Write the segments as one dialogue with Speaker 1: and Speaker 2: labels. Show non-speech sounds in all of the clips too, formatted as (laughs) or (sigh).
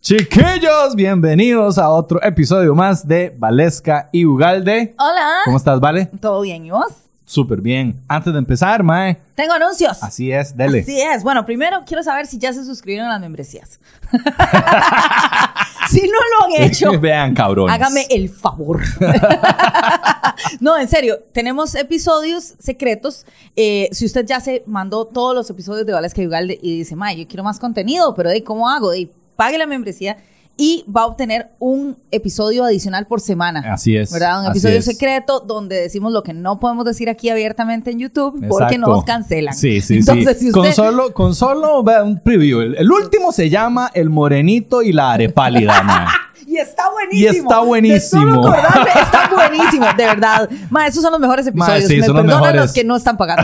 Speaker 1: Chiquillos, bienvenidos a otro episodio más de Valesca y Ugalde.
Speaker 2: Hola.
Speaker 1: ¿Cómo estás, Vale?
Speaker 2: ¿Todo bien? ¿Y vos?
Speaker 1: Súper bien. Antes de empezar, Mae,
Speaker 2: Tengo anuncios.
Speaker 1: así es, dele.
Speaker 2: Así es. Bueno, primero quiero saber si ya se suscribieron a las membresías. (laughs) si no lo han
Speaker 1: (laughs)
Speaker 2: hecho,
Speaker 1: Vean, cabrones.
Speaker 2: hágame el favor. (laughs) no, en serio, tenemos episodios secretos. Eh, si usted ya se mandó todos los episodios de Valesca y Ugalde y dice, ma, yo quiero más contenido, pero ¿de cómo hago? De, pague la membresía y va a obtener un episodio adicional por semana.
Speaker 1: Así es.
Speaker 2: ¿Verdad? Un
Speaker 1: así
Speaker 2: episodio
Speaker 1: es.
Speaker 2: secreto donde decimos lo que no podemos decir aquí abiertamente en YouTube porque
Speaker 1: Exacto.
Speaker 2: nos cancelan.
Speaker 1: Sí, sí, sí.
Speaker 2: Entonces, si usted...
Speaker 1: Con solo, con solo vea, un preview. El, el último se llama El Morenito y la
Speaker 2: (laughs)
Speaker 1: Arepálida, Mae.
Speaker 2: Y está buenísimo.
Speaker 1: Y está
Speaker 2: De
Speaker 1: buenísimo.
Speaker 2: solo acordarme,
Speaker 1: (laughs)
Speaker 2: está buenísimo, de verdad. Ma, esos son los mejores episodios.
Speaker 1: sí,
Speaker 2: Me
Speaker 1: son los
Speaker 2: perdonan
Speaker 1: mejores.
Speaker 2: los que no están pagando.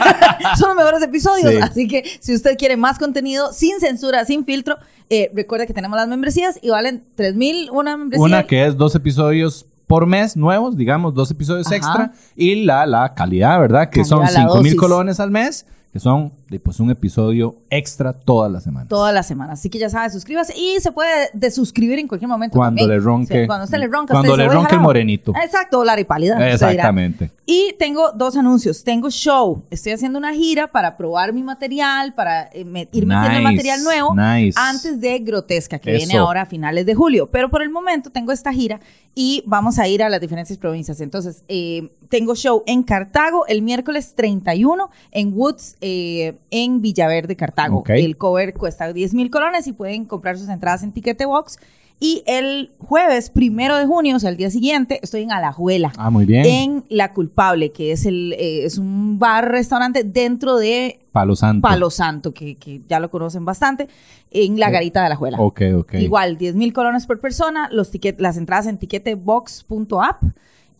Speaker 2: (laughs) son los mejores episodios.
Speaker 1: Sí.
Speaker 2: Así que si usted quiere más contenido sin censura, sin filtro, eh, recuerda que tenemos las membresías y valen 3 mil una membresía.
Speaker 1: Una que es dos episodios por mes nuevos, digamos, dos episodios
Speaker 2: Ajá.
Speaker 1: extra. Y la, la calidad, ¿verdad? Que
Speaker 2: Calidad,
Speaker 1: son
Speaker 2: la
Speaker 1: 5 mil
Speaker 2: dosis.
Speaker 1: colones al mes, que son de, pues un episodio extra todas las semanas.
Speaker 2: Toda la semana. Así que ya sabes, suscríbase y se puede desuscribir en cualquier momento.
Speaker 1: Cuando
Speaker 2: también.
Speaker 1: le ronque-
Speaker 2: O sea, cuando usted le ronca.
Speaker 1: cuando
Speaker 2: usted
Speaker 1: le
Speaker 2: dice, "Voy
Speaker 1: ronque el
Speaker 2: jalado".
Speaker 1: morenito.
Speaker 2: Exacto, la repálida. usted dirá.
Speaker 1: Exactamente.
Speaker 2: Y tengo dos anuncios. Tengo show. Estoy haciendo una gira para probar mi material, para eh, me- ir metiendo
Speaker 1: Nice,
Speaker 2: material nuevo
Speaker 1: nice.
Speaker 2: antes de Grotesca, que viene
Speaker 1: Eso.
Speaker 2: ahora a finales de julio. Pero por el momento tengo esta gira y vamos a ir a las diferentes provincias. Entonces, eh, tengo show en Cartago el miércoles 31, en Woods, eh, en Villaverde, Cartago.
Speaker 1: Ok.
Speaker 2: El cover cuesta 10 mil colones y pueden comprar sus entradas en Ticketbox. Y el jueves primero de junio, o sea, el día siguiente, estoy en Alajuela.
Speaker 1: Ah, muy bien.
Speaker 2: En La Culpable, que es, el, eh, es un bar-restaurante dentro de
Speaker 1: Palo Santo.
Speaker 2: Palo Santo, que, que ya lo conocen bastante, en La Garita de la Juela.
Speaker 1: Ok, ok.
Speaker 2: Igual, 10 mil colones por persona, los ticket, las entradas en tiquetebox.app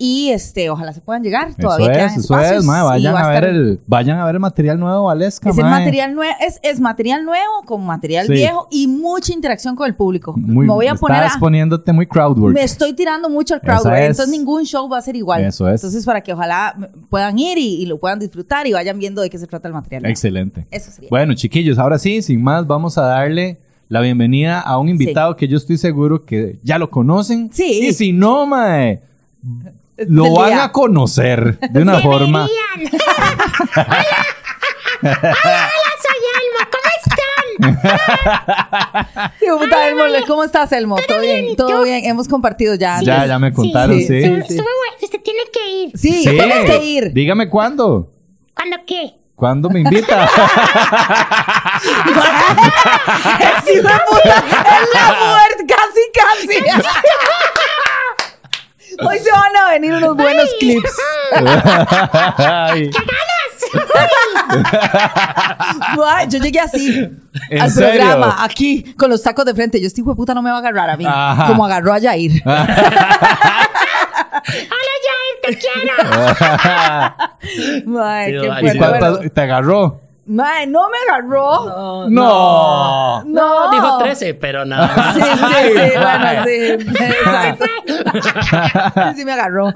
Speaker 2: y este, ojalá se puedan llegar, todavía
Speaker 1: eso
Speaker 2: quedan
Speaker 1: es, eso
Speaker 2: espacios
Speaker 1: es, mae,
Speaker 2: y
Speaker 1: vayan
Speaker 2: va
Speaker 1: a, ver
Speaker 2: estar-
Speaker 1: el, vayan a ver el material nuevo, Valesca,
Speaker 2: es, el
Speaker 1: mae.
Speaker 2: material nue- es, es material nuevo con material
Speaker 1: Sí.
Speaker 2: viejo y mucha interacción con el público.
Speaker 1: Muy,
Speaker 2: Me voy a poner
Speaker 1: Estás
Speaker 2: a-
Speaker 1: poniéndote muy crowdwork.
Speaker 2: me estoy tirando mucho al
Speaker 1: Esa
Speaker 2: crowd, work,
Speaker 1: es.
Speaker 2: entonces ningún show va a ser igual.
Speaker 1: Eso es.
Speaker 2: Entonces, para que ojalá m- puedan ir y, y lo puedan disfrutar y vayan viendo de qué se trata el material.
Speaker 1: Excelente.
Speaker 2: Eso sería.
Speaker 1: Bueno, chiquillos, ahora sí, sin más, vamos a darle la bienvenida a un invitado que yo estoy seguro que ya lo conocen.
Speaker 2: Sí.
Speaker 1: Y si no, mae, lo
Speaker 2: del
Speaker 1: van
Speaker 2: día.
Speaker 1: a conocer de una forma.
Speaker 3: Deberían. hola. hola, hola, soy Alma. ¿Cómo están?
Speaker 2: Sí, puta, Elmo, ¿Cómo estás, Elmo? ¿Todo bien? ¿Todo bien? Hemos compartido ya.
Speaker 1: Ya, ya me contaron, sí.
Speaker 2: sí,
Speaker 3: Estuvo-
Speaker 2: sí.
Speaker 3: estuvo bueno. Usted tiene que ir.
Speaker 2: Sí, tienes que ir. (laughs)
Speaker 1: Dígame cuándo.
Speaker 3: ¿Cuándo qué?
Speaker 1: ¿Cuándo me
Speaker 2: (laughs)
Speaker 1: invita?
Speaker 2: Sí,
Speaker 1: (laughs)
Speaker 2: la puta, es la muerte, casi, casi. Hoy se van a venir unos buenos clips.
Speaker 1: Ay,
Speaker 2: Guay, Yo llegué así
Speaker 1: ¿En
Speaker 2: al
Speaker 1: serio?
Speaker 2: programa, aquí, con los tacos de frente. Yo, este hijo de puta no me va a agarrar a mí,
Speaker 1: Ajá.
Speaker 2: como agarró a Jair.
Speaker 3: Hola, Jair, te
Speaker 1: (laughs) Oh.
Speaker 3: quiero.
Speaker 2: Mae,
Speaker 4: Sí,
Speaker 2: qué
Speaker 4: vale.
Speaker 1: ¿Y
Speaker 2: fuerte.
Speaker 1: cuántas-
Speaker 2: Bueno,
Speaker 1: te agarró?
Speaker 2: mae, no me agarró.
Speaker 4: No,
Speaker 1: No.
Speaker 4: no, dijo 13, pero nada más.
Speaker 2: Oh. Sí, sí,
Speaker 5: (laughs)
Speaker 2: sí,
Speaker 4: (laughs)
Speaker 2: bueno,
Speaker 4: Ay.
Speaker 2: sí. Exacto. Sí, sí me agarró.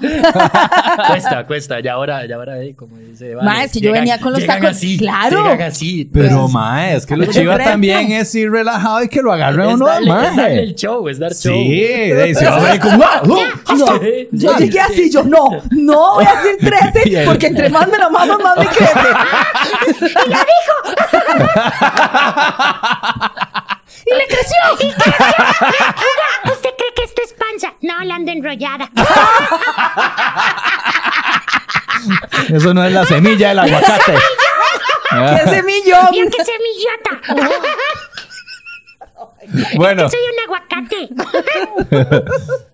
Speaker 4: Cuesta, cuesta. Ya ahora, ya ahora, eh, como dice. Vale,
Speaker 2: Ma, es que yo venía con los
Speaker 4: llegan
Speaker 2: tacos,
Speaker 4: Así,
Speaker 2: claro.
Speaker 4: Llegan así.
Speaker 1: Pero,
Speaker 2: Pues,
Speaker 1: mae, es que lo
Speaker 2: Tacos de
Speaker 1: chiva
Speaker 2: frente.
Speaker 1: también es ir relajado y que lo agarre
Speaker 4: es
Speaker 1: uno,
Speaker 4: darle, es darle
Speaker 1: mae.
Speaker 4: el show, es dar
Speaker 1: Sí,
Speaker 4: show.
Speaker 1: de ahí se va a ver como, ¡ah! ¡Uh!
Speaker 2: No,
Speaker 4: (laughs) Sí.
Speaker 2: yo llegué así, yo no, no voy a decir 13 porque entre más me lo mamo, más me crece.
Speaker 3: ¡Y le creció! ¡Y creció! Oiga, ¿Usted cree que esto es panza? No, la
Speaker 1: (laughs)
Speaker 3: ando enrollada.
Speaker 1: Eso no es la semilla
Speaker 4: (laughs)
Speaker 1: del aguacate.
Speaker 2: ¡Qué
Speaker 3: Yo
Speaker 2: semillón!
Speaker 3: que semillota.
Speaker 1: Oh. Bueno,
Speaker 3: Soy un aguacate.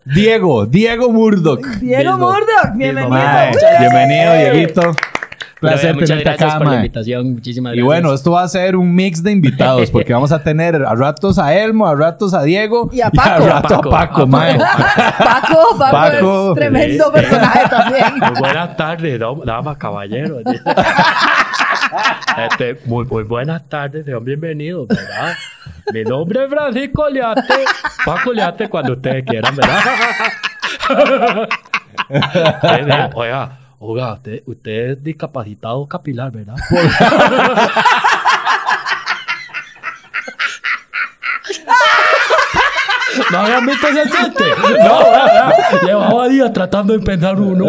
Speaker 1: Diego, Diego Murdoch.
Speaker 2: Diego
Speaker 4: Dildo.
Speaker 2: Murdoch, bienvenido.
Speaker 1: Mae, bienvenido, Dieguito.
Speaker 4: Pero, eh,
Speaker 1: Placer
Speaker 4: muchas
Speaker 1: tenerte
Speaker 4: gracias
Speaker 1: acá,
Speaker 4: por la
Speaker 1: mae.
Speaker 4: invitación. Muchísimas
Speaker 1: Y
Speaker 4: gracias.
Speaker 1: bueno, esto va a ser un mix de invitados, porque vamos a tener a ratos a Elmo, a ratos a Diego
Speaker 2: Y a Paco.
Speaker 1: a ratos a Paco,
Speaker 4: A Paco.
Speaker 1: mae.
Speaker 2: Paco, Paco,
Speaker 1: Paco.
Speaker 2: es tremendo personaje
Speaker 5: (laughs)
Speaker 2: también.
Speaker 4: Muy buenas tardes, dam- damas, caballeros. Este, muy, muy buenas tardes, sean bienvenidos, ¿verdad? Mi nombre es Francisco Leate. Paco Leate cuando ustedes quieran, ¿verdad? Eh, eh, Oiga, oiga, usted, usted es discapacitado capilar, ¿verdad? ¿No habían visto ese chiste? No, llevaba días tratando de pensar uno.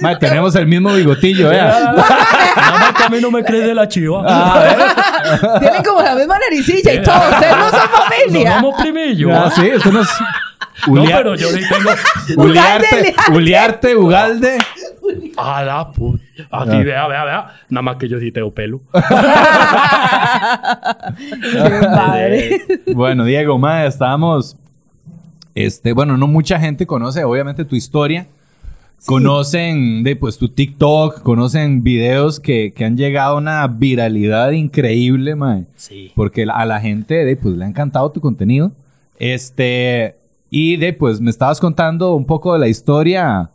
Speaker 1: Mae, tenemos el mismo bigotillo, vea.
Speaker 4: Nada más que a mí no me crece la chiva.
Speaker 2: Tienen como la misma naricilla y todo. Ustedes no son
Speaker 4: Nos
Speaker 2: familia.
Speaker 4: vamos primillo.
Speaker 1: Ah, sí, esto no es...
Speaker 4: No,
Speaker 1: Ulea-
Speaker 4: pero yo sí tengo.
Speaker 1: Uliarte,
Speaker 2: Ugalde,
Speaker 1: Uliarte, Ugalde.
Speaker 4: A la puta. Así,
Speaker 1: Ah.
Speaker 4: vea, vea, vea. Nada más que yo sí tengo pelo.
Speaker 2: (laughs) Qué padre.
Speaker 1: Bueno, Diego, mae, estábamos. Este, bueno, no mucha gente conoce, obviamente, tu historia. Conocen de pues tu TikTok, conocen videos que, que han llegado a una viralidad increíble, mae.
Speaker 4: Sí.
Speaker 1: Porque la- a la gente de pues le ha encantado tu contenido. Este, y de pues me estabas contando un poco de la historia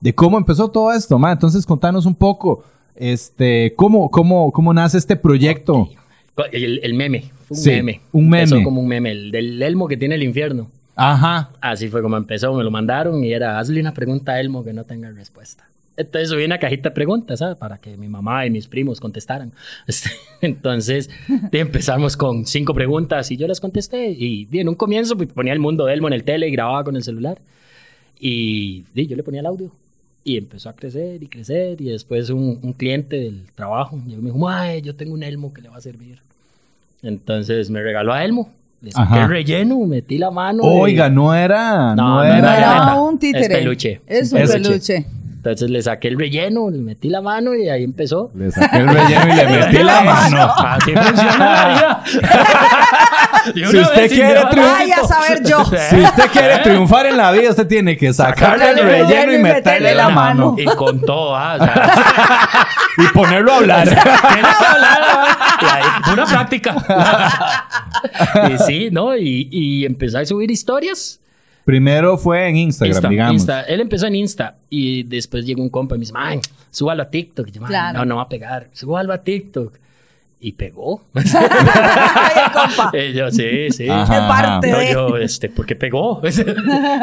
Speaker 1: de cómo empezó todo esto, mae. Entonces, contanos un poco este cómo cómo cómo nace este proyecto.
Speaker 5: El, el meme. Fue un
Speaker 1: Sí,
Speaker 5: meme.
Speaker 1: un meme.
Speaker 5: Empezó como un meme, el del Elmo que tiene el infierno.
Speaker 1: Ajá.
Speaker 5: Así fue como empezó, me lo mandaron y era, hazle una pregunta a Elmo que no tenga respuesta. Entonces subí una cajita de preguntas, ¿sabes? Para que mi mamá y mis primos contestaran. (laughs) Este, Entonces de- empezamos con cinco preguntas y yo las contesté. Y di, en un comienzo pues, ponía el mundo de Elmo en el tele y grababa con el celular. Y di, yo le ponía el audio. Y empezó a crecer y crecer. Y después un, un cliente del trabajo llegó y me dijo, "Mae, yo tengo un Elmo que le va a servir. Entonces me regaló a Elmo. Le saqué
Speaker 1: Ajá.
Speaker 5: el relleno, metí la mano. y-
Speaker 1: Oiga, no eh. era. No,
Speaker 5: No, no
Speaker 1: era.
Speaker 5: era.
Speaker 2: Era
Speaker 5: neta,
Speaker 2: un títere.
Speaker 5: es peluche,
Speaker 2: Es
Speaker 5: es
Speaker 2: un
Speaker 5: un
Speaker 2: peluche.
Speaker 5: Entonces le saqué el relleno, le metí la mano y ahí empezó.
Speaker 1: Le saqué el relleno y (laughs) le metí la mano.
Speaker 2: (laughs)
Speaker 5: Así funciona la vida.
Speaker 1: Si usted quiere triunfar.
Speaker 2: Vaya a saber yo.
Speaker 1: Si usted quiere triunfar en la vida, usted tiene que sacarle el relleno y meterle la mano.
Speaker 5: Y con todo, ah, o sea,
Speaker 1: (laughs) Y ponerlo a
Speaker 5: (laughs)
Speaker 1: hablar.
Speaker 5: tienes que hablar, ah, y ahí, pura práctica. (laughs) y sí, ¿no? Y, y empezó a subir historias.
Speaker 1: Primero fue en Instagram,
Speaker 5: Insta,
Speaker 1: digamos.
Speaker 5: Insta. Él empezó en Insta y después llegó un compa y me dice, man, súbalo a TikTok. Y yo, "Man,
Speaker 2: Claro.
Speaker 5: no, no va a pegar. Súbalo a TikTok. Y pegó.
Speaker 2: (laughs) Ay,
Speaker 5: (laughs)
Speaker 2: compa.
Speaker 5: Y yo, sí, sí.
Speaker 1: Ajá.
Speaker 2: Qué parte
Speaker 5: Ah, No,
Speaker 2: de.
Speaker 5: yo, este, ¿por qué pegó? (laughs)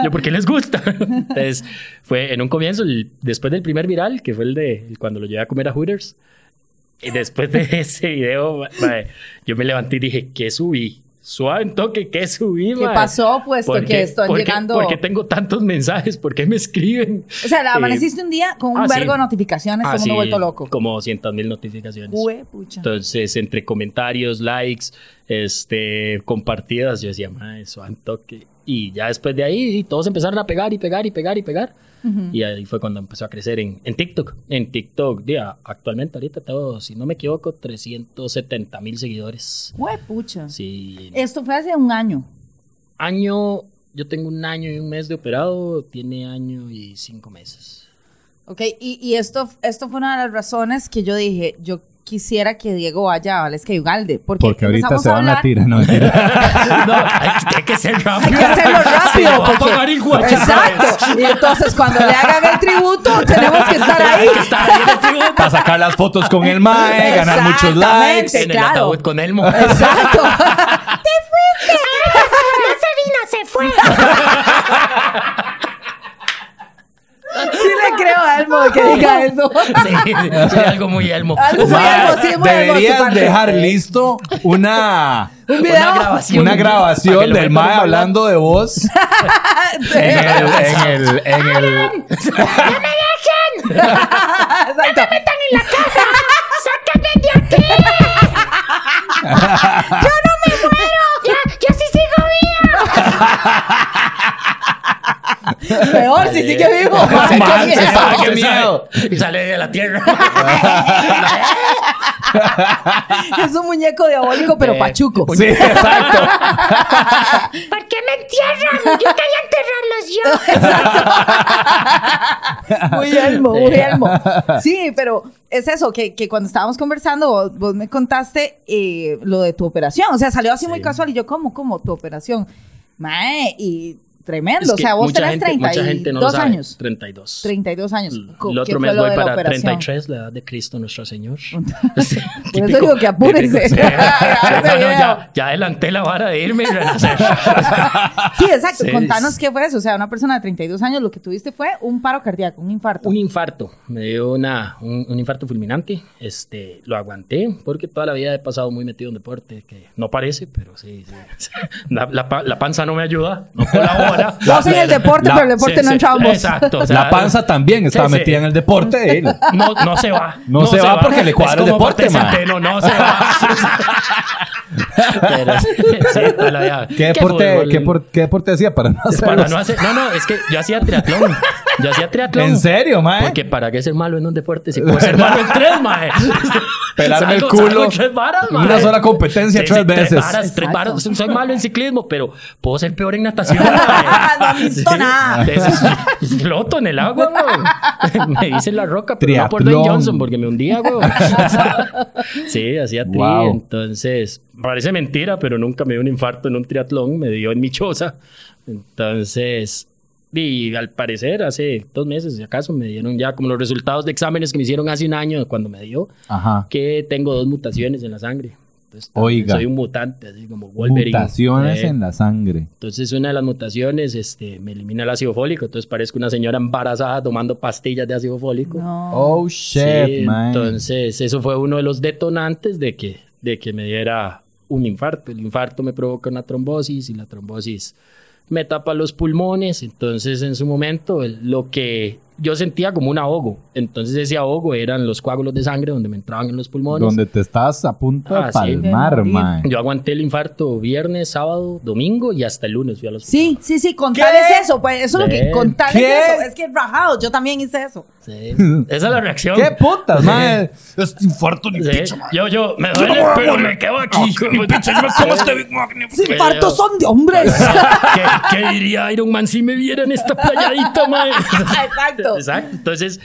Speaker 5: yo, ¿por qué les gusta? (laughs) Entonces, fue en un comienzo, el- después del primer viral, que fue el de el cuando lo llevé a comer a Hooters, y después de (laughs) ese video, ma- mae, yo me levanté y dije, ¿qué subí? Suave en toque, ¿qué subí,
Speaker 2: ¿Qué pasó, puesto que están llegando?
Speaker 5: ¿Por qué tengo tantos mensajes? ¿Por qué me escriben? Eh,
Speaker 2: O sea, la amaneciste un día con un
Speaker 5: ah, sí.
Speaker 2: vergo de notificaciones, todo el mundo vuelto loco.
Speaker 5: Como 200 mil notificaciones.
Speaker 2: Hue pucha.
Speaker 5: Entonces, entre comentarios, likes, este, compartidas, yo decía, "Mae, eso a un toque. Y ya después de ahí, y todos empezaron a pegar y pegar y pegar y pegar. Y ahí fue cuando empezó a crecer en, en TikTok. En TikTok, día, actualmente, ahorita tengo, si no me equivoco, 370 mil seguidores.
Speaker 2: Hue pucha.
Speaker 5: Sí.
Speaker 2: Esto fue hace un año.
Speaker 5: Año, yo tengo un año y un mes de operado, tiene año y cinco meses.
Speaker 2: Ok, y, y esto, esto fue una de las razones que yo dije, yo quisiera que Diego vaya a Valesca y Ugalde. Porque,
Speaker 1: Porque ahorita
Speaker 2: empezamos
Speaker 1: se
Speaker 2: a
Speaker 1: van a
Speaker 2: hablar-
Speaker 1: tirar. No, (laughs) mentira.
Speaker 5: (laughs) no, hay, hay que ser
Speaker 2: Hay
Speaker 5: rápido.
Speaker 2: que hacerlo rápido.
Speaker 5: Se va a
Speaker 2: porque-
Speaker 5: pagar el guacho,
Speaker 2: Exacto. Y entonces cuando le hagan el tributo, tenemos que estar ahí.
Speaker 5: Hay que estar ahí en el tributo.
Speaker 1: Para sacar las fotos con el mae, ganar muchos likes.
Speaker 2: Sí,
Speaker 5: en el
Speaker 2: claro.
Speaker 5: ataúd
Speaker 2: (laughs)
Speaker 5: con Elmo.
Speaker 2: Exacto.
Speaker 3: No se vino, se fue.
Speaker 2: Sí le creo a Elmo que diga eso.
Speaker 5: (laughs) Sí, soy algo muy Elmo.
Speaker 2: Algo muy
Speaker 1: Mae,
Speaker 2: algo, sí, muy algo, su
Speaker 1: Deberías
Speaker 2: parte.
Speaker 1: dejar listo una,
Speaker 2: Un
Speaker 5: Una
Speaker 2: video.
Speaker 5: grabación.
Speaker 1: una
Speaker 5: Para que
Speaker 1: grabación
Speaker 5: lo
Speaker 1: del
Speaker 5: metan en
Speaker 1: mae
Speaker 5: un
Speaker 1: hablando de voz en el, en el, en el,
Speaker 2: (laughs) Exacto.
Speaker 3: ¡Están en la casa! ¡Sáquenme de aquí! ¡Yo no me muero! ¡Ya, yo sí sigo viva!
Speaker 2: Peor si sigue
Speaker 5: (laughs)
Speaker 2: vivo.
Speaker 1: Sí,
Speaker 2: Qué
Speaker 1: man, se
Speaker 2: miedo.
Speaker 1: sabe que-
Speaker 5: Se
Speaker 1: ¡Qué miedo!
Speaker 5: sale- Y sale de la tierra.
Speaker 2: (laughs)
Speaker 5: (laughs)
Speaker 2: Es un muñeco diabólico, pero
Speaker 5: Eh,
Speaker 2: pachuco.
Speaker 1: Sí, exacto.
Speaker 3: ¿Por qué me entierran? Yo quería enterrarlos
Speaker 1: (laughs)
Speaker 2: (laughs)
Speaker 3: yo.
Speaker 2: Muy elmo, muy elmo. Sí, pero es eso, que, que cuando estábamos conversando, vos, vos me contaste eh, lo de tu operación. O sea, salió así muy casual y yo, ¿cómo, cómo, tu operación? Mae, y tremendo.
Speaker 5: Es
Speaker 2: o
Speaker 5: que
Speaker 2: sea, vos
Speaker 5: mucha
Speaker 2: tenés
Speaker 5: gente- mucha gente no lo
Speaker 2: 32
Speaker 5: sabe.
Speaker 2: años.
Speaker 5: 32.
Speaker 2: 32 años. Co-
Speaker 5: El
Speaker 2: ¿qué
Speaker 5: otro
Speaker 2: fue
Speaker 5: mes
Speaker 2: lo
Speaker 5: voy
Speaker 2: de la
Speaker 5: para
Speaker 2: operación?
Speaker 5: 33, la edad de Cristo
Speaker 2: (laughs)
Speaker 5: nuestro Señor. (laughs)
Speaker 2: Por eso digo que apúrense.
Speaker 5: Sí.
Speaker 2: Haga ese
Speaker 5: (laughs) No, no,
Speaker 2: video.
Speaker 5: ya, ya adelanté la vara de irme y (laughs) renacer.
Speaker 2: Sí, exacto.
Speaker 5: Sí.
Speaker 2: Contanos qué fue eso. O sea, una persona de 32 años lo que tuviste fue un paro cardíaco, un infarto.
Speaker 5: un infarto. Me dio una, un, un infarto fulminante. Este, lo aguanté porque toda la vida he pasado muy metido en deporte, que no parece, pero sí. sí. (laughs) La, la pa- la panza no me ayuda, no
Speaker 1: (laughs)
Speaker 5: colabora.
Speaker 2: Vos en el deporte, pero el deporte no entramos.
Speaker 5: Exacto. o sea,
Speaker 1: la panza también estaba
Speaker 5: sí, sí.
Speaker 1: metida en el deporte. ¿eh?
Speaker 5: No, no se va.
Speaker 1: (laughs) No se va porque le cuadra
Speaker 5: Es
Speaker 1: el
Speaker 5: como
Speaker 1: deporte,
Speaker 5: Patricio
Speaker 1: ma.
Speaker 5: Centeno, no
Speaker 1: (laughs)
Speaker 5: se va. Pero sí, sí, toda la vida.
Speaker 1: ¿Qué, deporte,
Speaker 5: fútbol?
Speaker 1: ¿qué, por- qué deporte hacía para no
Speaker 5: Es
Speaker 1: hacerlo?
Speaker 5: para no, hacer- no, no, es que yo hacía triatlón. Yo hacía triatlón.
Speaker 1: ¿En serio, mae?
Speaker 5: Porque para qué ser malo en un deporte si puedo ser malo en
Speaker 1: (laughs)
Speaker 5: tres, mae.
Speaker 1: Pelarme el
Speaker 5: Salgo- salgo
Speaker 1: culo.
Speaker 5: en tres varas, mae.
Speaker 1: Una sola competencia
Speaker 5: Sí,
Speaker 1: tres
Speaker 5: sí,
Speaker 1: veces.
Speaker 5: varas, tres
Speaker 2: Exacto.
Speaker 5: varas.
Speaker 2: (laughs)
Speaker 5: Soy malo en ciclismo, pero puedo ser peor en natación. mae.
Speaker 2: No has visto nada.
Speaker 5: de esos- floto en el agua, güey. (laughs) Me dice la roca, pero no por Dwayne
Speaker 1: Triatlón.
Speaker 5: Johnson, porque me hundía, güey.
Speaker 2: (laughs)
Speaker 5: sí, hacía tri.
Speaker 1: Wow.
Speaker 5: Entonces, parece mentira, pero nunca me dio un infarto en un triatlón, me dio en mi choza. Entonces, y al parecer, hace dos meses, si acaso, me dieron ya como los resultados de exámenes que me hicieron hace un año cuando me dio,
Speaker 1: Ajá.
Speaker 5: que tengo dos mutaciones en la sangre. Entonces, también
Speaker 1: Oiga.
Speaker 5: Soy un mutante, así como Wolverine.
Speaker 1: Mutaciones
Speaker 5: Eh,
Speaker 1: en la sangre.
Speaker 5: entonces, una de las mutaciones este, me elimina el ácido fólico. Entonces, parezco una señora embarazada tomando pastillas de ácido fólico.
Speaker 2: No.
Speaker 1: Oh,
Speaker 5: Sí,
Speaker 1: shit, man.
Speaker 5: Entonces, eso fue uno de los detonantes de que, de que me diera un infarto. El infarto me provoca una trombosis y la trombosis me tapa los pulmones. Entonces, en su momento, el- lo que yo sentía como un ahogo. Entonces, ese ahogo eran los coágulos de sangre donde me entraban en los pulmones.
Speaker 1: Donde te estás a punto de
Speaker 5: Ah, sí.
Speaker 1: palmar,
Speaker 2: De morir.
Speaker 1: man.
Speaker 5: Yo aguanté el infarto viernes, sábado, domingo y hasta el lunes fui al hospital.
Speaker 2: Sí, sí, sí, contales eso, pues eso es lo que
Speaker 5: ¿Qué?
Speaker 2: contales
Speaker 1: ¿Qué?
Speaker 2: eso, es que rajado, yo también hice eso.
Speaker 5: Sí. Esa es la reacción.
Speaker 1: ¡Qué putas, man! Este infarto ni
Speaker 5: Sí.
Speaker 1: picha, man.
Speaker 5: Yo, yo, me duele, pero me quedo aquí.
Speaker 1: Ni picha, yo me como este Big Mac, ni-
Speaker 2: Los
Speaker 5: Pero-
Speaker 2: infartos son de hombres.
Speaker 5: (laughs) ¿Qué, (laughs) qué diría Iron Man si me viera en esta playadita, mae?
Speaker 2: Exacto.
Speaker 5: Exacto. Entonces,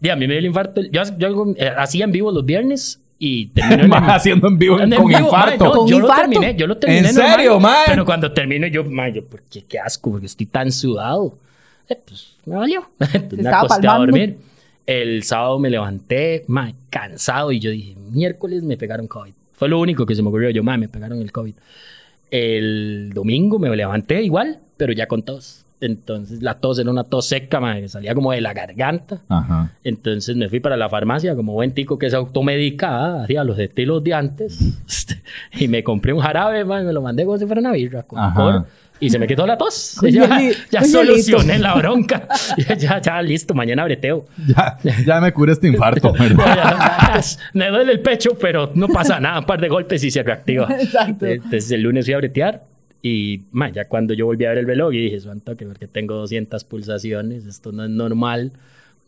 Speaker 5: di, a mí me dio el infarto. Yo, yo hago- eh, hacía en vivo los viernes y
Speaker 1: (laughs)
Speaker 5: termino en-
Speaker 1: Mae, haciendo en vivo
Speaker 5: en
Speaker 1: con
Speaker 5: vivo,
Speaker 1: infarto.
Speaker 5: mae, no,
Speaker 2: Con
Speaker 5: yo
Speaker 2: infarto.
Speaker 5: lo terminé, yo lo terminé.
Speaker 1: ¿En
Speaker 5: normal,
Speaker 1: serio, mae?
Speaker 5: Pero cuando termino yo, mae, yo, ¿por qué? Qué asco, porque estoy tan sudado. Eh, pues, me valió. (laughs) Entonces, me
Speaker 2: estaba
Speaker 5: acosté a
Speaker 2: palmando.
Speaker 5: dormir. El sábado me levanté, mae, cansado. Y yo dije, miércoles me pegaron COVID. Fue lo único que se me ocurrió. Yo, mae, me pegaron el COVID. El domingo me levanté igual, pero ya con tos. Entonces, la tos era una tos seca, mae, que salía como de la garganta.
Speaker 1: Ajá.
Speaker 5: Entonces me fui para la farmacia como buen tico que se automedicaba, hacía los estilos de antes (laughs) y me compré un jarabe, man, me lo mandé como si fuera una birra con
Speaker 1: Ajá.
Speaker 5: cor, y se me quitó la tos.
Speaker 2: Con
Speaker 5: (laughs) ya
Speaker 2: hieli-
Speaker 5: ya
Speaker 2: con
Speaker 5: solucioné la bronca. (laughs) ya, ya, ya, listo, mañana breteo.
Speaker 1: Ya, ya me curé este
Speaker 5: (laughs)
Speaker 1: infarto, ¿verdad?
Speaker 5: me duele el pecho, pero no pasa nada, un par de golpes y se reactiva.
Speaker 2: Exacto.
Speaker 5: Entonces el lunes fui a bretear y man, ya cuando yo volví a ver el reloj y dije, santo, que porque tengo 200 pulsaciones, esto no es normal.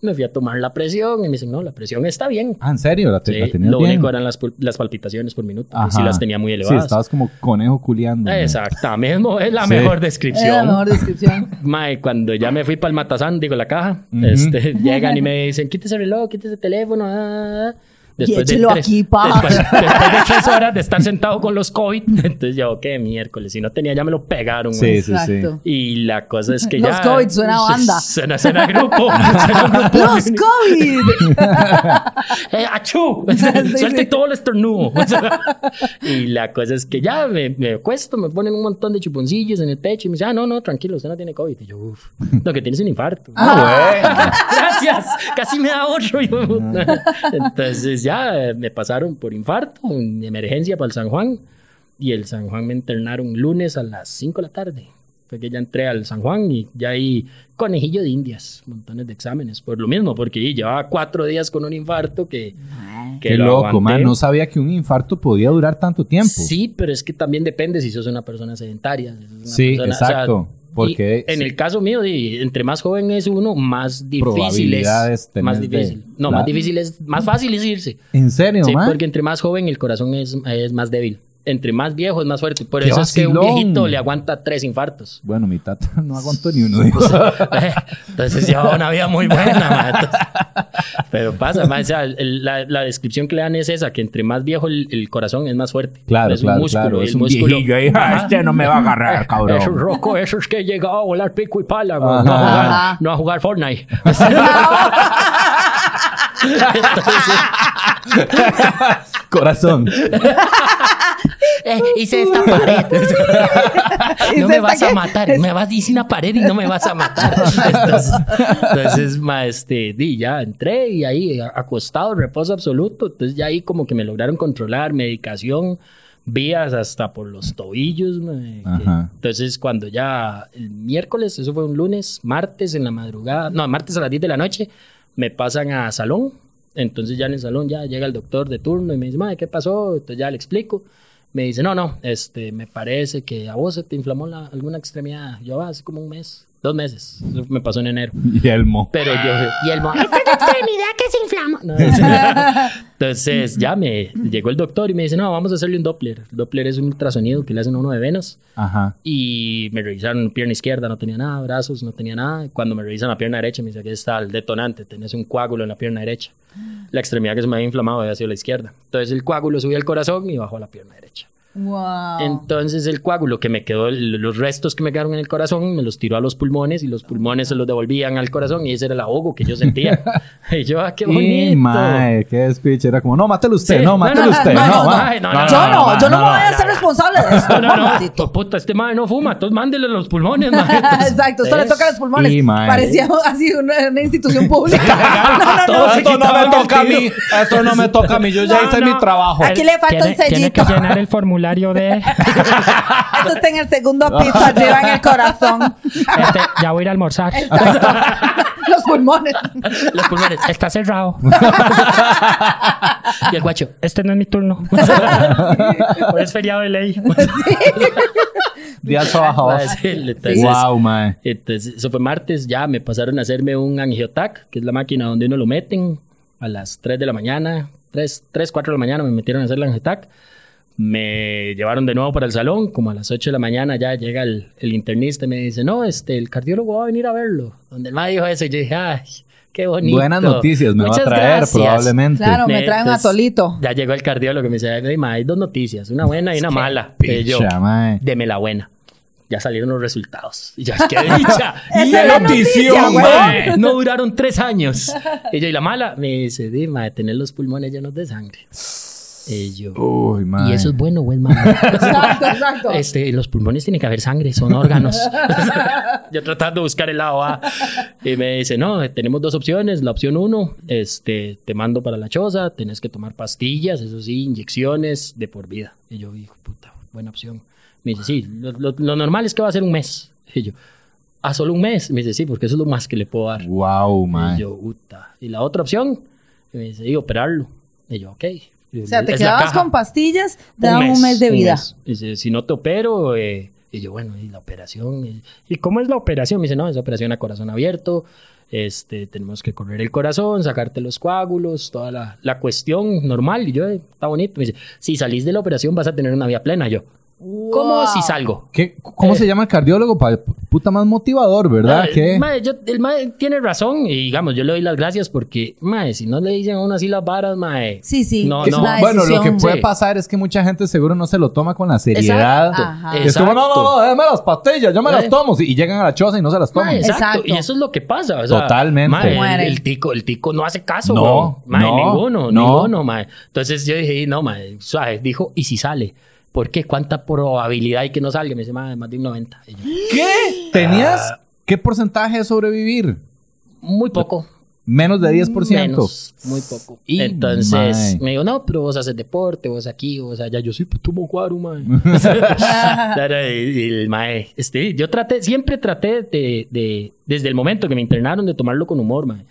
Speaker 5: Me fui a tomar la presión y me dicen, no, la presión está bien.
Speaker 1: Ah, ¿en serio? ¿La, te- la
Speaker 5: Sí,
Speaker 1: tenías
Speaker 5: lo
Speaker 1: bien?
Speaker 5: único eran las, pul- las palpitaciones por minuto,
Speaker 1: Ajá.
Speaker 5: que sí las tenía muy
Speaker 1: Sí,
Speaker 5: elevadas. Eh,
Speaker 1: estabas como conejo culeando. mae.
Speaker 5: Exactamente, (laughs) es la
Speaker 1: Sí.
Speaker 5: mejor
Speaker 2: Es la
Speaker 5: descripción.
Speaker 2: mejor
Speaker 5: (laughs)
Speaker 2: descripción.
Speaker 5: Mae, cuando ya me fui para el Matazán, digo, la caja,
Speaker 1: Ujú.
Speaker 5: este, (laughs) llegan y me dicen, quítese el reloj, quítese el teléfono. ah, ah, ah".
Speaker 2: échelo aquí, pa. (laughs)
Speaker 5: después- después de tres horas de estar sentado con los COVID, (laughs) entonces yo, qué miércoles, si no tenía ya me lo pegaron. güey.
Speaker 1: Sí, sí, sí.
Speaker 2: Exacto.
Speaker 5: Y la cosa es que
Speaker 2: Los
Speaker 5: ya...
Speaker 2: COVID suena a banda.
Speaker 5: Suena, suena a
Speaker 1: (laughs)
Speaker 5: grupo. (laughs) suena a grupo.
Speaker 2: Los COVID.
Speaker 5: ¡Eh, achú!
Speaker 2: (laughs)
Speaker 5: (laughs)
Speaker 2: Sí,
Speaker 5: Suelte
Speaker 2: sí.
Speaker 5: todo el estornudo. (laughs) y la cosa es que ya me, me acuesto, me ponen un montón de chuponcillos en el pecho y me dicen, ah, no, no, tranquilo, usted no tiene COVID. Y yo, uff, no, que tienes
Speaker 2: (laughs)
Speaker 5: un infarto.
Speaker 1: Ah,
Speaker 5: Gracias, casi me da otro. (laughs) hijo de puta. Entonces ya eh, me pasaron por infarto, en emergencia para el San Juan. Y el San Juan me internaron lunes a las 5 de la tarde. Fue que ya entré al San Juan y ya ahí conejillo de indias, montones de exámenes. Por lo mismo, porque ahí llevaba cuatro días con un infarto que. (laughs) que
Speaker 1: Qué
Speaker 5: lo
Speaker 1: loco,
Speaker 5: aguanté.
Speaker 1: man. No sabía que un infarto podía durar tanto tiempo.
Speaker 5: Sí, pero es que también depende si sos una persona sedentaria. si sos una
Speaker 1: Sí,
Speaker 5: persona- o sea,
Speaker 1: exacto. porque
Speaker 5: y en el caso mío, di, entre más joven es uno, más difícil
Speaker 1: Probabilidades
Speaker 5: es.
Speaker 1: tenés
Speaker 5: Más
Speaker 1: de-
Speaker 5: difícil. No,
Speaker 1: la-
Speaker 5: más difícil es, más fácil es irse.
Speaker 1: ¿En serio,
Speaker 5: Sí,
Speaker 1: man?
Speaker 5: porque entre más joven el corazón es, es más débil. Entre más viejo es más fuerte. Por
Speaker 1: ¡Qué
Speaker 5: eso es que un
Speaker 1: vacilón!
Speaker 5: viejito le aguanta tres infartos.
Speaker 1: Bueno, mi tata (laughs)
Speaker 5: (laughs)
Speaker 1: no aguantó ni uno. dijo.
Speaker 5: Entonces llevaba una vida muy buena. ma. Entonces, Pero pasa, mae, o sea, el- la, la descripción que le dan es esa, que entre más viejo el, el corazón es más fuerte.
Speaker 1: Claro,
Speaker 5: es
Speaker 1: claro,
Speaker 5: un músculo,
Speaker 1: claro.
Speaker 5: el
Speaker 1: Es un
Speaker 5: músculo.
Speaker 1: viejillo ahí. "Ah,
Speaker 5: Ajá.
Speaker 1: Este no me va a agarrar,
Speaker 2: (laughs)
Speaker 5: Esos
Speaker 1: cabrón.
Speaker 5: rocos, esos que he llegado a volar pico y pala, güey,
Speaker 1: Ajá.
Speaker 5: no, a
Speaker 2: Ajá.
Speaker 5: jugar, no a jugar Fortnite.
Speaker 1: eh, (laughs) Corazón.
Speaker 5: Eh, hice esta pared.
Speaker 2: (laughs) ¿Y
Speaker 5: (laughs)
Speaker 2: se
Speaker 5: no me
Speaker 2: está
Speaker 5: vas a
Speaker 2: qué?
Speaker 5: matar. Me vas, hice una pared y no me vas
Speaker 2: (laughs)
Speaker 5: a matar. Entonces, entonces ma, este, di, ya entré y ahí a- acostado, reposo absoluto. Entonces ya ahí como que me lograron controlar, medicación, vías hasta por los tobillos. ma, que-
Speaker 1: Ajá.
Speaker 5: entonces cuando ya el miércoles, eso fue un lunes, martes en la madrugada, no, martes a las 10 de la noche, me pasan a salón. Entonces ya en el salón ya llega el doctor de turno y me dice, madre, ¿qué pasó? Entonces ya le explico. Me dice, no, no, este, me parece que a vos se te inflamó la- alguna extremidad. Yo "Ah, hace como un mes, dos meses. Eso me pasó en enero.
Speaker 1: Y el mo.
Speaker 5: Pero yo, Ah, y (laughs) el mo-
Speaker 3: Esta es la extremidad que se inflama.
Speaker 5: no, es- Entonces ya me llegó el doctor y me dice, no, vamos a hacerle un Doppler. El Doppler es un ultrasonido que le hacen a uno de venas.
Speaker 1: Ajá.
Speaker 5: Y me revisaron pierna izquierda, no tenía nada, brazos, no tenía nada. Cuando me revisan la pierna derecha, me dice, aquí está el detonante, tenés un coágulo en la pierna derecha.
Speaker 2: Ah.
Speaker 5: La extremidad que se me había inflamado había sido la izquierda. Entonces el coágulo subió al corazón y bajó a la pierna derecha.
Speaker 2: Wow.
Speaker 5: Entonces el coágulo que me quedó, el- los restos que me quedaron en el corazón, me los tiró a los pulmones y
Speaker 2: Ah.
Speaker 5: los pulmones se los devolvían al corazón y ese era el ahogo que
Speaker 2: (laughs)
Speaker 5: yo sentía. y yo, ah, qué
Speaker 1: Y
Speaker 5: bonito.
Speaker 1: mae, qué despiche. Era como, no, mátelo usted,
Speaker 5: Sí.
Speaker 1: no,
Speaker 5: No,
Speaker 1: mátelo
Speaker 5: no,
Speaker 1: usted.
Speaker 5: no,
Speaker 1: No,
Speaker 5: no,
Speaker 1: va.
Speaker 5: no, no,
Speaker 2: yo no,
Speaker 1: va,
Speaker 2: yo no, me
Speaker 1: va.
Speaker 2: voy a hacer responsable de esto.
Speaker 5: (laughs) No, no, no,
Speaker 2: maldito.
Speaker 5: to- puta, este madre no fuma, entonces mándele los pulmones, mae.
Speaker 2: (laughs)
Speaker 5: Entonces,
Speaker 2: Exacto, esto le toca los pulmones.
Speaker 1: Y, mae.
Speaker 2: Parecía así una, una
Speaker 5: (laughs)
Speaker 2: institución pública. No, no, no.
Speaker 5: Todo se
Speaker 1: Esto no
Speaker 5: quitaba
Speaker 1: me
Speaker 5: el
Speaker 1: toca a
Speaker 5: tiro.
Speaker 1: mí. Esto no me toca a mí. Yo ya
Speaker 5: No,
Speaker 1: hice
Speaker 5: no.
Speaker 1: mi trabajo.
Speaker 2: Aquí le falta un
Speaker 5: Tiene- tiene
Speaker 2: sellito.
Speaker 5: que llenar el
Speaker 2: (laughs)
Speaker 5: formulario de...
Speaker 2: Esto está en el
Speaker 5: (laughs)
Speaker 2: segundo piso, arriba en el corazón.
Speaker 5: Este, ya voy a ir a almorzar.
Speaker 2: (laughs) Los pulmones.
Speaker 5: (laughs) Los pulmones. Está
Speaker 2: (laughs)
Speaker 5: cerrado. y el guacho. Este no es mi
Speaker 2: (laughs)
Speaker 5: turno. Hoy es feriado de ley.
Speaker 1: Días trabajados.
Speaker 5: Entonces,
Speaker 1: Wow, mae.
Speaker 5: entonces, eso fue martes. Ya me pasaron a hacerme un angiotac, que es la máquina donde uno lo meten a las 3 de la mañana. 3, 3 4 de la mañana me metieron a hacer el angiotac. Me llevaron de nuevo para el salón, como a las 8 de la mañana ya llega el, el internista y me dice, no, este, el cardiólogo va a venir a verlo. Donde el madre dijo eso, yo dije, ay, qué bonito.
Speaker 1: Buenas noticias me va a
Speaker 5: Muchas
Speaker 1: traer
Speaker 5: gracias".
Speaker 1: probablemente.
Speaker 2: Claro, me traen un
Speaker 5: Entonces,
Speaker 2: atolito.
Speaker 5: Ya llegó el cardiólogo y me dice, "Ay, ma, hay dos noticias, una buena y una mala. Y yo,
Speaker 1: Picha,
Speaker 5: (laughs)
Speaker 1: mae.
Speaker 5: deme la buena. Ya salieron los resultados. Y ya, qué
Speaker 2: (laughs)
Speaker 5: dicha.
Speaker 2: Esa
Speaker 5: Y
Speaker 2: es la
Speaker 5: yo,
Speaker 2: noticia,
Speaker 5: "Sí,
Speaker 2: güey".
Speaker 5: mae,
Speaker 2: (laughs)
Speaker 5: No duraron tres años. Y yo, y la mala, me dice, dime, de tener los pulmones llenos de sangre. Y yo,
Speaker 2: Oh,
Speaker 1: Uy, mae.
Speaker 5: ¿y eso es bueno o
Speaker 2: (laughs)
Speaker 5: es malo?
Speaker 2: Exacto, exacto.
Speaker 5: Este, los pulmones tienen que haber sangre,
Speaker 2: (laughs)
Speaker 5: son órganos. Yo tratando de buscar el lado A. Y me dice, no, eh, tenemos dos opciones. La opción uno, este, te mando para la choza, tenés que tomar pastillas, eso sí, inyecciones de por vida. Y yo digo, puta, buena opción. Me dice, sí, lo, lo- lo normal es que va a ser un mes. Y yo, ¿a solo un mes? Me dice, sí, porque eso es lo más que le puedo dar.
Speaker 1: Wow,
Speaker 5: Y
Speaker 1: Uh, mae.
Speaker 5: yo, puta. Y la otra opción, y me dice, y operarlo. Y yo, ok.
Speaker 2: O sea, te
Speaker 5: Es la
Speaker 2: quedabas
Speaker 5: caja
Speaker 2: con pastillas, te daban un mes de
Speaker 5: un
Speaker 2: vida.
Speaker 5: mes. Dice, si no te opero, eh, y yo, bueno, y la operación. Y, ¿y cómo es la operación? Me dice, no, es operación a corazón abierto. Este, tenemos que correr el corazón, sacarte los coágulos, toda la, la cuestión normal. Y yo, eh, está bonito. Me dice, si salís de la operación vas a tener una vía plena. Yo, ¿cómo
Speaker 2: Wow.
Speaker 5: si salgo?
Speaker 1: ¿Qué- ¿Cómo
Speaker 5: Eh.
Speaker 1: se llama el cardiólogo? Pa- Puta más motivador, ¿verdad?
Speaker 5: Ah,
Speaker 1: ¿Qué?
Speaker 5: mae, yo- el mae tiene razón y digamos, yo le doy las gracias porque, mae, si no le dicen a uno así las varas, mae.
Speaker 2: Sí, sí.
Speaker 5: No,
Speaker 1: Que-
Speaker 5: no.
Speaker 2: una
Speaker 1: Bueno, lo que
Speaker 2: decisión.
Speaker 1: puede
Speaker 5: Sí.
Speaker 1: pasar es que mucha gente seguro no se lo toma con la seriedad.
Speaker 5: Exacto,
Speaker 2: Ajá.
Speaker 1: Que Es como, no, no, no, déjame las pastillas, yo me las
Speaker 5: Eh.
Speaker 1: tomo. Y y llegan a la choza y no se las
Speaker 5: Mae,
Speaker 1: toman.
Speaker 5: exacto.
Speaker 2: Exacto.
Speaker 5: Y eso es lo que pasa. o sea,
Speaker 1: Totalmente.
Speaker 5: mae, el-
Speaker 2: Mueren.
Speaker 5: el, tico, el tico no hace caso.
Speaker 1: No,
Speaker 5: weón. Mae,
Speaker 1: no,
Speaker 5: ninguno,
Speaker 1: no.
Speaker 5: ninguno, mae. Entonces yo dije, no, mae, suave. Dijo, ¿y si sale? ¿Por qué? ¿Cuánta probabilidad hay que no salga? Me dice, mae, más de un 90. Y yo,
Speaker 1: ¿Qué? ¿Tenías
Speaker 5: Ah.
Speaker 1: qué porcentaje de sobrevivir?
Speaker 5: muy poco.
Speaker 1: Menos de 10%.
Speaker 5: Menos, muy poco.
Speaker 1: Y,
Speaker 5: Entonces
Speaker 1: mae.
Speaker 5: me dijo, no, pero vos haces deporte, vos aquí, vos allá. Yo sí, pues tomo cuadro,
Speaker 1: (laughs)
Speaker 5: mae. Claro, y, y el mae, este, yo traté, siempre traté de, de- desde el momento que me internaron, de tomarlo con humor, mae.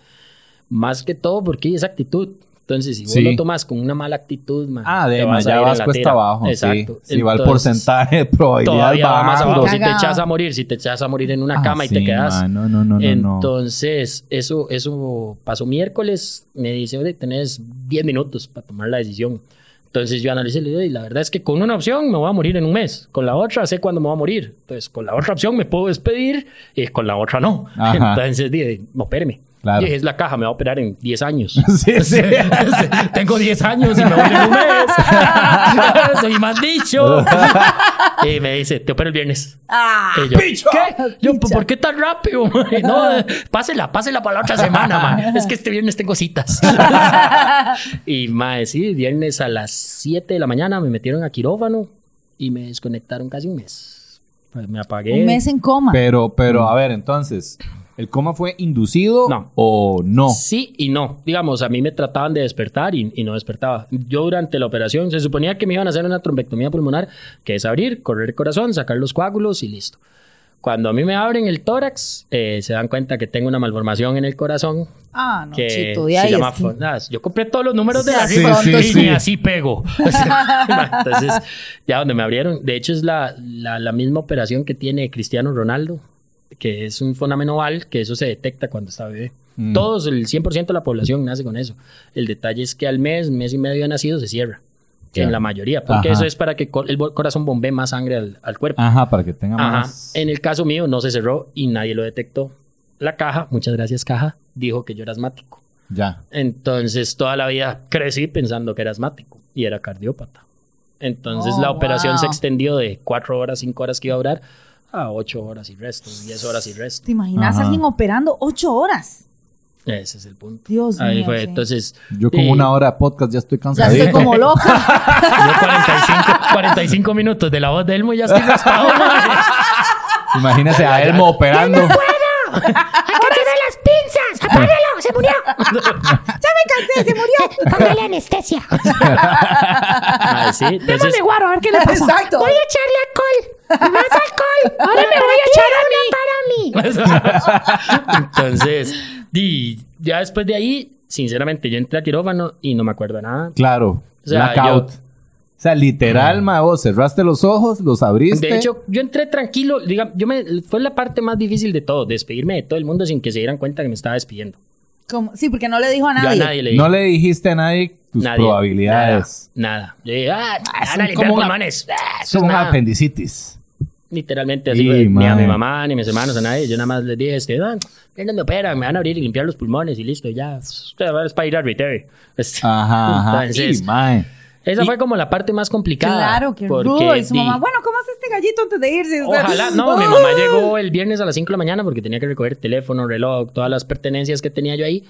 Speaker 5: Más que todo porque es actitud. Entonces, si vos
Speaker 1: Sí.
Speaker 5: lo tomas con una mala actitud, mae.
Speaker 1: Ah,
Speaker 5: te
Speaker 1: de ma,
Speaker 5: vas a
Speaker 1: ya
Speaker 5: ir en
Speaker 1: vas
Speaker 5: la
Speaker 1: cuesta
Speaker 5: tira.
Speaker 1: abajo.
Speaker 5: Exacto.
Speaker 1: Sí. Si va el
Speaker 5: Entonces,
Speaker 1: porcentaje de probabilidad
Speaker 5: Todavía va más abajo. Si te
Speaker 2: Cagado.
Speaker 5: echas a morir, si te echas a morir en una
Speaker 1: Ah,
Speaker 5: cama y
Speaker 1: sí,
Speaker 5: te quedas.
Speaker 1: ma, No, no, no, no, no.
Speaker 5: Entonces, eso, eso pasó miércoles. Me dice, oye, tenés 10 minutos para tomar la decisión. Entonces yo analicé y le digo, "Ey, la verdad es que con una opción me voy a morir en un mes, con la otra sé cuándo me voy a pues morir. Entonces, con la otra opción me puedo despedir y con la otra no.
Speaker 1: Ajá.
Speaker 5: Entonces dije, opéreme.
Speaker 1: Claro.
Speaker 5: Yo dije, es la caja, me va a operar en 10 años.
Speaker 1: Sí,
Speaker 5: (laughs)
Speaker 1: sí.
Speaker 5: Tengo 10 años y me voy en un (laughs) mes. Soy más dicho. y me dice, te opero el viernes.
Speaker 2: Ah,
Speaker 5: Y yo, ¿Qué? Yo, "Pues, ¿por qué tan rápido? mae? No, eh, pásela, pásela para la otra semana, man. Es que este viernes
Speaker 2: (laughs)
Speaker 5: tengo citas. y mae, sí, viernes a las 7 de la mañana me metieron a quirófano y me desconectaron casi un mes. Pues me apagué.
Speaker 2: un mes en coma. Mm.
Speaker 1: Pero, pero, a ver, entonces, ¿el coma fue inducido
Speaker 5: No.
Speaker 1: o no?
Speaker 5: Sí y no. Digamos, a mí me trataban de despertar y, y no despertaba. Yo durante la operación se suponía que me iban a hacer una trombectomía pulmonar, que es abrir, correr el corazón, sacar los coágulos y listo. Cuando a mí me abren el tórax, eh, se dan cuenta que tengo una malformación en el corazón
Speaker 2: ah, no,
Speaker 5: que
Speaker 2: chito, de
Speaker 5: se
Speaker 2: ahí.
Speaker 5: llama
Speaker 2: es que-
Speaker 5: Fornas. Yo compré todos los números de la
Speaker 1: Sí,
Speaker 5: rifa
Speaker 1: sí,
Speaker 5: y
Speaker 1: sí.
Speaker 5: ni así pego. (laughs) O sea, Entonces, ya donde me abrieron. De hecho, es la, la, la misma operación que tiene Cristiano Ronaldo, que es un fenómeno oval, que eso se detecta cuando está bebé.
Speaker 1: Mm.
Speaker 5: Todos, el 100% de la población nace con eso. El detalle es que al mes, mes y medio de nacido, se cierra.
Speaker 1: Claro.
Speaker 5: En la mayoría. Porque
Speaker 1: Ajá.
Speaker 5: eso es para que co- el bo- corazón bombee más sangre al, al cuerpo.
Speaker 1: Ajá, para que tenga
Speaker 5: Ajá.
Speaker 1: Ah, más.
Speaker 5: En el caso mío no se cerró y nadie lo detectó. La caja, muchas gracias caja, dijo que yo era asmático.
Speaker 1: Ya.
Speaker 5: Entonces toda la vida crecí pensando que era asmático y era cardiópata. Entonces
Speaker 2: Oh,
Speaker 5: la operación se
Speaker 2: wow.
Speaker 5: extendió de cuatro horas, cinco horas que iba a durar a ocho horas y resto, diez horas y resto.
Speaker 2: ¿Te imaginas
Speaker 1: Ajá.
Speaker 2: a alguien operando ocho horas?
Speaker 5: Ese es el punto.
Speaker 2: Dios
Speaker 5: Ahí
Speaker 2: mío,
Speaker 5: fue.
Speaker 2: sí.
Speaker 5: Entonces
Speaker 1: Yo como
Speaker 5: eh, (laughs)
Speaker 1: una hora de podcast ya estoy
Speaker 2: Ya
Speaker 1: cansado. (laughs)
Speaker 2: estoy como loca.
Speaker 5: yo 45, 45 minutos de la voz de Elmo y ya estoy gastado.
Speaker 2: (laughs)
Speaker 5: madre.
Speaker 1: Imagínese a Elmo operando.
Speaker 3: ¡Acárrele las pinzas! ¡Apágalo! ¡Se murió!
Speaker 2: ¡Ya me cansé! ¡Se murió! (laughs)
Speaker 3: Póngale anestesia.
Speaker 5: Ah, sí, entonces,
Speaker 3: Démosle guaro, a ver qué le pasa.
Speaker 2: Exacto.
Speaker 3: Voy a echarle alcohol. Más alcohol. Ahora me voy a echar a mí. Para mí.
Speaker 5: (laughs) Entonces, di- ya después de ahí, sinceramente, yo entré a quirófano y no me acuerdo de nada.
Speaker 1: Claro.
Speaker 5: O sea,
Speaker 1: blackout.
Speaker 5: yo- Mm.
Speaker 1: O sea, literal, ma, vos cerraste los ojos, los abriste.
Speaker 5: De hecho, yo entré tranquilo. Diga, yo me, fue la parte más difícil de todo, despedirme de todo el mundo sin que se dieran cuenta que me estaba despidiendo.
Speaker 2: Como- sí, porque no le dijo a
Speaker 5: Yo
Speaker 2: nadie.
Speaker 5: a nadie le dije.
Speaker 1: no le dijiste a nadie tus
Speaker 5: nadie,
Speaker 1: probabilidades.
Speaker 5: Nada. nada. Yo dije, ah, van a
Speaker 1: son
Speaker 5: limpiar
Speaker 1: como una-
Speaker 5: pulmones. Ah, eso
Speaker 1: Son
Speaker 5: es
Speaker 1: una
Speaker 5: nada.
Speaker 1: apendicitis.
Speaker 5: Literalmente así,
Speaker 1: Y,
Speaker 5: fue, ni a
Speaker 1: madre.
Speaker 5: mi mamá, ni a mis hermanos, a nadie. Yo nada más les dije, este, ah, ¿dónde me operan? Me van a abrir y limpiar los pulmones y listo, ya. Es para ir a arbitrario. Este,
Speaker 1: Ajá, ajá.
Speaker 5: Entonces,
Speaker 1: y, mae.
Speaker 5: Esa
Speaker 1: Y-
Speaker 5: fue como la parte más complicada.
Speaker 2: Claro, que
Speaker 5: porque
Speaker 2: rudo. Y su
Speaker 5: di-
Speaker 2: mamá, bueno, ¿cómo hace este gallito antes de irse? ¡uh!
Speaker 5: Ojalá, no,
Speaker 2: Oh.
Speaker 5: mi mamá llegó el viernes a las 5 de la mañana porque tenía que recoger teléfono, reloj, todas las pertenencias que tenía yo ahí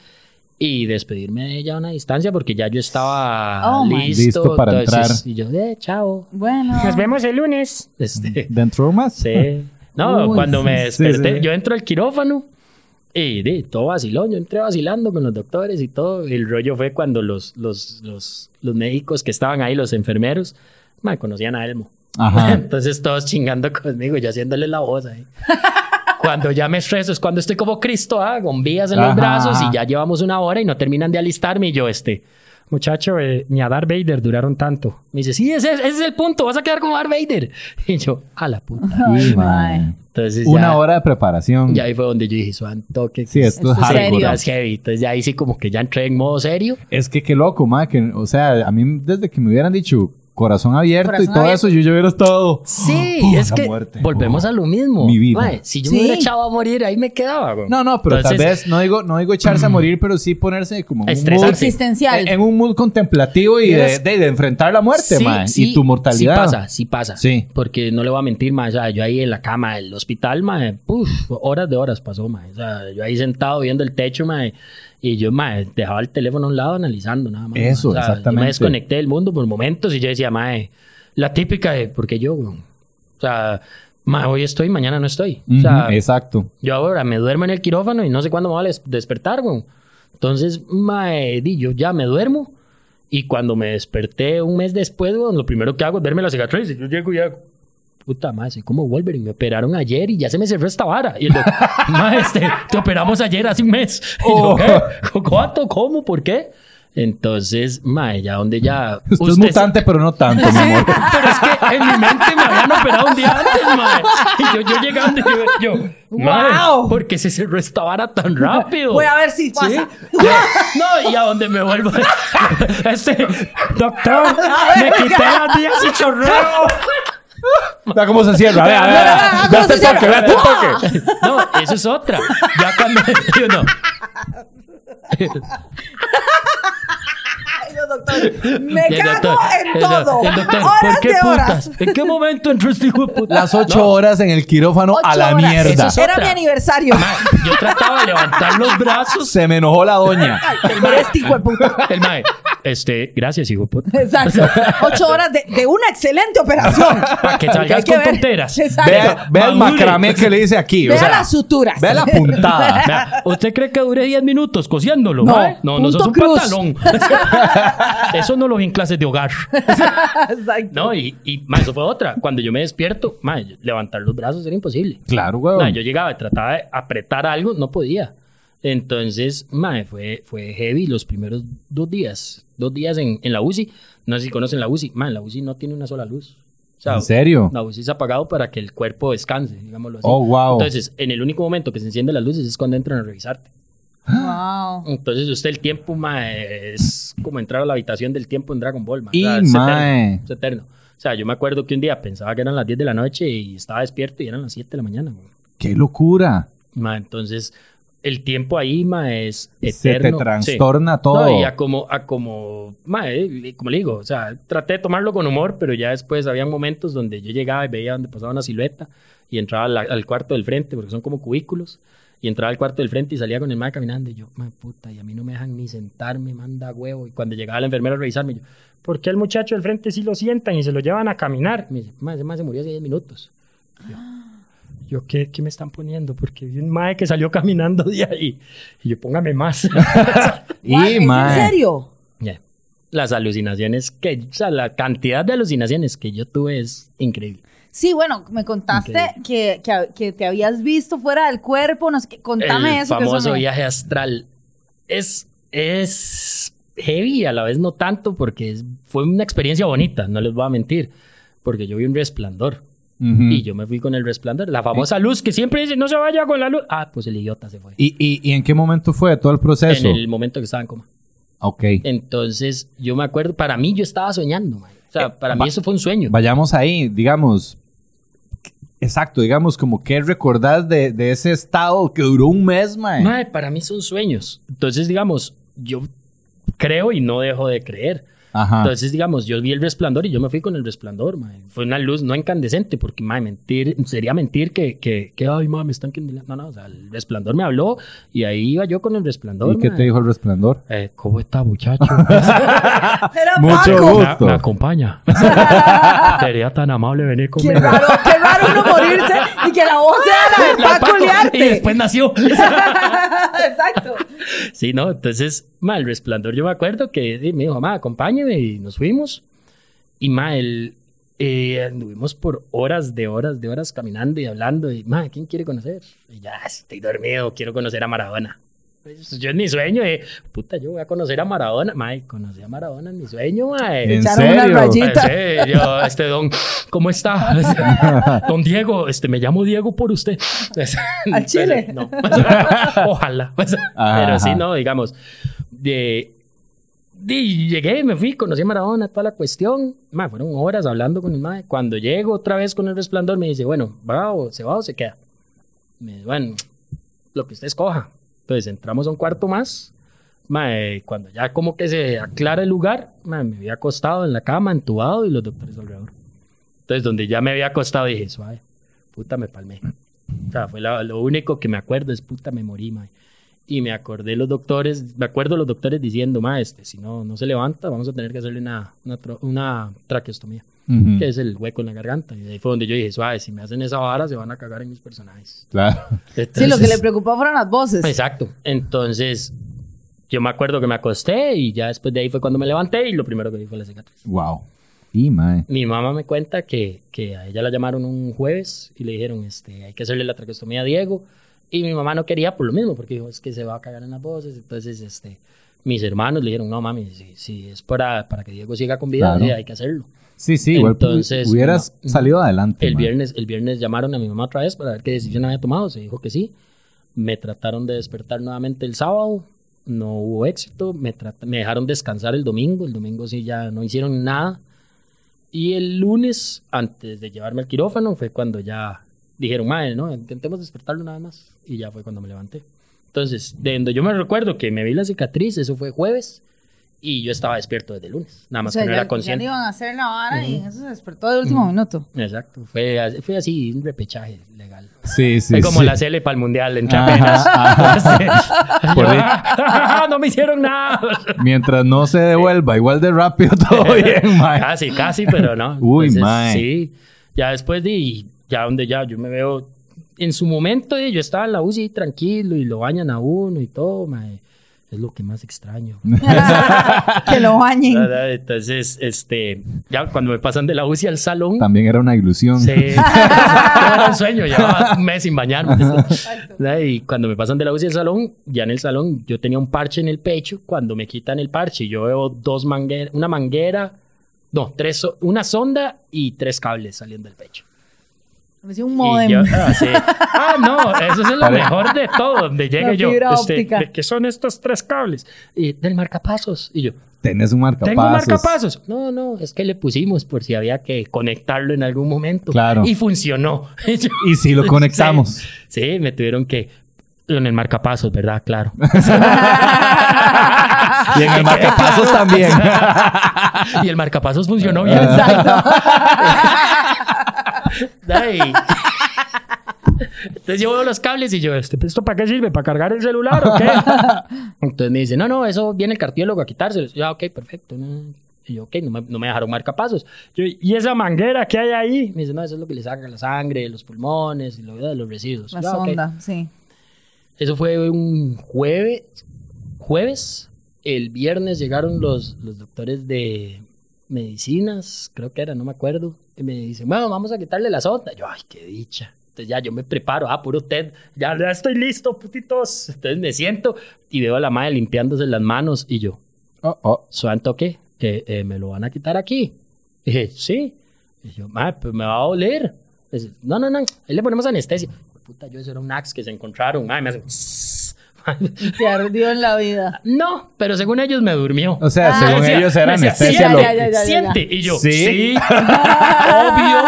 Speaker 5: y despedirme de ella a una distancia porque ya yo estaba
Speaker 2: Oh, my.
Speaker 5: listo.
Speaker 1: Listo para
Speaker 5: entonces, Y yo, eh, chao.
Speaker 2: Bueno.
Speaker 3: Nos vemos el lunes.
Speaker 5: Este,
Speaker 1: ¿Dentro de más?
Speaker 5: Sí. No,
Speaker 1: Mm. Uy,
Speaker 5: cuando
Speaker 1: sí,
Speaker 5: me
Speaker 1: sí,
Speaker 5: desperté,
Speaker 1: sí.
Speaker 5: yo entro al quirófano y de, todo vacilón. Yo entré vacilando con los doctores y todo. El rollo fue cuando los, los, los, los médicos que estaban ahí, los enfermeros, me conocían a Elmo.
Speaker 1: Ajá.
Speaker 5: (laughs) Entonces todos chingando conmigo, yo haciéndole la
Speaker 1: (laughs)
Speaker 5: voz ahí. Cuando ya me estreso, es cuando estoy como Cristo, ah, con vías en
Speaker 1: Ajá.
Speaker 5: los brazos y ya llevamos una hora y no terminan de alistarme y yo este. Muchacho, eh, ni a Darth Vader duraron tanto. Me dice, sí, ese, es- ese es el punto, vas a quedar como Darth Vader. (laughs) Y yo, a la puta.
Speaker 1: Y, mae.
Speaker 2: Ay, (laughs) mae.
Speaker 5: Entonces, ya-
Speaker 1: Una hora de preparación.
Speaker 5: Y ahí fue donde yo dije, Suan, toque.
Speaker 1: Sí, esto es
Speaker 2: Esto es
Speaker 1: hardcore.
Speaker 2: serio.
Speaker 5: es heavy. Entonces, ya ahí sí como que ya entré en modo serio.
Speaker 1: Es que qué loco, ma, que, o sea, a mí desde que me hubieran dicho corazón abierto
Speaker 2: Corazón
Speaker 1: y todo
Speaker 2: abierto.
Speaker 1: eso, yo, yo hubiera estado.
Speaker 5: Sí,
Speaker 1: Oh,
Speaker 5: es
Speaker 1: la
Speaker 5: que
Speaker 1: muerte.
Speaker 5: volvemos
Speaker 1: Oh.
Speaker 5: a lo mismo.
Speaker 1: Mi vida.
Speaker 5: Mae, si yo
Speaker 2: Sí.
Speaker 5: me hubiera echado a morir, ahí me quedaba. güey.
Speaker 1: No, no, pero tal
Speaker 5: Entonces, mm.
Speaker 1: vez no digo, no digo echarse a morir, pero sí ponerse como en un mood,
Speaker 5: Estresarse.
Speaker 2: Existencial.
Speaker 1: en, en un mood contemplativo y de,
Speaker 5: Vieras-
Speaker 1: de- de enfrentar la muerte,
Speaker 5: sí,
Speaker 1: ma,
Speaker 5: sí,
Speaker 1: y tu mortalidad.
Speaker 5: Sí pasa, sí pasa.
Speaker 1: Sí.
Speaker 5: Porque no le voy a mentir, mae, o sea, yo ahí en la cama del hospital, mae, puf, horas de horas pasó, mae. O sea, yo ahí sentado viendo el techo, mae, y yo, mae, dejaba el teléfono a un lado analizando nada más. mae.
Speaker 1: Eso,
Speaker 5: O sea, Yo
Speaker 1: exactamente.
Speaker 5: me desconecté del mundo por momentos y yo decía, mae, la típica de, ¿por qué yo, güey? O sea, mae, hoy estoy, mañana no estoy.
Speaker 1: Ujú,
Speaker 5: O sea,
Speaker 1: exacto. (laughs)
Speaker 5: yo ahora me duermo en el quirófano y no sé cuándo me voy a des- despertar, güey. Entonces, mae, di, yo ya me duermo. Y cuando me desperté un mes después, güey, lo primero que hago es verme la cicatriz. Y yo llego y hago, puta madre, soy como Wolverine. Me operaron ayer y ya se me cerró esta vara. Y el doc- "Mae, este, te operamos ayer hace un mes. (laughs) Y yo,
Speaker 1: Oh.
Speaker 5: "¿Qué? ¿Cuánto? ¿Cómo? ¿Por qué? Entonces, mae, ya donde ya...
Speaker 1: Usted, es
Speaker 5: usted-
Speaker 1: mutante, pero no tanto, mi
Speaker 5: (laughs)
Speaker 1: amor.
Speaker 5: pero es que en mi mente me habían operado un día antes, madre. Y yo, yo llegando y yo, yo "Mae,
Speaker 2: ¡Guau!
Speaker 5: ¿por qué se cerró esta vara tan rápido?
Speaker 2: Voy a ver si pasa.
Speaker 5: No, y a donde me vuelvo. (laughs) Este, doctor, me quité las días y chorreo.
Speaker 1: Vea cómo se cierra, vea, vea, vea.
Speaker 2: Vea
Speaker 1: Vea
Speaker 2: cómo
Speaker 1: este
Speaker 2: se
Speaker 1: toque, vea
Speaker 2: cierra.
Speaker 1: este toque.
Speaker 5: No, eso es otra. Ya cuando. (laughs) yo no.
Speaker 2: Ay, los
Speaker 5: (laughs)
Speaker 2: doctores. Me
Speaker 5: Y el
Speaker 2: cago
Speaker 5: doctor,
Speaker 2: en
Speaker 5: el
Speaker 2: todo.
Speaker 5: do- el doctor,
Speaker 2: horas
Speaker 5: ¿por qué
Speaker 2: de horas.
Speaker 5: putas? ¿En qué momento entró este hijo de puta?
Speaker 1: Las ocho horas en el quirófano a
Speaker 2: Ocho
Speaker 1: la
Speaker 2: horas.
Speaker 1: mierda.
Speaker 5: Eso es
Speaker 2: Era
Speaker 5: otra.
Speaker 2: mi aniversario.
Speaker 5: Ma, yo trataba de levantar los brazos.
Speaker 1: Se me enojó la doña.
Speaker 2: (laughs) Pero este hijo de puta.
Speaker 5: (laughs) El mae, este, gracias, hijo
Speaker 2: (laughs)
Speaker 5: de puta.
Speaker 2: Exacto. Ocho horas de, de una excelente operación.
Speaker 5: Para
Speaker 2: Porque
Speaker 5: que
Speaker 2: hay
Speaker 5: salgas
Speaker 2: que
Speaker 5: con
Speaker 2: ver.
Speaker 5: tonteras.
Speaker 2: Exacto.
Speaker 1: Vea, vea el
Speaker 5: Madure.
Speaker 1: macramé que le dice aquí.
Speaker 2: Vea
Speaker 1: o sea,
Speaker 2: las suturas.
Speaker 1: Vea la puntada.
Speaker 5: Vea, ¿Usted cree que dure 10 minutos cosiéndolo?
Speaker 2: No,
Speaker 5: mae? no, no, eso es un
Speaker 2: punto
Speaker 5: pantalón. (laughs) Eso no lo vi en clases de hogar.
Speaker 2: (laughs) Exacto.
Speaker 5: No, y, y mae, eso fue otra. Cuando yo me despierto, mae, levantar los brazos era imposible.
Speaker 1: Claro,
Speaker 2: Oh.
Speaker 1: weón.
Speaker 5: Mae, yo llegaba, trataba de apretar algo, no podía. Entonces, mae, fue, fue heavy los primeros dos días. Dos días en, en la UCI. No sé si conocen la UCI. Mae, la UCI no tiene una sola luz. O sea,
Speaker 1: ¿En serio?
Speaker 5: La UCI se ha apagado para que el cuerpo descanse, digámoslo así.
Speaker 1: Oh, wow.
Speaker 5: Entonces, en el único momento que se encienden las luces es cuando entran a revisarte.
Speaker 2: Wow.
Speaker 5: Entonces, usted el tiempo, mae, es como entrar a la habitación del tiempo en Dragon Ball, mae.
Speaker 1: Y,
Speaker 5: O sea, es eterno,
Speaker 1: mae.
Speaker 5: es eterno. O sea, yo me acuerdo que un día pensaba que eran las 10 de la noche y estaba despierto y eran las 7 de la mañana, güey.
Speaker 1: Qué locura.
Speaker 5: Ma, entonces, el tiempo ahí, ma, es
Speaker 1: Se
Speaker 5: eterno.
Speaker 1: te trastorna
Speaker 5: Sí.
Speaker 1: todo.
Speaker 5: No, y a como, a como, ma, eh, como le digo, o sea, traté de tomarlo con humor, pero ya después había momentos donde yo llegaba y veía donde pasaba una silueta y entraba al, al cuarto del frente, porque son como cubículos, y entraba al cuarto del frente y salía con el ma caminando y yo, ma, puta, y a mí no me dejan ni sentarme, manda huevo. Y cuando llegaba la enfermera a revisarme, yo, ¿por qué al muchacho del frente sí lo sientan y se lo llevan a caminar? Me dice, ma, ese ma se murió hace 10 minutos. Yo, ¿qué, ¿qué me están poniendo? Porque vi un mae que salió caminando de ahí. Y yo, póngame más. (laughs)
Speaker 1: Y,
Speaker 2: Guau, ¿es ¿En
Speaker 1: mae,
Speaker 2: serio?
Speaker 5: Ya. Las alucinaciones que, o sea, la cantidad de alucinaciones que yo tuve es increíble.
Speaker 2: Sí, bueno, me contaste que, que, que te habías visto fuera del cuerpo, no sé qué. Contame
Speaker 5: El
Speaker 2: eso. que eso
Speaker 5: famoso
Speaker 2: me- (laughs)
Speaker 5: viaje astral es, es heavy, a la vez no tanto, porque es- fue una experiencia bonita, no les voy a mentir, porque yo vi un resplandor.
Speaker 1: ujú.
Speaker 2: Mm.
Speaker 5: Y yo me fui con el resplandor, la famosa luz que siempre dice, no se vaya con la luz. Ah, pues el idiota se fue.
Speaker 1: ¿Y, y, y en qué momento fue todo el proceso?
Speaker 5: En el momento que estaba en coma.
Speaker 1: Ok.
Speaker 5: Entonces, yo me acuerdo, para mí yo estaba soñando, man. O sea, para
Speaker 1: Eh, va-
Speaker 5: mí eso fue un sueño.
Speaker 1: Vayamos ahí, digamos. Exacto, digamos, como que recordás de, de ese estado que duró un mes, mae.
Speaker 5: Mae, para mí son sueños. Entonces, digamos, yo creo y no dejo de creer.
Speaker 1: Ajá.
Speaker 5: Entonces, digamos, yo vi el resplandor y yo me fui con el resplandor, mae. Fue una luz no incandescente, porque, mae, mentir, sería mentir que, que, que, ay, mae, me están quemando. No, no, o sea, el resplandor me habló y ahí iba yo con el resplandor.
Speaker 1: ¿Y qué
Speaker 5: mae.
Speaker 1: te dijo el resplandor?
Speaker 5: Eh, ¿Cómo está,
Speaker 1: (laughs)
Speaker 5: muchacho? "Ah,
Speaker 2: Era
Speaker 1: Mucho
Speaker 2: Paco.
Speaker 1: gusto.
Speaker 5: ¿Me, me acompaña? sería tan amable venir
Speaker 2: Qué
Speaker 5: conmigo.
Speaker 2: raro, qué raro uno morirse y que la voz sea la de
Speaker 5: La
Speaker 2: Paco
Speaker 5: Paco,
Speaker 2: Liarte.
Speaker 5: Y
Speaker 1: (laughs)
Speaker 5: después nació.
Speaker 2: (laughs) Exacto.
Speaker 5: Sí, no, entonces, ma, el resplandor, yo me acuerdo que sí, me dijo, mamá, acompáñeme y nos fuimos. Y, ma, el, eh, anduvimos por horas de horas de horas caminando y hablando. Y, ma, ¿quién quiere conocer? Y ya, estoy dormido, quiero conocer a Maradona. Pues, Yo en mi sueño, eh, puta, yo voy a conocer a Maradona. Ma, y conocí a Maradona en mi sueño, ma. eh.
Speaker 1: ¿En
Speaker 2: echaron una
Speaker 1: serio?
Speaker 2: rayita.
Speaker 5: Pensé, yo, este don, ¿cómo
Speaker 1: (laughs)
Speaker 5: está? Don Diego, este, me llamo Diego por usted.
Speaker 2: Al
Speaker 5: (laughs)
Speaker 2: chile.
Speaker 5: No. Ojalá.
Speaker 1: Ajá,
Speaker 5: Pero sí,
Speaker 1: ajá.
Speaker 5: no, digamos. De, de- llegué, me fui, conocí a Maradona, toda la cuestión. Ma, fueron horas hablando con el madre. Cuando llego otra vez con el resplandor, me dice, bueno, ¿va o se va o se queda? Me dice, bueno, lo que usted escoja. Entonces entramos a un cuarto más. Mae, cuando ya como que se aclara el lugar, mae, me había acostado en la cama, entubado y los doctores alrededor. Entonces, donde ya me había acostado, dije, suave, puta, me palmé. O sea, fue la- lo único que me acuerdo es, puta, me morí, mae. Y me acordé los doctores, me acuerdo los doctores diciendo, mae, este, si no, no se levanta, vamos a tener que hacerle una, una, tro- una traqueostomía,
Speaker 1: Ujú.
Speaker 5: que es el hueco en la garganta. Y ahí fue donde yo dije, suave, si me hacen esa vara, se van a cagar en mis personajes.
Speaker 1: Claro.
Speaker 2: Sí, lo que le
Speaker 5: Entonces-
Speaker 2: preocupó fueron las voces.
Speaker 5: Exacto. Entonces, yo me acuerdo que me acosté y ya después de ahí fue cuando me levanté y lo primero que vi fue la cicatriz.
Speaker 1: Wow. Y, mae.
Speaker 5: Mi mamá me cuenta que, que a ella la llamaron un jueves y le dijeron, este, hay que hacerle la traqueostomía a Diego. Y mi mamá no quería por lo mismo, porque dijo, es que se va a cagar en las voces. Entonces, este, mis hermanos le dijeron, no, mami, si, si es para, para que Diego siga con vida,
Speaker 1: Claro.
Speaker 5: sí, hay que hacerlo.
Speaker 1: Sí, sí, igual
Speaker 5: Entonces,
Speaker 1: hubieras
Speaker 5: no.
Speaker 1: salido adelante.
Speaker 5: El
Speaker 1: mae.
Speaker 5: viernes, el viernes llamaron a mi mamá otra vez para ver qué decisión había tomado. Se dijo que sí. Me trataron de despertar nuevamente el sábado. No hubo éxito. Me, trat- me dejaron descansar el domingo. El domingo sí ya no hicieron nada. Y el lunes, antes de llevarme al quirófano, fue cuando ya dijeron, madre, no, intentemos despertarlo nada más. Y ya fue cuando me levanté. Entonces, de donde yo me recuerdo que me vi la cicatriz, eso fue jueves, y yo estaba despierto desde el lunes, nada
Speaker 2: O
Speaker 5: más
Speaker 2: sea,
Speaker 5: que no
Speaker 2: ya,
Speaker 5: era
Speaker 2: ya le
Speaker 5: consciente.
Speaker 2: iban a hacer la vara y eso se despertó de último minuto.
Speaker 1: (laughs)
Speaker 2: (laughs)
Speaker 5: Exacto, fue, así- fue así, un repechaje legal.
Speaker 1: Sí, sí.
Speaker 5: fue como
Speaker 1: sí.
Speaker 5: la CL para el mundial, entre
Speaker 1: Ajá,
Speaker 5: apenas. (laughs)
Speaker 1: ajá. Por ahí.
Speaker 5: no me hicieron nada.
Speaker 1: Mientras no
Speaker 5: (laughs)
Speaker 1: se devuelva, igual de rápido, (laughs) todo bien, mae.
Speaker 5: Casi, casi, pero no.
Speaker 1: (laughs) Uy, mae.
Speaker 5: Sí, ya después de, ya donde ya, yo me veo, en su momento eh, yo estaba en la UCI tranquilo y lo bañan a uno y todo, mae. Es lo que
Speaker 1: (laughs)
Speaker 5: más extraño. (laughs)
Speaker 2: que lo bañen.
Speaker 5: ¿Verdad? Entonces, este, ya cuando me pasan de la UCI al salón,
Speaker 1: También era una ilusión.
Speaker 5: Sí. (laughs) era un sueño, llevaba un mes sin bañarme. ¿Verdad? Y cuando me pasan de la UCI al salón, ya en el salón yo tenía un parche en el pecho. Cuando me quitan el parche, yo veo dos mangueras, una manguera, no, tres, so- una sonda y tres cables saliendo del pecho.
Speaker 2: Me hice un
Speaker 5: Y yo,
Speaker 2: modem.
Speaker 5: ah, sí. Ah, no, eso es lo mejor de todo. Donde llegue
Speaker 2: La
Speaker 5: yo,
Speaker 2: fibra
Speaker 5: este,
Speaker 2: óptica.
Speaker 5: ¿de qué son estos tres cables? Y del marcapasos. Y yo,
Speaker 1: (laughs) Tenés un marcapasos.
Speaker 5: tengo marcapasos. No, no, es que le pusimos por si había que conectarlo en algún momento.
Speaker 1: Claro.
Speaker 5: Y funcionó. (laughs) Yo-
Speaker 1: Y si lo conectamos.
Speaker 5: Sí, sí, me tuvieron que. En el marcapasos, ¿verdad? Claro.
Speaker 1: (laughs) Y en el marcapasos
Speaker 5: (laughs)
Speaker 1: también.
Speaker 5: y el marcapasos funcionó bien. (laughs) Ay. Entonces yo veo los cables y yo, ¿este- ¿esto para qué sirve? ¿Para cargar el celular o qué? Entonces me dice, no, no, eso viene el cardiólogo a quitárselos. Yo, ah, ok, perfecto. no". Y yo, ok, no me, no me dejaron marcapasos. Yo, ¿y esa manguera que hay ahí? Me dice, no, eso es lo que le saca la sangre, los pulmones, y lo, los residuos.
Speaker 2: La
Speaker 5: Yo, "Ah, ok".
Speaker 2: sonda, sí.
Speaker 5: Eso fue un jueves. Jueves. El viernes llegaron los, los doctores de medicinas, creo que era, no me acuerdo. Y me dicen, bueno, vamos a quitarle la sonda. Yo, ay, qué dicha. Entonces ya yo me preparo, ah, puro TED, ya, ya estoy listo, putitos. Entonces me siento y veo a la madre limpiándose las manos y yo,
Speaker 1: Oh, oh.
Speaker 5: ¿Santo qué? Eh, eh, ¿Me lo van a quitar aquí? Dije, sí. Y yo, madre, pues me va a doler. Dice, no, no, no, ahí le ponemos anestesia. Puta, yo eso era un axe que se encontraron. Ay, me (laughs) hacen... "Tss".
Speaker 2: Y te ardió en la vida.
Speaker 5: no, pero según ellos me durmió.
Speaker 1: O sea,
Speaker 2: Ah,
Speaker 1: según
Speaker 5: decía-
Speaker 1: ellos era
Speaker 5: me decía,
Speaker 1: anestesia.
Speaker 5: "Siente,
Speaker 1: lo-
Speaker 2: ya, ya, ya, ya, ya".
Speaker 5: siente. Y yo,
Speaker 1: ¿Sí?
Speaker 5: sí. (laughs) Obvio.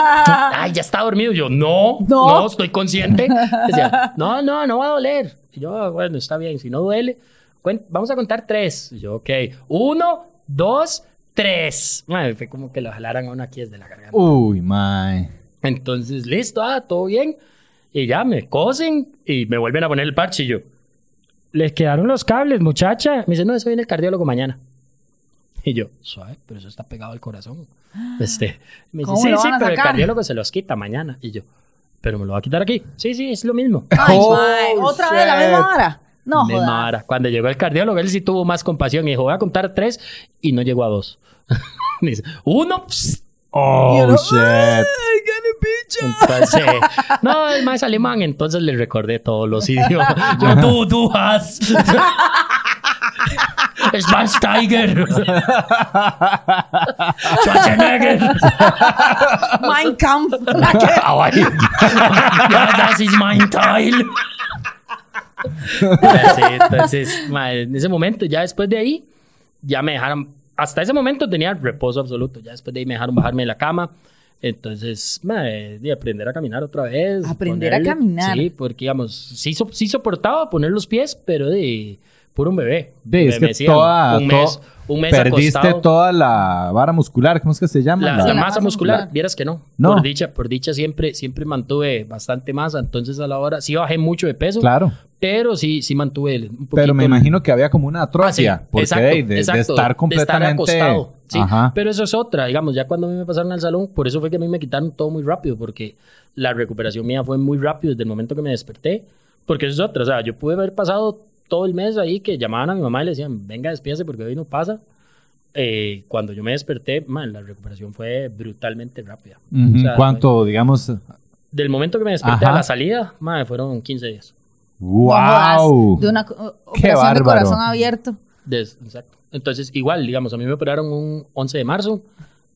Speaker 5: Ay, ya está dormido. Yo, no,
Speaker 2: No.
Speaker 5: no, estoy consciente. Decía, no, no, no va a doler. Y yo, "Ah, bueno, está bien. Si no duele, cuen- vamos a contar tres. Y yo, ok. Uno, dos, tres. Madre, fue como que lo jalaran a una aquí desde la garganta.
Speaker 1: Uy, mae.
Speaker 5: Entonces, listo, ah, todo bien. Y ya me cosen y me vuelven a poner el parche. Y yo, les quedaron los cables, muchacha. Me dice, no, eso viene el cardiólogo mañana. Y yo, suave, pero eso está pegado
Speaker 2: (gasps)
Speaker 5: al corazón. Este, me dice,
Speaker 2: ¿Cómo
Speaker 5: sí,
Speaker 2: lo
Speaker 5: sí,
Speaker 2: van a
Speaker 5: pero el
Speaker 2: sacar?
Speaker 5: cardiólogo se los quita mañana. Y yo, pero me lo va a quitar aquí. Sí, sí, es lo mismo.
Speaker 2: Ay,
Speaker 1: Oh,
Speaker 2: mae, Otra vez la misma vara. (laughs) No,
Speaker 5: De
Speaker 2: jodas.
Speaker 5: Mara. Cuando llegó el cardiólogo, él sí tuvo más compasión. Y dijo, voy a contar tres y no llegó a dos. (laughs) Me dice, uno, pss,
Speaker 1: Oh, shit.
Speaker 2: Ay, gane
Speaker 5: (laughs)
Speaker 2: pinche.
Speaker 5: Entonces, no, el más alemán, entonces le recordé todos los idiomas. Yo, tú, tú has. Smash Tiger. Schwarzenegger.
Speaker 2: Mein Kampf. (laughs)
Speaker 1: (laughs)
Speaker 5: Hawaii. Ja, das ist mein Teil. Sí, entonces, ma, en ese momento, ya después de ahí, ya me dejaron. Hasta ese momento tenía reposo absoluto. Ya después de ahí me dejaron bajarme de la cama. Entonces, ma, de aprender a caminar otra vez.
Speaker 2: Aprender a caminar.
Speaker 5: Sí, porque digamos, sí, so- sí soportaba poner los pies, pero de puro un bebé.
Speaker 1: De, es
Speaker 5: Me
Speaker 1: que
Speaker 5: decían,
Speaker 1: toda-
Speaker 5: un mes,
Speaker 1: to-
Speaker 5: un mes
Speaker 1: Perdiste
Speaker 5: acostado.
Speaker 1: toda la vara muscular. ¿Cómo es que se llama?
Speaker 5: La,
Speaker 1: La-
Speaker 5: la
Speaker 2: la masa
Speaker 5: masa muscular,
Speaker 2: muscular.
Speaker 5: vieras que no.
Speaker 1: No.
Speaker 5: Por dicha, por dicha siempre, siempre mantuve bastante masa. Entonces a la hora sí bajé mucho de peso,
Speaker 1: Claro.
Speaker 5: pero sí, sí mantuve el- un poquito.
Speaker 1: Pero me
Speaker 5: el-
Speaker 1: imagino que había como una
Speaker 5: Ah, sí,
Speaker 1: atrofia. porque
Speaker 5: exacto,
Speaker 1: de- de, de
Speaker 5: exacto,
Speaker 1: estar completamente.
Speaker 5: acostado. Sí,
Speaker 1: Ajá.
Speaker 5: pero eso es otra, digamos, ya cuando a mí me pasaron al salón, por eso fue que a mí me quitaron todo muy rápido, porque la recuperación mía fue muy rápido desde el momento que me desperté, porque eso es otra, o sea, yo pude haber pasado todo el mes ahí que llamaban a mi mamá y le decían, venga, despídase porque hoy no pasa. Eh, cuando yo me desperté, man, la recuperación fue brutalmente rápida.
Speaker 1: Ujú,
Speaker 5: O sea,
Speaker 1: ¿Cuánto, digamos?
Speaker 5: Del momento que me desperté
Speaker 1: Ajá.
Speaker 5: a la salida, madre, fueron 15 días.
Speaker 1: ¡Wow!
Speaker 2: De una co-
Speaker 1: Qué
Speaker 2: operación de
Speaker 1: bárbaro.
Speaker 2: corazón abierto.
Speaker 5: Des- exacto. Entonces, igual, digamos, a mí me operaron un 11 de marzo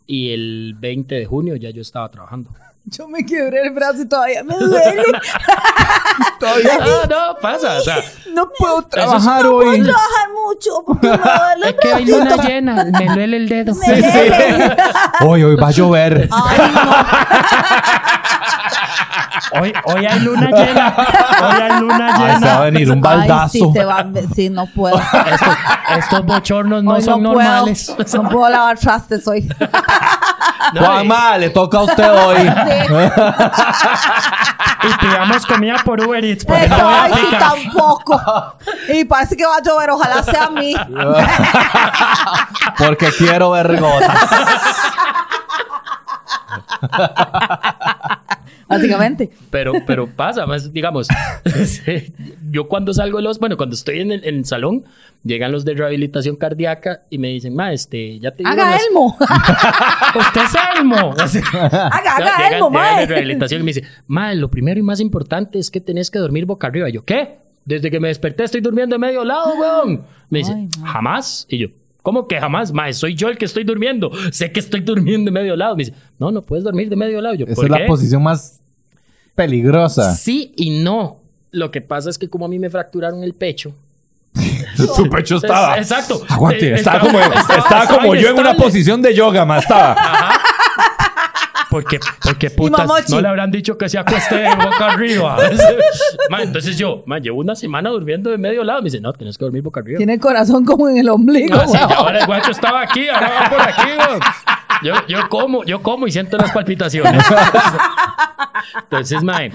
Speaker 5: y el 20 de junio ya yo estaba trabajando.
Speaker 2: Yo me quebré el brazo y todavía me duele.
Speaker 5: Ah, no, pasa. O sea,
Speaker 2: No puedo
Speaker 1: Trabajar hoy.
Speaker 2: trabajar
Speaker 5: (laughs)
Speaker 2: mucho porque me duele.
Speaker 5: es que hay luna llena, me duele el dedo.
Speaker 1: Sí, sí. hoy, hoy va a llover.
Speaker 2: Ay, no.
Speaker 5: Hoy, hoy hay luna llena. Hoy hay luna
Speaker 1: Ah, se va a
Speaker 5: llena.
Speaker 1: venir un baldazo.
Speaker 2: Ay, sí, se va- sí, no puedo.
Speaker 5: (laughs) Estos, estos bochornos no
Speaker 2: Hoy
Speaker 5: son
Speaker 2: puedo.
Speaker 5: normales.
Speaker 2: No puedo lavar trastes hoy.
Speaker 1: Juanma, le toca a usted hoy.
Speaker 2: (laughs)
Speaker 5: Y pidamos comida por Uber Eats. porque
Speaker 2: Eso
Speaker 5: no voy a
Speaker 2: hoy sí
Speaker 5: picar.
Speaker 2: tampoco. Y parece que va a llover, ojalá sea a mí.
Speaker 1: Porque quiero ver gotas.
Speaker 2: Básicamente.
Speaker 5: Pero, pero pasa, más, digamos, (laughs) sí, yo cuando salgo de los, bueno, cuando estoy en el, en el salón, llegan los de rehabilitación cardíaca y me dicen, ma, este, (laughs) ya te dieron
Speaker 2: Haga
Speaker 5: las-
Speaker 2: Elmo.
Speaker 5: (laughs) Usted es Elmo.
Speaker 2: (laughs)
Speaker 5: Así-
Speaker 2: Haga,
Speaker 5: Ya
Speaker 2: haga
Speaker 5: llegan-
Speaker 2: Elmo,
Speaker 5: llegan de
Speaker 2: mae.
Speaker 5: rehabilitación y me dice, mae, lo primero y más importante es que tenés que dormir boca arriba. Y yo, ¿qué? Desde que me desperté estoy durmiendo de medio lado, weón. Me dice,
Speaker 2: Ay, mae.
Speaker 5: jamás. Y yo, ¿cómo que jamás? Mae, soy yo el que estoy durmiendo. Sé que estoy durmiendo de medio lado. Me dice, no, no puedes dormir de medio lado. Yo,
Speaker 1: Esa
Speaker 5: "¿Por
Speaker 1: es la
Speaker 5: qué?".
Speaker 1: posición más peligrosa.
Speaker 5: Sí y no. Lo que pasa es que como a mí me fracturaron el pecho.
Speaker 1: Su pecho
Speaker 5: Es-
Speaker 1: (laughs)
Speaker 5: exacto.
Speaker 1: Aguante,
Speaker 5: Eh,
Speaker 1: estaba como, estaba como yo en una
Speaker 5: inestable.
Speaker 1: posición de yoga, más estaba.
Speaker 5: Porque, porque putas,
Speaker 2: Mamochi.
Speaker 5: no le habrán dicho que se acueste de boca arriba. (laughs) Ma, entonces yo, ma, llevo una semana durmiendo de medio lado. Me dice, no, tienes que dormir boca arriba.
Speaker 2: Tiene el corazón como en el ombligo.
Speaker 5: No, sí,
Speaker 2: weón.
Speaker 5: ya ahora el guacho estaba aquí, ahora va
Speaker 2: (laughs)
Speaker 5: por aquí, weón. Yo, yo como, yo como y siento las palpitaciones. Entonces, mae,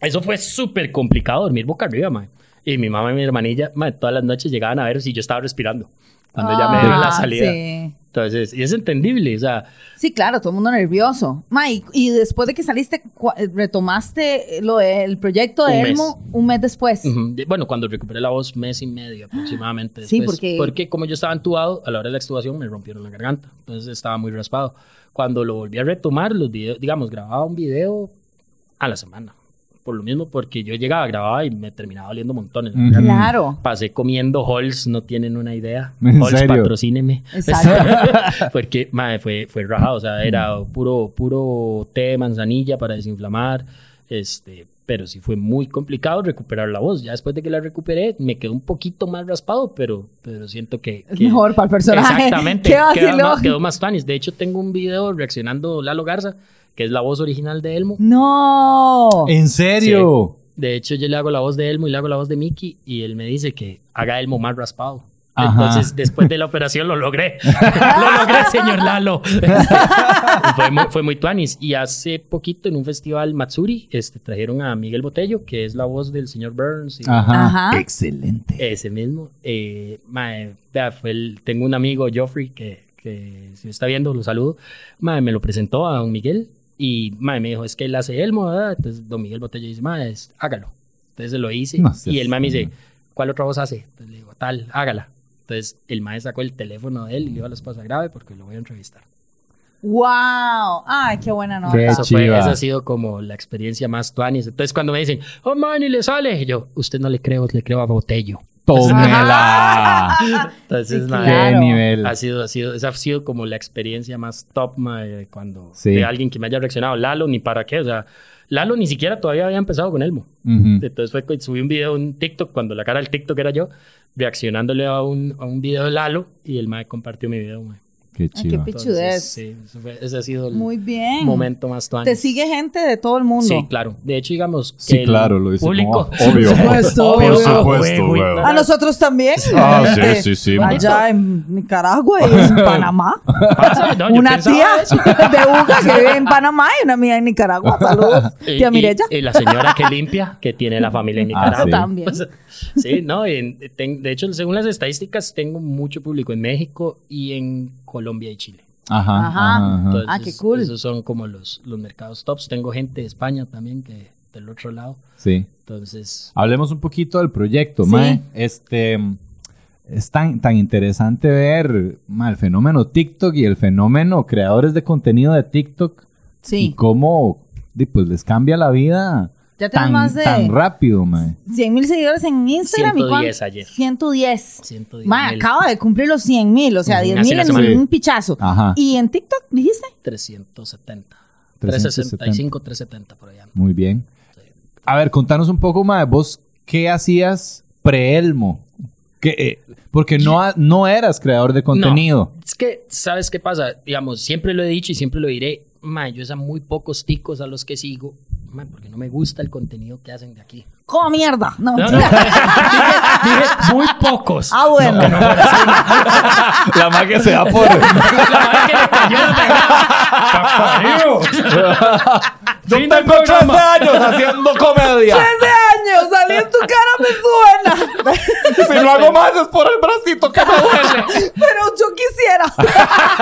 Speaker 5: eso fue súper complicado dormir boca arriba, mae. Y mi mamá y mi hermanilla, mae, todas las noches llegaban a ver si yo estaba respirando. Cuando ya me dieron la
Speaker 2: Ah,
Speaker 5: salida.
Speaker 2: Sí.
Speaker 5: Entonces, y es entendible, o sea,
Speaker 2: Sí, claro, todo el mundo nervioso. Mae, y después de que saliste, cua- eh, retomaste lo del proyecto de
Speaker 5: Un mes.
Speaker 2: Elmo un mes después.
Speaker 5: Ujú. De- Bueno, cuando recuperé la voz, mes y medio aproximadamente.
Speaker 2: Sí,
Speaker 5: después.
Speaker 2: porque-
Speaker 5: como yo estaba entubado, a la hora de la extubación me rompieron la garganta. Entonces estaba muy raspado. Cuando lo volví a retomar, los videos, digamos, grababa un video a la semana. Por lo mismo, porque yo llegaba, grababa y me terminaba oliendo montones.
Speaker 1: Ujú.
Speaker 2: Claro.
Speaker 5: Pasé comiendo halls, no tienen una idea.
Speaker 1: ¿En
Speaker 5: Halls,
Speaker 1: serio?
Speaker 5: patrocíneme.
Speaker 2: Exacto.
Speaker 5: (laughs) Porque, madre, fue, fue rajado. O sea, era
Speaker 2: Mm.
Speaker 5: puro, puro té de manzanilla para desinflamar. Este, pero sí fue muy complicado recuperar la voz. Ya después de que la recuperé, me quedó un poquito más raspado, pero, pero siento que...
Speaker 2: Es
Speaker 5: que-
Speaker 2: mejor pues, para el personaje. (laughs)
Speaker 5: Exactamente.
Speaker 2: Qué
Speaker 5: queda
Speaker 2: vacilón.
Speaker 5: más- quedó más tanis. De hecho, tengo un video reaccionando Lalo Garza, que es la voz original de Elmo.
Speaker 2: No.
Speaker 1: (laughs)
Speaker 5: Eh.
Speaker 1: ¿En serio?
Speaker 5: De hecho, yo le hago la voz de Elmo y le hago la voz de Mickey y él me dice que haga Elmo más raspado.
Speaker 1: Ajá.
Speaker 5: Entonces, después de la operación lo logré. lo logré, señor Lalo. (laughs) Este, fue, muy, fue muy tuanis. Y hace poquito en un festival Matsuri este, trajeron a Miguel Botello, que es la voz del señor Burns. y-
Speaker 1: Ah, Ajá.
Speaker 2: Ajá.
Speaker 1: Excelente.
Speaker 5: Ese mismo. Eh, mae, vea, fue el- tengo un amigo, Joffrey, que, que si está viendo, lo saludo. Mae, me lo presentó a don Miguel y mae, me dijo, es que él hace Elmo, ¿verdad? Entonces don Miguel Botello dice, mae, es- hágalo. Entonces se lo hice
Speaker 1: No seas
Speaker 5: y el mae me dice,
Speaker 1: bueno.
Speaker 5: ¿cuál otra voz hace? Entonces le digo, tal, hágala. Entonces el mae sacó el teléfono de él y le dijo a la esposa grave porque lo voy a entrevistar.
Speaker 2: Wow. Ay, qué buena nota.
Speaker 1: Qué
Speaker 5: Eso fue,
Speaker 1: chiva.
Speaker 5: esa ha sido como la experiencia más tuanis. Entonces cuando me dicen, oh, man, y le sale, yo, usted no le creo, le creo a Botello.
Speaker 1: Tómela.
Speaker 5: Entonces,
Speaker 2: Sí,
Speaker 5: mae,
Speaker 1: Qué
Speaker 2: Claro.
Speaker 1: nivel.
Speaker 5: Ha sido, ha sido, esa ha sido como la experiencia más top, mae, cuando
Speaker 1: Sí.
Speaker 5: de alguien que me haya reaccionado. Lalo, ni para qué, o sea, Lalo ni siquiera todavía había empezado con Elmo.
Speaker 1: Ujú.
Speaker 5: Entonces fue que subí un video, un TikTok, cuando la cara del TikTok era yo, reaccionándole a un, a un video de Lalo y el mae compartió mi video, mae.
Speaker 1: Qué
Speaker 2: Ay, qué
Speaker 1: chido.
Speaker 5: Entonces,
Speaker 2: pichudez.
Speaker 5: sí, eso fue- ese ha sido el
Speaker 2: Muy bien.
Speaker 5: momento más tuanis.
Speaker 2: Te sigue gente de todo el mundo.
Speaker 5: Sí, claro. De hecho, digamos. que
Speaker 1: Sí,
Speaker 5: el
Speaker 1: claro, lo dice
Speaker 5: Público.
Speaker 1: como, obvio.
Speaker 2: Por supuesto,
Speaker 5: Obvio,
Speaker 2: Por
Speaker 1: supuesto,
Speaker 5: güey, güey.
Speaker 1: güey.
Speaker 2: A nosotros también.
Speaker 1: (laughs) Ah,
Speaker 2: Gente
Speaker 1: sí, sí, sí,
Speaker 2: Allá en Nicaragua y
Speaker 1: (laughs)
Speaker 2: en Panamá.
Speaker 5: Pasa, no, yo
Speaker 2: una
Speaker 5: pensaba
Speaker 2: tía (laughs)
Speaker 5: eso.
Speaker 2: de Uga que vive en Panamá y una amiga en Nicaragua. Saludos,
Speaker 5: Y-
Speaker 2: tía
Speaker 5: Eh, y-
Speaker 2: Mirella.
Speaker 5: Y, la señora que limpia, que tiene la familia en
Speaker 1: Ah,
Speaker 5: Nicaragua.
Speaker 1: sí.
Speaker 2: También.
Speaker 5: Pues, (laughs) sí, no, en- ten- de hecho, según las estadísticas, tengo mucho público en México y en Colombia y Chile.
Speaker 1: Ajá.
Speaker 2: Ajá.
Speaker 1: ajá, ajá.
Speaker 5: Entonces,
Speaker 2: Ah, qué cool.
Speaker 5: Esos son como los, los mercados tops. Tengo gente de España también, que del otro lado.
Speaker 1: Sí.
Speaker 5: Entonces,
Speaker 1: Hablemos un poquito del proyecto,
Speaker 2: Sí.
Speaker 1: Mae. Este. Es tan, tan interesante ver mae, el fenómeno TikTok y el fenómeno creadores de contenido de TikTok y
Speaker 2: Sí.
Speaker 1: cómo di, pues, les cambia la vida
Speaker 2: Ya tengo
Speaker 1: tan,
Speaker 2: más de
Speaker 1: tan rápido, mae.
Speaker 2: 100 mil seguidores en Instagram. ¿y
Speaker 5: 110
Speaker 2: cuán-
Speaker 5: ayer.
Speaker 2: 110.
Speaker 5: 110
Speaker 2: Ma,
Speaker 5: mil,
Speaker 2: acaba de cumplir los 100 mil, o sea,
Speaker 5: Ujú,
Speaker 2: 10
Speaker 5: hace
Speaker 2: mil
Speaker 5: una
Speaker 2: en
Speaker 1: semana.
Speaker 2: un pichazo.
Speaker 1: Ajá.
Speaker 2: ¿Y en TikTok dijiste?
Speaker 5: 370.
Speaker 1: 365.
Speaker 5: 365, 370 por allá.
Speaker 1: Muy bien. A ver, contanos un poco, mae, vos, ¿qué hacías pre-Elmo? Que, eh, porque no, ha- no eras creador de contenido.
Speaker 5: Es que, ¿sabes qué pasa? Digamos, siempre lo he dicho y siempre lo diré. Ma, yo es a muy pocos ticos a los que sigo man, porque no me gusta el contenido que hacen de aquí.
Speaker 2: ¡Cómo mierda! No,
Speaker 5: No, no.
Speaker 2: mentira.
Speaker 5: (laughs) dije, dije, muy pocos.
Speaker 2: (laughs) Ah, bueno.
Speaker 1: La más (laughs) que se va por.
Speaker 5: La (laughs) madre que le cayó la pegada.
Speaker 1: Yo
Speaker 5: Fin del
Speaker 1: tengo 13
Speaker 5: programa.
Speaker 1: años haciendo
Speaker 5: (laughs)
Speaker 1: comedia.
Speaker 2: ¡Trece años! ¡Salí en tu cara! ¡Me suena!
Speaker 1: Si no hago más es por el bracito que me duele.
Speaker 2: (laughs)
Speaker 5: (laughs)
Speaker 2: Pero yo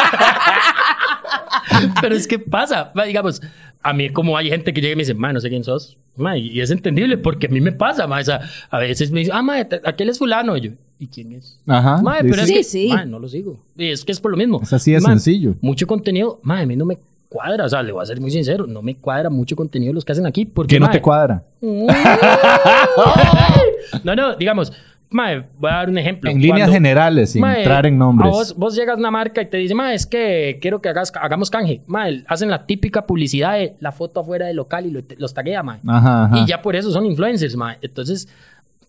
Speaker 2: quisiera.
Speaker 5: Pero es que pasa, va, digamos, a mí como hay gente que llega y me dice, ma, no sé quién sos, ma, y y es entendible porque a mí me pasa, ma, o sea, a veces me dicen, ah, ma, te- aquel es fulano, y yo, ¿y quién es?
Speaker 1: Ajá.
Speaker 5: Ma, pero es
Speaker 1: dice-
Speaker 5: que,
Speaker 2: Sí, sí.
Speaker 5: ma, no lo sigo, y es que es por lo mismo.
Speaker 1: Es así de
Speaker 5: Ma,
Speaker 1: sencillo.
Speaker 5: Mucho contenido, ma, a mí no me cuadra, o sea, le voy a ser muy sincero, no me cuadra mucho contenido los que hacen aquí, porque,
Speaker 1: que no
Speaker 5: ma,
Speaker 1: te cuadra.
Speaker 5: (laughs) no, no, digamos, ma, voy a dar un ejemplo.
Speaker 1: En líneas
Speaker 5: Cuando-
Speaker 1: generales, sin
Speaker 5: Mae,
Speaker 1: entrar en
Speaker 5: a
Speaker 1: nombres.
Speaker 5: vos, vos llegas a una marca y te dice, ma, es que quiero que hagas, hagamos canje. Ma, el- hacen la típica publicidad de la foto afuera del local y lo- los taguea, ma.
Speaker 1: Ajá, ajá.
Speaker 5: Y ya por eso son influencers, ma. Entonces,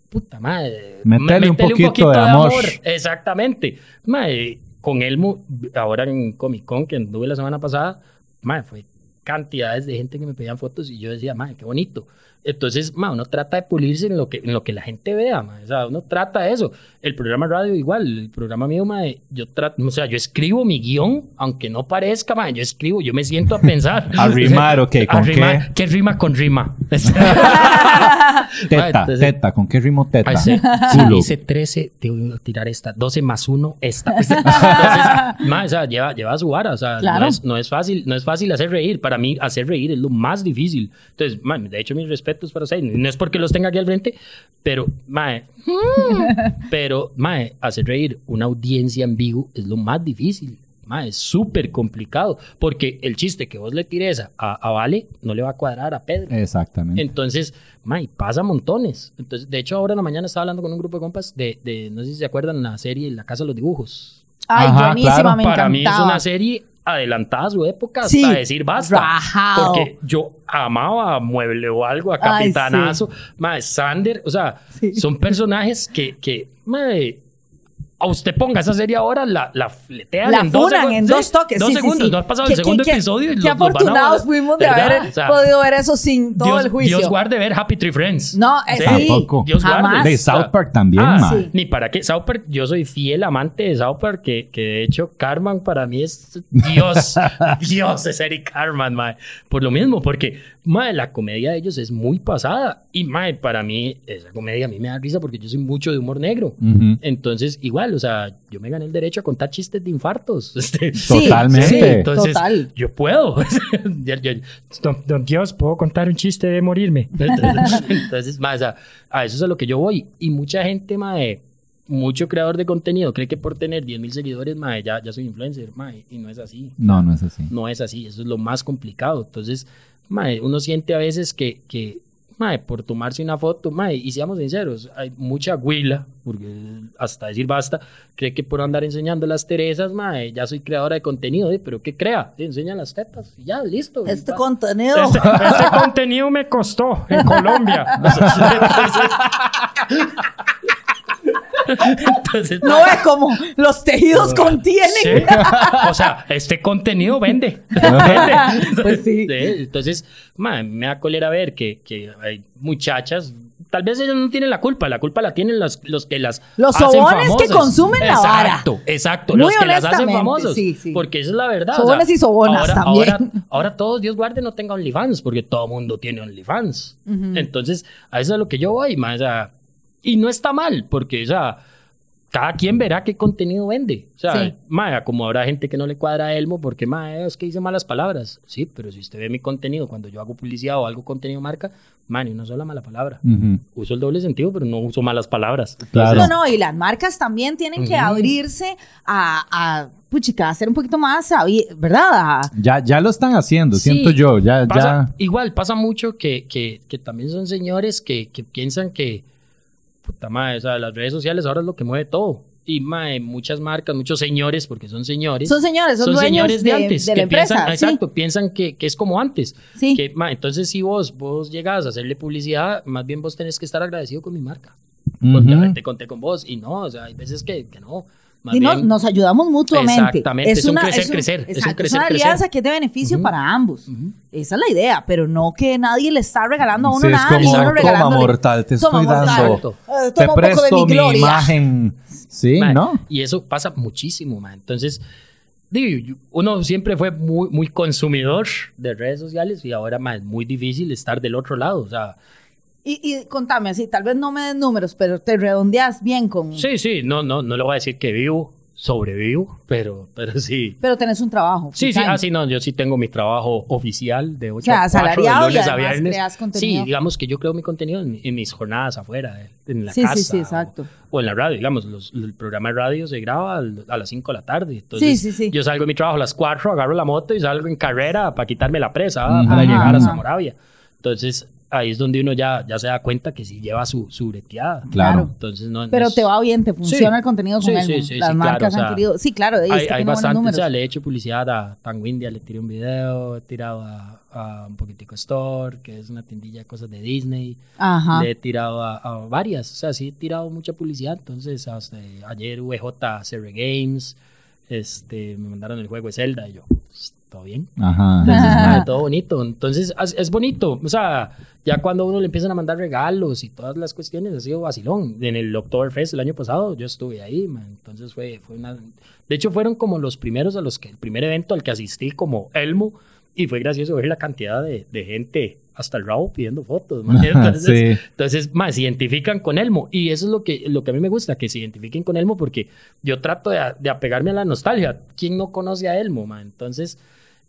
Speaker 5: puta madre.
Speaker 1: Métele un poquito de amor.
Speaker 5: Exactamente. Ma, eh, con Elmo, ahora en Comic Con, que anduve la semana pasada, ma, fue cantidades de gente que me pedían fotos y yo decía, ma, qué bonito. Entonces, ma, uno trata de pulirse en lo que, en lo que la gente vea, ma. O sea, uno trata de eso. El programa de radio igual, el programa mío, ma, eh, yo trato, o sea, yo escribo mi guión, aunque no parezca, ma, yo escribo, yo me siento a pensar.
Speaker 1: (laughs) A
Speaker 5: (laughs)
Speaker 1: rimar, ok, ¿con
Speaker 5: Arrimar, qué? rima con rima? (laughs)
Speaker 1: Teta,
Speaker 5: Ah, entonces-
Speaker 1: teta, ¿con qué ritmo teta?
Speaker 5: Ay, sí. Si
Speaker 1: Culo.
Speaker 5: dice 13, te voy a tirar esta. 12 más 1, esta. (laughs) Entonces, ma, o sea, lleva, lleva su vara. O sea,
Speaker 2: Claro.
Speaker 5: no, es, no es fácil, no es fácil hacer reír. Para mí, hacer reír es lo más difícil. Entonces, ma, de hecho, mis respetos para ustedes. No es porque los tenga aquí al frente, pero, mae, pero, mae, hacer reír una audiencia ambigua es lo más difícil. Mae, es súper complicado. Porque el chiste que vos le tires a, a Vale no le va a cuadrar a Pedro.
Speaker 1: Exactamente.
Speaker 5: Entonces, may, pasa montones. Entonces, de hecho, ahora en la mañana estaba hablando con un grupo de compas de, de- no sé si se acuerdan, la serie La Casa de los Dibujos.
Speaker 2: Ay,
Speaker 1: Ajá,
Speaker 2: buenísima,
Speaker 1: claro.
Speaker 2: me
Speaker 5: Para
Speaker 2: encantaba.
Speaker 5: mí es una serie adelantada a su época hasta
Speaker 2: Sí.
Speaker 5: decir basta.
Speaker 2: Rajao.
Speaker 5: Porque yo amaba a Mueble o algo, a
Speaker 2: Ay,
Speaker 5: Capitanazo, mae, Sander, o sea,
Speaker 2: Sí.
Speaker 5: son personajes que, que mae, a usted ponga esa serie ahora, la, la fletean
Speaker 2: La
Speaker 5: en dos
Speaker 2: funan
Speaker 5: segundos.
Speaker 2: en
Speaker 5: sí,
Speaker 2: dos toques.
Speaker 5: Dos
Speaker 2: sí, sí,
Speaker 5: segundos,
Speaker 2: sí.
Speaker 5: no ha pasado
Speaker 2: Qué-
Speaker 5: el segundo
Speaker 2: qué-
Speaker 5: episodio.
Speaker 2: Qué
Speaker 5: y los- los van a
Speaker 2: afortunados
Speaker 5: volar.
Speaker 2: fuimos de
Speaker 5: ¿Verdad?
Speaker 2: haber
Speaker 5: O sea,
Speaker 2: podido ver eso sin todo
Speaker 5: Dios,
Speaker 2: el juicio.
Speaker 5: Dios guarde ver Happy Tree Friends.
Speaker 2: No, eh,
Speaker 5: Sí.
Speaker 2: sí.
Speaker 1: Tampoco.
Speaker 5: Dios
Speaker 2: jamás.
Speaker 5: guarde.
Speaker 1: De South Park también,
Speaker 5: Ah,
Speaker 1: ma.
Speaker 2: sí.
Speaker 5: Ni para qué. South Park, yo soy fiel amante de South Park, que, que de hecho Carman para mí es Dios.
Speaker 1: (laughs)
Speaker 5: Dios es Eric Carman, mae. Por lo mismo, porque, mae, la comedia de ellos es muy pasada. Y, mae, para mí, esa comedia a mí me da risa porque yo soy mucho de humor negro.
Speaker 1: Ujú.
Speaker 5: Entonces, igual, o sea, yo me gané el derecho a contar chistes de infartos. (laughs) Este,
Speaker 2: Sí,
Speaker 1: Totalmente.
Speaker 5: Sí, entonces
Speaker 2: Total.
Speaker 5: yo puedo. (laughs) Yo- yo- don, don Dios, puedo contar un chiste de morirme. (laughs) entonces, más a, a eso es a lo que yo voy. Y mucha gente, mae, mucho creador de contenido cree que por tener 10 mil seguidores, mae, ya, ya soy influencer, mae, y no es así.
Speaker 1: No, no es así.
Speaker 5: No es así, eso es lo más complicado. Entonces, mae, uno siente a veces que, que mae, por tomarse una foto, mae, y seamos sinceros, hay mucha huila, porque hasta decir basta, cree que por andar enseñando las teresas, mae, ya soy creadora de contenido, ¿eh? pero ¿qué crea? Te enseñan las tetas y ya, listo.
Speaker 2: Este
Speaker 5: Va.
Speaker 2: contenido.
Speaker 5: Este, este contenido me costó en Colombia. (laughs) Entonces,
Speaker 2: (laughs) No es como los tejidos contienen.
Speaker 5: Sí. (laughs) O sea, este
Speaker 2: (laughs)
Speaker 5: contenido vende. Vende.
Speaker 2: Pues sí.
Speaker 5: Entonces, ma, me da cólera ver que, que hay muchachas. Tal vez ellas no tienen la culpa, la culpa la tienen los, los que las
Speaker 2: Los
Speaker 5: hacen
Speaker 2: sobones que
Speaker 5: famosas.
Speaker 2: consumen la vara.
Speaker 5: Exacto, exacto,
Speaker 2: Muy
Speaker 5: los que las hacen
Speaker 2: honestamente,
Speaker 5: famosas.
Speaker 2: sí, sí.
Speaker 5: Porque esa es la verdad.
Speaker 2: Sobones y sobonas
Speaker 5: ahora,
Speaker 2: también.
Speaker 5: Ahora, ahora todos, Dios guarde, no tenga OnlyFans, porque todo mundo tiene OnlyFans. Entonces, a eso es a lo que yo voy, ma, o sea, y no está mal, porque, o sea, cada quien verá qué contenido vende. O sea,
Speaker 2: Sí.
Speaker 5: mae, como habrá gente que no le cuadra a Elmo porque, mae, es que dice malas palabras. Sí, pero si usted ve mi contenido, cuando yo hago publicidad o algo contenido marca, mae, ni una sola mala palabra.
Speaker 1: Ujú.
Speaker 5: Uso el doble sentido, pero no uso malas palabras.
Speaker 1: Claro.
Speaker 2: No, no, y las marcas también tienen que abrirse a, a puchica, a ser un poquito más, sabi- ¿verdad? A-
Speaker 1: Ya, ya lo están haciendo,
Speaker 5: Sí.
Speaker 1: siento yo. Ya,
Speaker 5: Pasa-
Speaker 1: ya.
Speaker 5: Igual pasa mucho que, que, que también son señores que, que piensan que, puta madre, o sea, las redes sociales ahora es lo que mueve todo. Y mae, muchas marcas, muchos señores, porque son señores.
Speaker 2: son señores, son,
Speaker 5: son
Speaker 2: dueños
Speaker 5: señores de, antes
Speaker 2: de la
Speaker 5: que
Speaker 2: empresa.
Speaker 5: piensan,
Speaker 2: sí.
Speaker 5: exacto, piensan que, que es como antes.
Speaker 2: Sí.
Speaker 5: Que, ma, entonces si vos vos llegas a hacerle publicidad, más bien vos tenés que estar agradecido con mi marca, porque
Speaker 1: Ujú.
Speaker 5: te conté con vos y no, o sea, hay veces que, que no. Más
Speaker 2: Y no-
Speaker 5: bien,
Speaker 2: nos ayudamos mutuamente.
Speaker 5: Exactamente, es un crecer, crecer, es un
Speaker 2: exacto,
Speaker 5: crecer,
Speaker 2: una
Speaker 5: crecer.
Speaker 2: alianza que es de beneficio para ambos. Esa es la idea, pero no que nadie le está regalando a uno
Speaker 1: Sí, es
Speaker 2: nada.
Speaker 1: como,
Speaker 2: ni uno
Speaker 1: toma,
Speaker 2: regalándole.
Speaker 1: mortal, te
Speaker 2: Toma,
Speaker 1: estoy
Speaker 2: mortal.
Speaker 1: dando.
Speaker 2: Eh,
Speaker 1: Te
Speaker 2: toma un poco de
Speaker 1: presto
Speaker 2: mi
Speaker 1: mi,
Speaker 2: gloria.
Speaker 1: imagen. Sí,
Speaker 5: ma,
Speaker 1: ¿no?
Speaker 5: Y eso pasa muchísimo, man. Entonces, di, yo- uno siempre fue muy, muy consumidor de redes sociales y ahora, ma, es muy difícil estar del otro lado. O sea,
Speaker 2: Y, y contame así, tal vez no me des números, pero te redondeas bien con...
Speaker 5: sí, sí, no, no, no le voy a decir que vivo, sobrevivo, pero, pero sí.
Speaker 2: Pero tenés un trabajo.
Speaker 5: Sí, sí,
Speaker 2: full-time.
Speaker 5: ah, sí, no, yo sí tengo mi trabajo oficial de 8
Speaker 2: sea,
Speaker 5: a 4, de
Speaker 2: asalariado y
Speaker 5: lunes a
Speaker 2: además
Speaker 5: viernes.
Speaker 2: creas contenido.
Speaker 5: sí, digamos que yo creo mi contenido en, en mis jornadas afuera, eh, en la
Speaker 2: Sí, sí,
Speaker 5: casa.
Speaker 2: sí,
Speaker 5: o-
Speaker 2: exacto.
Speaker 5: O, en la radio, digamos, los- el programa de radio se graba al- a las 5 de la tarde. Entonces,
Speaker 2: Sí, sí, sí.
Speaker 5: yo salgo de mi trabajo a las 4, agarro la moto y salgo en carrera para quitarme la presa, ¿verdad?
Speaker 1: Ujú.
Speaker 5: para
Speaker 2: Ajá,
Speaker 5: llegar a
Speaker 2: ajá.
Speaker 5: Zamoravia. Entonces, ahí es donde uno ya, ya se da cuenta que sí lleva su, su breteada.
Speaker 1: Claro.
Speaker 5: Entonces, no, no
Speaker 2: Pero
Speaker 5: es-
Speaker 2: te va bien, te funciona el contenido con
Speaker 5: Sí,
Speaker 2: él.
Speaker 5: sí,
Speaker 2: ¿no?
Speaker 5: sí,
Speaker 2: Las
Speaker 5: sí, claro,
Speaker 2: marcas
Speaker 5: o sea,
Speaker 2: han querido... Sí, claro, es
Speaker 5: hay,
Speaker 2: que
Speaker 5: hay
Speaker 2: tiene buenos
Speaker 5: bastante, o
Speaker 2: números.
Speaker 5: sea, le he hecho publicidad a Tanguindia, le tiré un video, he tirado a, a un poquitico Store, que es una tiendilla de cosas de Disney,
Speaker 2: Ajá.
Speaker 5: le he tirado a, a varias, o sea, sí he tirado mucha publicidad, entonces hasta ayer VJ CR Games, este, me mandaron el juego de Zelda y yo, "Pues, ¿todo bien?
Speaker 1: Ajá.
Speaker 5: Entonces,
Speaker 1: (laughs)
Speaker 2: Ajá.
Speaker 5: madre, todo bonito. Entonces, as- es bonito. O sea, ya cuando a uno le empiezan a mandar regalos y todas las cuestiones, ha sido vacilón. En el Oktoberfest el año pasado, yo estuve ahí, man. Entonces, fue, fue una. De hecho, fueron como los primeros a los que. El primer evento al que asistí como Elmo. Y fue gracioso ver la cantidad de, de gente hasta el rabo pidiendo
Speaker 1: (laughs)
Speaker 5: fotos, man. Entonces,
Speaker 1: sí.
Speaker 5: entonces, más se identifican con Elmo. Y eso es lo que, lo que a mí me gusta, que se identifiquen con Elmo, porque yo trato de, a- de apegarme a la nostalgia. ¿Quién no conoce a Elmo, man? Entonces,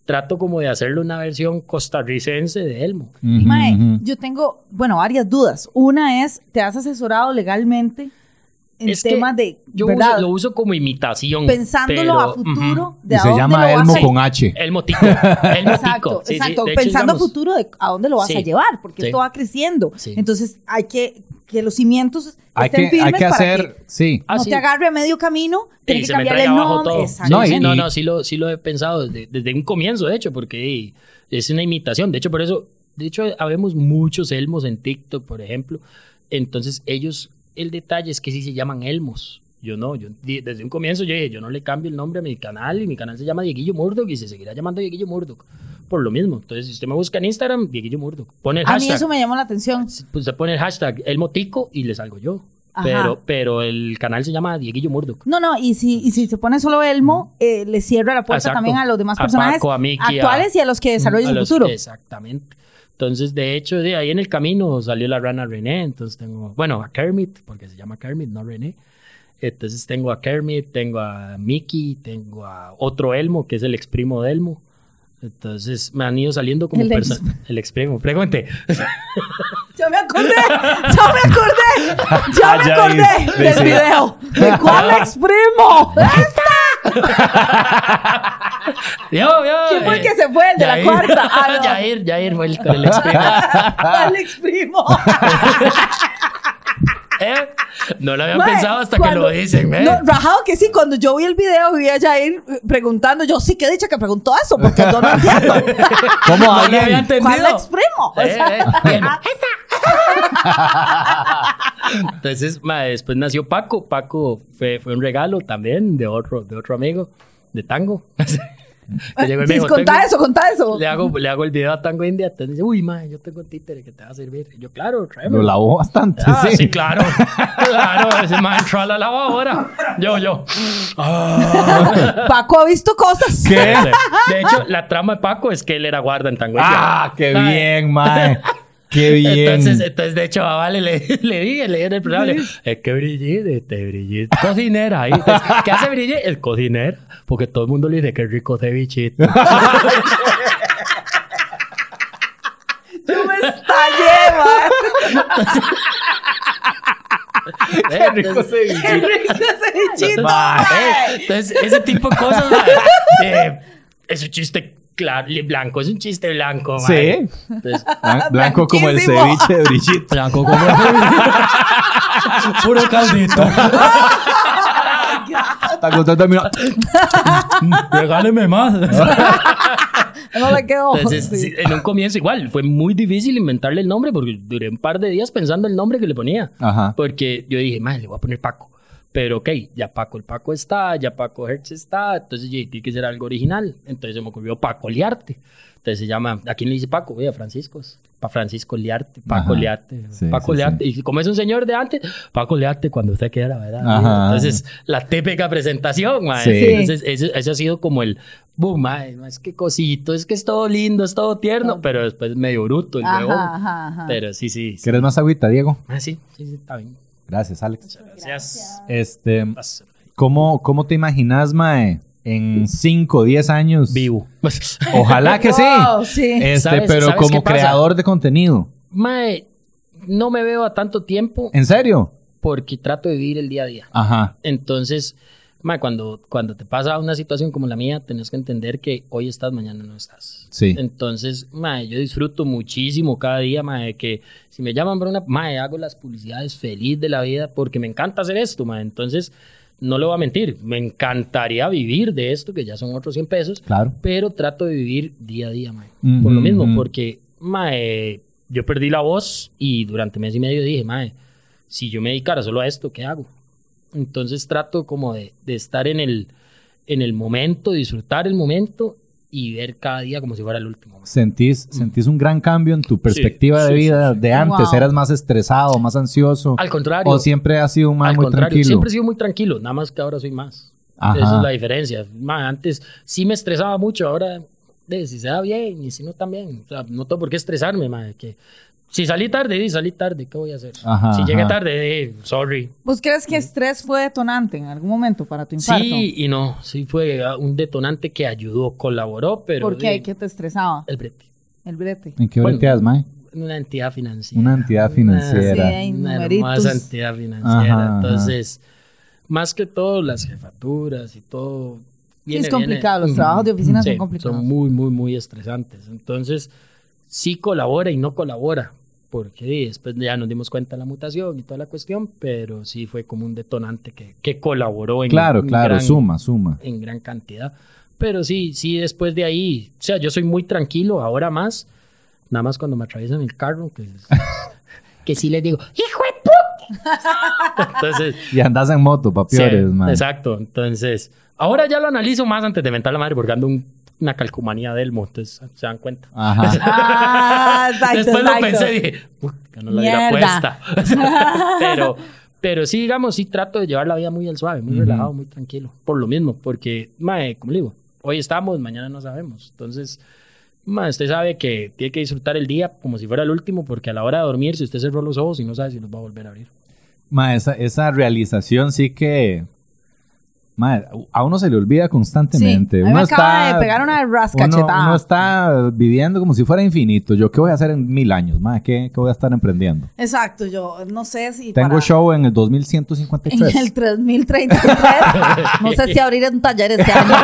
Speaker 5: trato como de hacerle una versión costarricense de Elmo.
Speaker 1: Ujú,
Speaker 2: Mae,
Speaker 1: ujú.
Speaker 2: yo tengo, bueno, varias dudas. Una es, ¿te has asesorado legalmente en
Speaker 5: Es que
Speaker 2: temas de,
Speaker 5: Yo
Speaker 2: ¿verdad?
Speaker 5: uso- lo uso como imitación.
Speaker 2: Pensándolo
Speaker 5: pero,
Speaker 2: a futuro,
Speaker 5: ujú.
Speaker 2: de
Speaker 1: y
Speaker 2: a
Speaker 1: se
Speaker 2: dónde lo
Speaker 1: llama
Speaker 2: vas
Speaker 1: Elmo
Speaker 2: a-
Speaker 1: con H.
Speaker 2: (laughs)
Speaker 5: Elmo tico. Elmo
Speaker 2: Exacto,
Speaker 5: tico. Sí, sí.
Speaker 2: exacto.
Speaker 5: De hecho,
Speaker 2: Pensando a
Speaker 5: digamos,
Speaker 2: futuro de a dónde lo vas a
Speaker 5: Sí.
Speaker 2: llevar, porque
Speaker 5: Sí.
Speaker 2: esto va creciendo.
Speaker 5: Sí.
Speaker 2: Entonces hay que que los cimientos
Speaker 1: Hay
Speaker 2: estén
Speaker 1: que, hay
Speaker 2: firmes
Speaker 1: que
Speaker 2: para
Speaker 1: hacer.
Speaker 2: que
Speaker 5: (laughs)
Speaker 1: Sí.
Speaker 5: Ah,
Speaker 2: no
Speaker 5: sí.
Speaker 2: te agarre a medio camino,
Speaker 5: Y
Speaker 2: tienes que
Speaker 5: se me
Speaker 2: cambiarle
Speaker 5: trae
Speaker 2: el
Speaker 5: abajo
Speaker 2: nombre.
Speaker 5: todo.
Speaker 2: Exacto.
Speaker 1: No,
Speaker 5: No,
Speaker 1: y-
Speaker 5: sí, no,
Speaker 1: y-
Speaker 5: no, sí lo, sí lo he pensado desde, desde un comienzo, de hecho, porque es una imitación. De hecho, por eso, de hecho, habemos muchos elmos en TikTok, por ejemplo. Entonces, ellos, el detalle es que sí se llaman elmos. Yo no, yo di- desde un comienzo yo dije, yo no le cambio el nombre a mi canal y mi canal se llama Dieguillo Murdoch y se seguirá llamando Dieguillo Murdoch. Por lo mismo. Entonces, si usted me busca en Instagram, Dieguillo Murdoch. Pone el
Speaker 2: a mí
Speaker 5: hashtag.
Speaker 2: eso me llamó la atención.
Speaker 5: Pues se pone el hashtag Elmotico y le salgo yo.
Speaker 2: Ajá.
Speaker 5: Pero, pero el canal se llama Dieguillo Murdoch.
Speaker 2: No, no, y si, y si se pone solo Elmo, eh, le cierra la puerta
Speaker 5: Exacto.
Speaker 2: también a los demás
Speaker 5: A
Speaker 2: personajes
Speaker 5: Paco, a Mickey, a- Mm,
Speaker 2: actuales y a los que desarrollan
Speaker 5: A
Speaker 2: el
Speaker 5: los-
Speaker 2: futuro.
Speaker 5: Exactamente. Entonces, de hecho, de ahí en el camino salió la rana René. Entonces tengo, bueno, a Kermit, porque se llama Kermit, no René. Entonces tengo a Kermit, tengo a Mickey, tengo a otro Elmo, que es el ex primo de Elmo. Entonces me han ido saliendo como
Speaker 2: El ex-
Speaker 5: personas. El ex primo,
Speaker 2: (laughs)
Speaker 5: pregunte.
Speaker 2: Yo me acordé, (laughs) yo me acordé, yo
Speaker 1: Ah,
Speaker 2: me
Speaker 1: ya
Speaker 2: acordé
Speaker 1: hice-
Speaker 2: del
Speaker 1: sí.
Speaker 2: video. ¿De
Speaker 5: (laughs)
Speaker 2: cuál ex primo?
Speaker 5: Yo, yo,
Speaker 2: ¿Quién fue el
Speaker 5: eh,
Speaker 2: que se fue? El de la
Speaker 5: Yair. (laughs)
Speaker 2: cuarta. Ah, no.
Speaker 5: Yair, Yair fue el, con el
Speaker 2: (laughs)
Speaker 5: ex primo.
Speaker 2: ¿Cuál ex
Speaker 5: (laughs)
Speaker 2: primo?
Speaker 5: Eh, No lo había
Speaker 2: Mae,
Speaker 5: pensado hasta
Speaker 2: cuando-
Speaker 5: que lo dicen, ¿eh?
Speaker 2: No, rajado que sí, cuando yo vi el video vi a Jair eh, preguntando, yo sí que dicha que preguntó eso, porque yo
Speaker 5: (laughs)
Speaker 2: no entiendo.
Speaker 1: ¿Cómo
Speaker 5: Ah, No lo
Speaker 1: alguien?
Speaker 5: había entendido.
Speaker 2: ¿Cuál ex primo? O
Speaker 5: Eh,
Speaker 2: sea,
Speaker 5: eh, bien. Entonces, ma, después nació Paco. Paco fue, fue un regalo también de otro, de otro amigo, de Tango. (laughs) Que llegó y me
Speaker 2: Ah, sí,
Speaker 5: dijo,
Speaker 2: contá
Speaker 5: "Tengo-
Speaker 2: eso, contá eso.
Speaker 5: Le hago, le hago el video a Tango India. Entonces dice, uy, ma, yo tengo un títere que te va a servir. Y yo, claro,
Speaker 1: Lo
Speaker 5: tráeme.
Speaker 1: lavó bastante.
Speaker 5: Ah,
Speaker 1: sí.
Speaker 5: sí. claro. (laughs) Claro, ese ma entró a la lavadora. Yo, yo.
Speaker 2: Paco ha visto cosas.
Speaker 5: (laughs)
Speaker 1: ¿Qué?
Speaker 5: Pues De hecho, la trama de Paco es que él era guarda en Tango India.
Speaker 1: Ah, qué
Speaker 5: Ay.
Speaker 1: bien,
Speaker 5: (laughs)
Speaker 1: mae. Qué bien.
Speaker 5: Entonces, entonces, de hecho, a Vale le, (laughs) le dije, le dije en el programa, le digo, es que Brigitte, te Brigitte, cocinera. ahí". Entonces, ¿Qué hace Brigitte? El cocinero, porque todo el mundo le dice, qué rico cevichito.
Speaker 2: Yo me estallé, man.
Speaker 5: (laughs) Qué rico
Speaker 2: Qué rico ese bichito,
Speaker 1: Mae.
Speaker 2: mae.
Speaker 5: Entonces, ese tipo de cosas, mae, eh, es un chiste claro, blanco, es un chiste blanco, (laughs) mae.
Speaker 1: Sí.
Speaker 5: Entonces,
Speaker 1: Blan- Blanco como el
Speaker 2: Blanquísimo.
Speaker 1: ceviche de Brigitte.
Speaker 5: blanco como...
Speaker 1: (laughs)
Speaker 5: Puro caldito.
Speaker 1: Está contento, mira.
Speaker 5: Regáleme más.
Speaker 2: No le quedó. (laughs)
Speaker 5: Entonces,
Speaker 2: Sí.
Speaker 5: sí, en un comienzo igual, fue muy difícil inventarle el nombre porque duré un par de días pensando el nombre que le ponía.
Speaker 1: Ajá.
Speaker 5: Porque yo dije, madre, le voy a poner Paco. Pero ok, ya Paco el Paco está, ya Paco Hertz está, entonces yo tiene que ser algo original. Entonces se me ocurrió Paco Liarte. Entonces se llama, ¿a quién le dice Paco? Oye, a Francisco. Pa Francisco Liarte, Paco
Speaker 1: Ajá.
Speaker 5: Liarte,
Speaker 1: Sí,
Speaker 5: Paco
Speaker 1: sí,
Speaker 5: Liarte. Y como es un señor de antes, Paco Liarte cuando usted quiera, ¿verdad?
Speaker 1: Ajá.
Speaker 5: Entonces, la típica presentación, mae.
Speaker 1: Sí.
Speaker 5: Entonces, eso, eso ha sido como el boom, mae, mae, es que cosito, es que es todo lindo, es todo tierno, pero después medio bruto el huevón.
Speaker 2: Ajá, ajá, ajá.
Speaker 5: Pero sí, sí. sí.
Speaker 1: ¿Quieres más agüita, Diego?
Speaker 5: Ah, sí, sí, sí, está bien.
Speaker 1: Gracias, Alex.
Speaker 5: Gracias.
Speaker 1: Este, ¿cómo, cómo te imaginas, Mae, en 5 o 10 años?
Speaker 5: Vivo.
Speaker 1: Ojalá que sí.
Speaker 2: Wow, Oh, sí.
Speaker 1: Este,
Speaker 5: ¿Sabes-
Speaker 1: pero
Speaker 5: sabes
Speaker 1: como
Speaker 5: qué pasa?
Speaker 1: creador de contenido.
Speaker 5: (laughs) Mae, no me veo a tanto tiempo
Speaker 1: ¿En serio?
Speaker 5: porque trato de vivir el día a día.
Speaker 1: Ajá.
Speaker 5: Entonces, mae, cuando, cuando te pasa una situación como la mía, tenés que entender que hoy estás, mañana no estás.
Speaker 1: Sí.
Speaker 5: Entonces, mae, yo disfruto muchísimo cada día, mae, que si me llaman para una, mae, hago las publicidades feliz de la vida porque me encanta hacer esto, mae. Entonces, no le voy a mentir, me encantaría vivir de esto, que ya son otros 100 pesos,
Speaker 1: Claro.
Speaker 5: pero trato de vivir día a día, mae.
Speaker 1: Ujú,
Speaker 5: Por lo mismo,
Speaker 1: ujú.
Speaker 5: porque, mae, yo perdí la voz y durante mes y medio dije, mae, si yo me dedicara solo a esto, ¿qué hago? Entonces trato como de, de estar en el, en el momento, disfrutar el momento y ver cada día como si fuera el último. mae.
Speaker 1: Sentís, sentís un gran cambio en tu perspectiva de
Speaker 5: sí, sí,
Speaker 1: vida
Speaker 5: sí.
Speaker 1: de antes.
Speaker 2: Wow.
Speaker 1: Eras más estresado, más ansioso.
Speaker 5: Al contrario,
Speaker 1: O siempre has sido un mae
Speaker 5: al
Speaker 1: muy
Speaker 5: contrario,
Speaker 1: tranquilo.
Speaker 5: siempre he sido muy tranquilo, nada más que ahora soy más.
Speaker 1: Ajá.
Speaker 5: Esa es la diferencia. Mae, antes sí me estresaba mucho, ahora de, si se da bien y si no también. O sea, no tengo por qué estresarme, mae, que si salí tarde, di, salí tarde, ¿qué voy a hacer?
Speaker 1: Ajá,
Speaker 5: si llegué
Speaker 1: ajá.
Speaker 5: tarde, di, sorry.
Speaker 2: ¿Vos crees que estrés fue detonante en algún momento para tu infarto?
Speaker 5: Sí y no, sí fue ah, un detonante que ayudó, colaboró, pero
Speaker 2: ¿Por
Speaker 5: di,
Speaker 2: qué? ¿Qué te estresaba?
Speaker 5: el brete.
Speaker 2: El
Speaker 5: (laughs)
Speaker 2: brete.
Speaker 1: ¿En qué
Speaker 5: Bueno.
Speaker 1: breteas, Mae?
Speaker 5: Una entidad financiera.
Speaker 1: Una entidad
Speaker 2: Ah, Sí,
Speaker 1: financiera.
Speaker 2: hay
Speaker 5: una
Speaker 2: numeritos.
Speaker 5: hermosa entidad financiera.
Speaker 1: Ajá, ajá.
Speaker 5: Entonces, más que todo, las jefaturas y todo. viene-
Speaker 2: es complicado, los
Speaker 5: viene-
Speaker 2: trabajos de oficina son
Speaker 5: Sí,
Speaker 2: complicados.
Speaker 5: Son muy, muy, muy estresantes. Entonces, sí colabora y no colabora. Porque sí, después ya nos dimos cuenta de la mutación y toda la cuestión, pero sí fue como un detonante que, que colaboró en
Speaker 1: Claro,
Speaker 5: en
Speaker 1: claro.
Speaker 5: gran-
Speaker 1: Suma, suma.
Speaker 5: en gran cantidad. Pero sí, sí, después de ahí, o sea, yo soy muy tranquilo, ahora más, nada más cuando me atraviesan el carro, que, (laughs) que sí les digo, hijo de puta. Entonces, (laughs)
Speaker 1: Y andas en moto, papiores,
Speaker 5: sí,
Speaker 1: Mae.
Speaker 5: exacto, entonces, ahora ya lo analizo más antes de mentar la madre, porque ando un- una calcomanía del moto, entonces se dan cuenta.
Speaker 1: Ajá.
Speaker 2: Ah, exacto,
Speaker 5: Después
Speaker 2: exacto.
Speaker 5: lo pensé y dije, "Puta, no la hubiera
Speaker 2: Mierda. (laughs)
Speaker 5: puesta. pero, pero sí, digamos, sí trato de llevar la vida muy al suave, muy
Speaker 1: Ujú.
Speaker 5: relajado, muy tranquilo. Por lo mismo, porque, mae, como le digo, hoy estamos, mañana no sabemos. Entonces, mae, usted sabe que tiene que disfrutar el día como si fuera el último, porque a la hora de dormir, si usted cerró los ojos y no sabe si los va a volver a abrir.
Speaker 1: Ma, esa, esa realización sí que. ma, a uno se le olvida constantemente.
Speaker 2: Sí, a mí
Speaker 1: uno
Speaker 2: me acaba
Speaker 1: está-
Speaker 2: de pegar una
Speaker 1: uno,
Speaker 2: rascachetada.
Speaker 1: uno está viviendo como si fuera infinito. Yo, ¿qué voy a hacer en mil años? Ma, ¿qué, qué voy a estar emprendiendo?
Speaker 2: Exacto, yo no sé si
Speaker 1: Tengo pues.
Speaker 2: para-
Speaker 1: show en el
Speaker 2: en
Speaker 1: 2153.
Speaker 2: el 3033. no sé si abrir un taller este
Speaker 5: (laughs)
Speaker 2: año.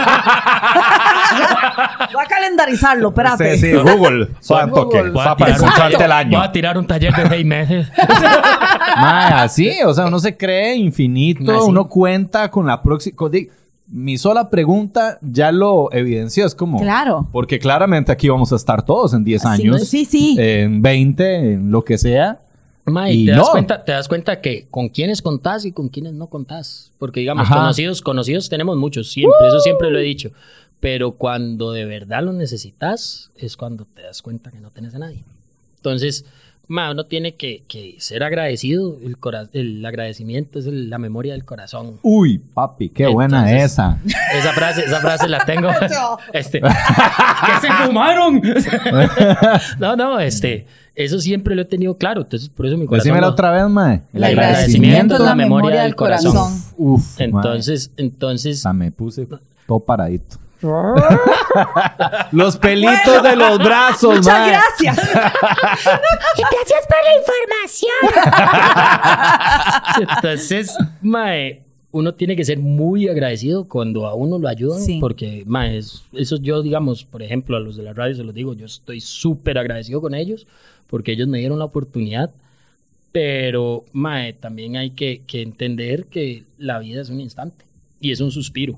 Speaker 2: Voy a calendarizarlo, espérate.
Speaker 1: Sí, sí, (laughs) Google. Suave
Speaker 5: Voy a-
Speaker 1: toque.
Speaker 5: voy a
Speaker 1: Va para
Speaker 5: tirar un
Speaker 1: escucharte
Speaker 5: taller-
Speaker 1: el año.
Speaker 5: Voy a tirar un taller de seis meses.
Speaker 1: Ma, así, o sea, uno se cree infinito,
Speaker 5: Así.
Speaker 1: uno cuenta con la próxima. con- di- Mi sola pregunta ya lo evidenció, es como.
Speaker 2: Claro.
Speaker 1: Porque claramente aquí vamos a estar todos en 10
Speaker 2: Sí,
Speaker 1: años,
Speaker 2: Sí, sí.
Speaker 5: Eh,
Speaker 1: en 20, en lo que sea.
Speaker 5: Ma, y
Speaker 1: Y
Speaker 5: te, das
Speaker 1: no.
Speaker 5: cuenta, te das cuenta que con quiénes contás y con quiénes no contás. Porque, digamos,
Speaker 1: Ajá.
Speaker 5: conocidos, conocidos tenemos muchos, siempre, eso siempre lo he dicho. Pero cuando de verdad lo necesitas, es cuando te das cuenta que no tienes a nadie. Entonces, ma, uno tiene que, que ser agradecido. El, cora- el agradecimiento es el- la memoria del corazón.
Speaker 1: Uy, papi, qué buena
Speaker 5: Entonces-
Speaker 1: esa.
Speaker 5: Esa frase, esa frase la tengo. este, ¡Que se fumaron! (laughs)
Speaker 1: (laughs)
Speaker 5: no, no, este, eso siempre lo he tenido claro. Entonces, por eso mi corazón.
Speaker 1: Decímela
Speaker 5: no-
Speaker 1: otra vez, mae.
Speaker 5: El agradecimiento es la memoria del corazón.
Speaker 1: Uf, entonces.
Speaker 5: Entonces, entonces,
Speaker 1: me puse todo paradito. los pelitos de los brazos,
Speaker 2: Muchas
Speaker 1: mae.
Speaker 2: gracias.
Speaker 3: Y gracias por la información.
Speaker 5: (laughs) entonces, mae, uno tiene que ser muy agradecido cuando a uno lo ayudan,
Speaker 2: Sí.
Speaker 5: porque, mae, es- eso yo, digamos, por ejemplo, a los de la radio se los digo, yo estoy súper agradecido con ellos, porque ellos me dieron la oportunidad, pero, mae, también hay que, que entender que la vida es un instante y es un suspiro.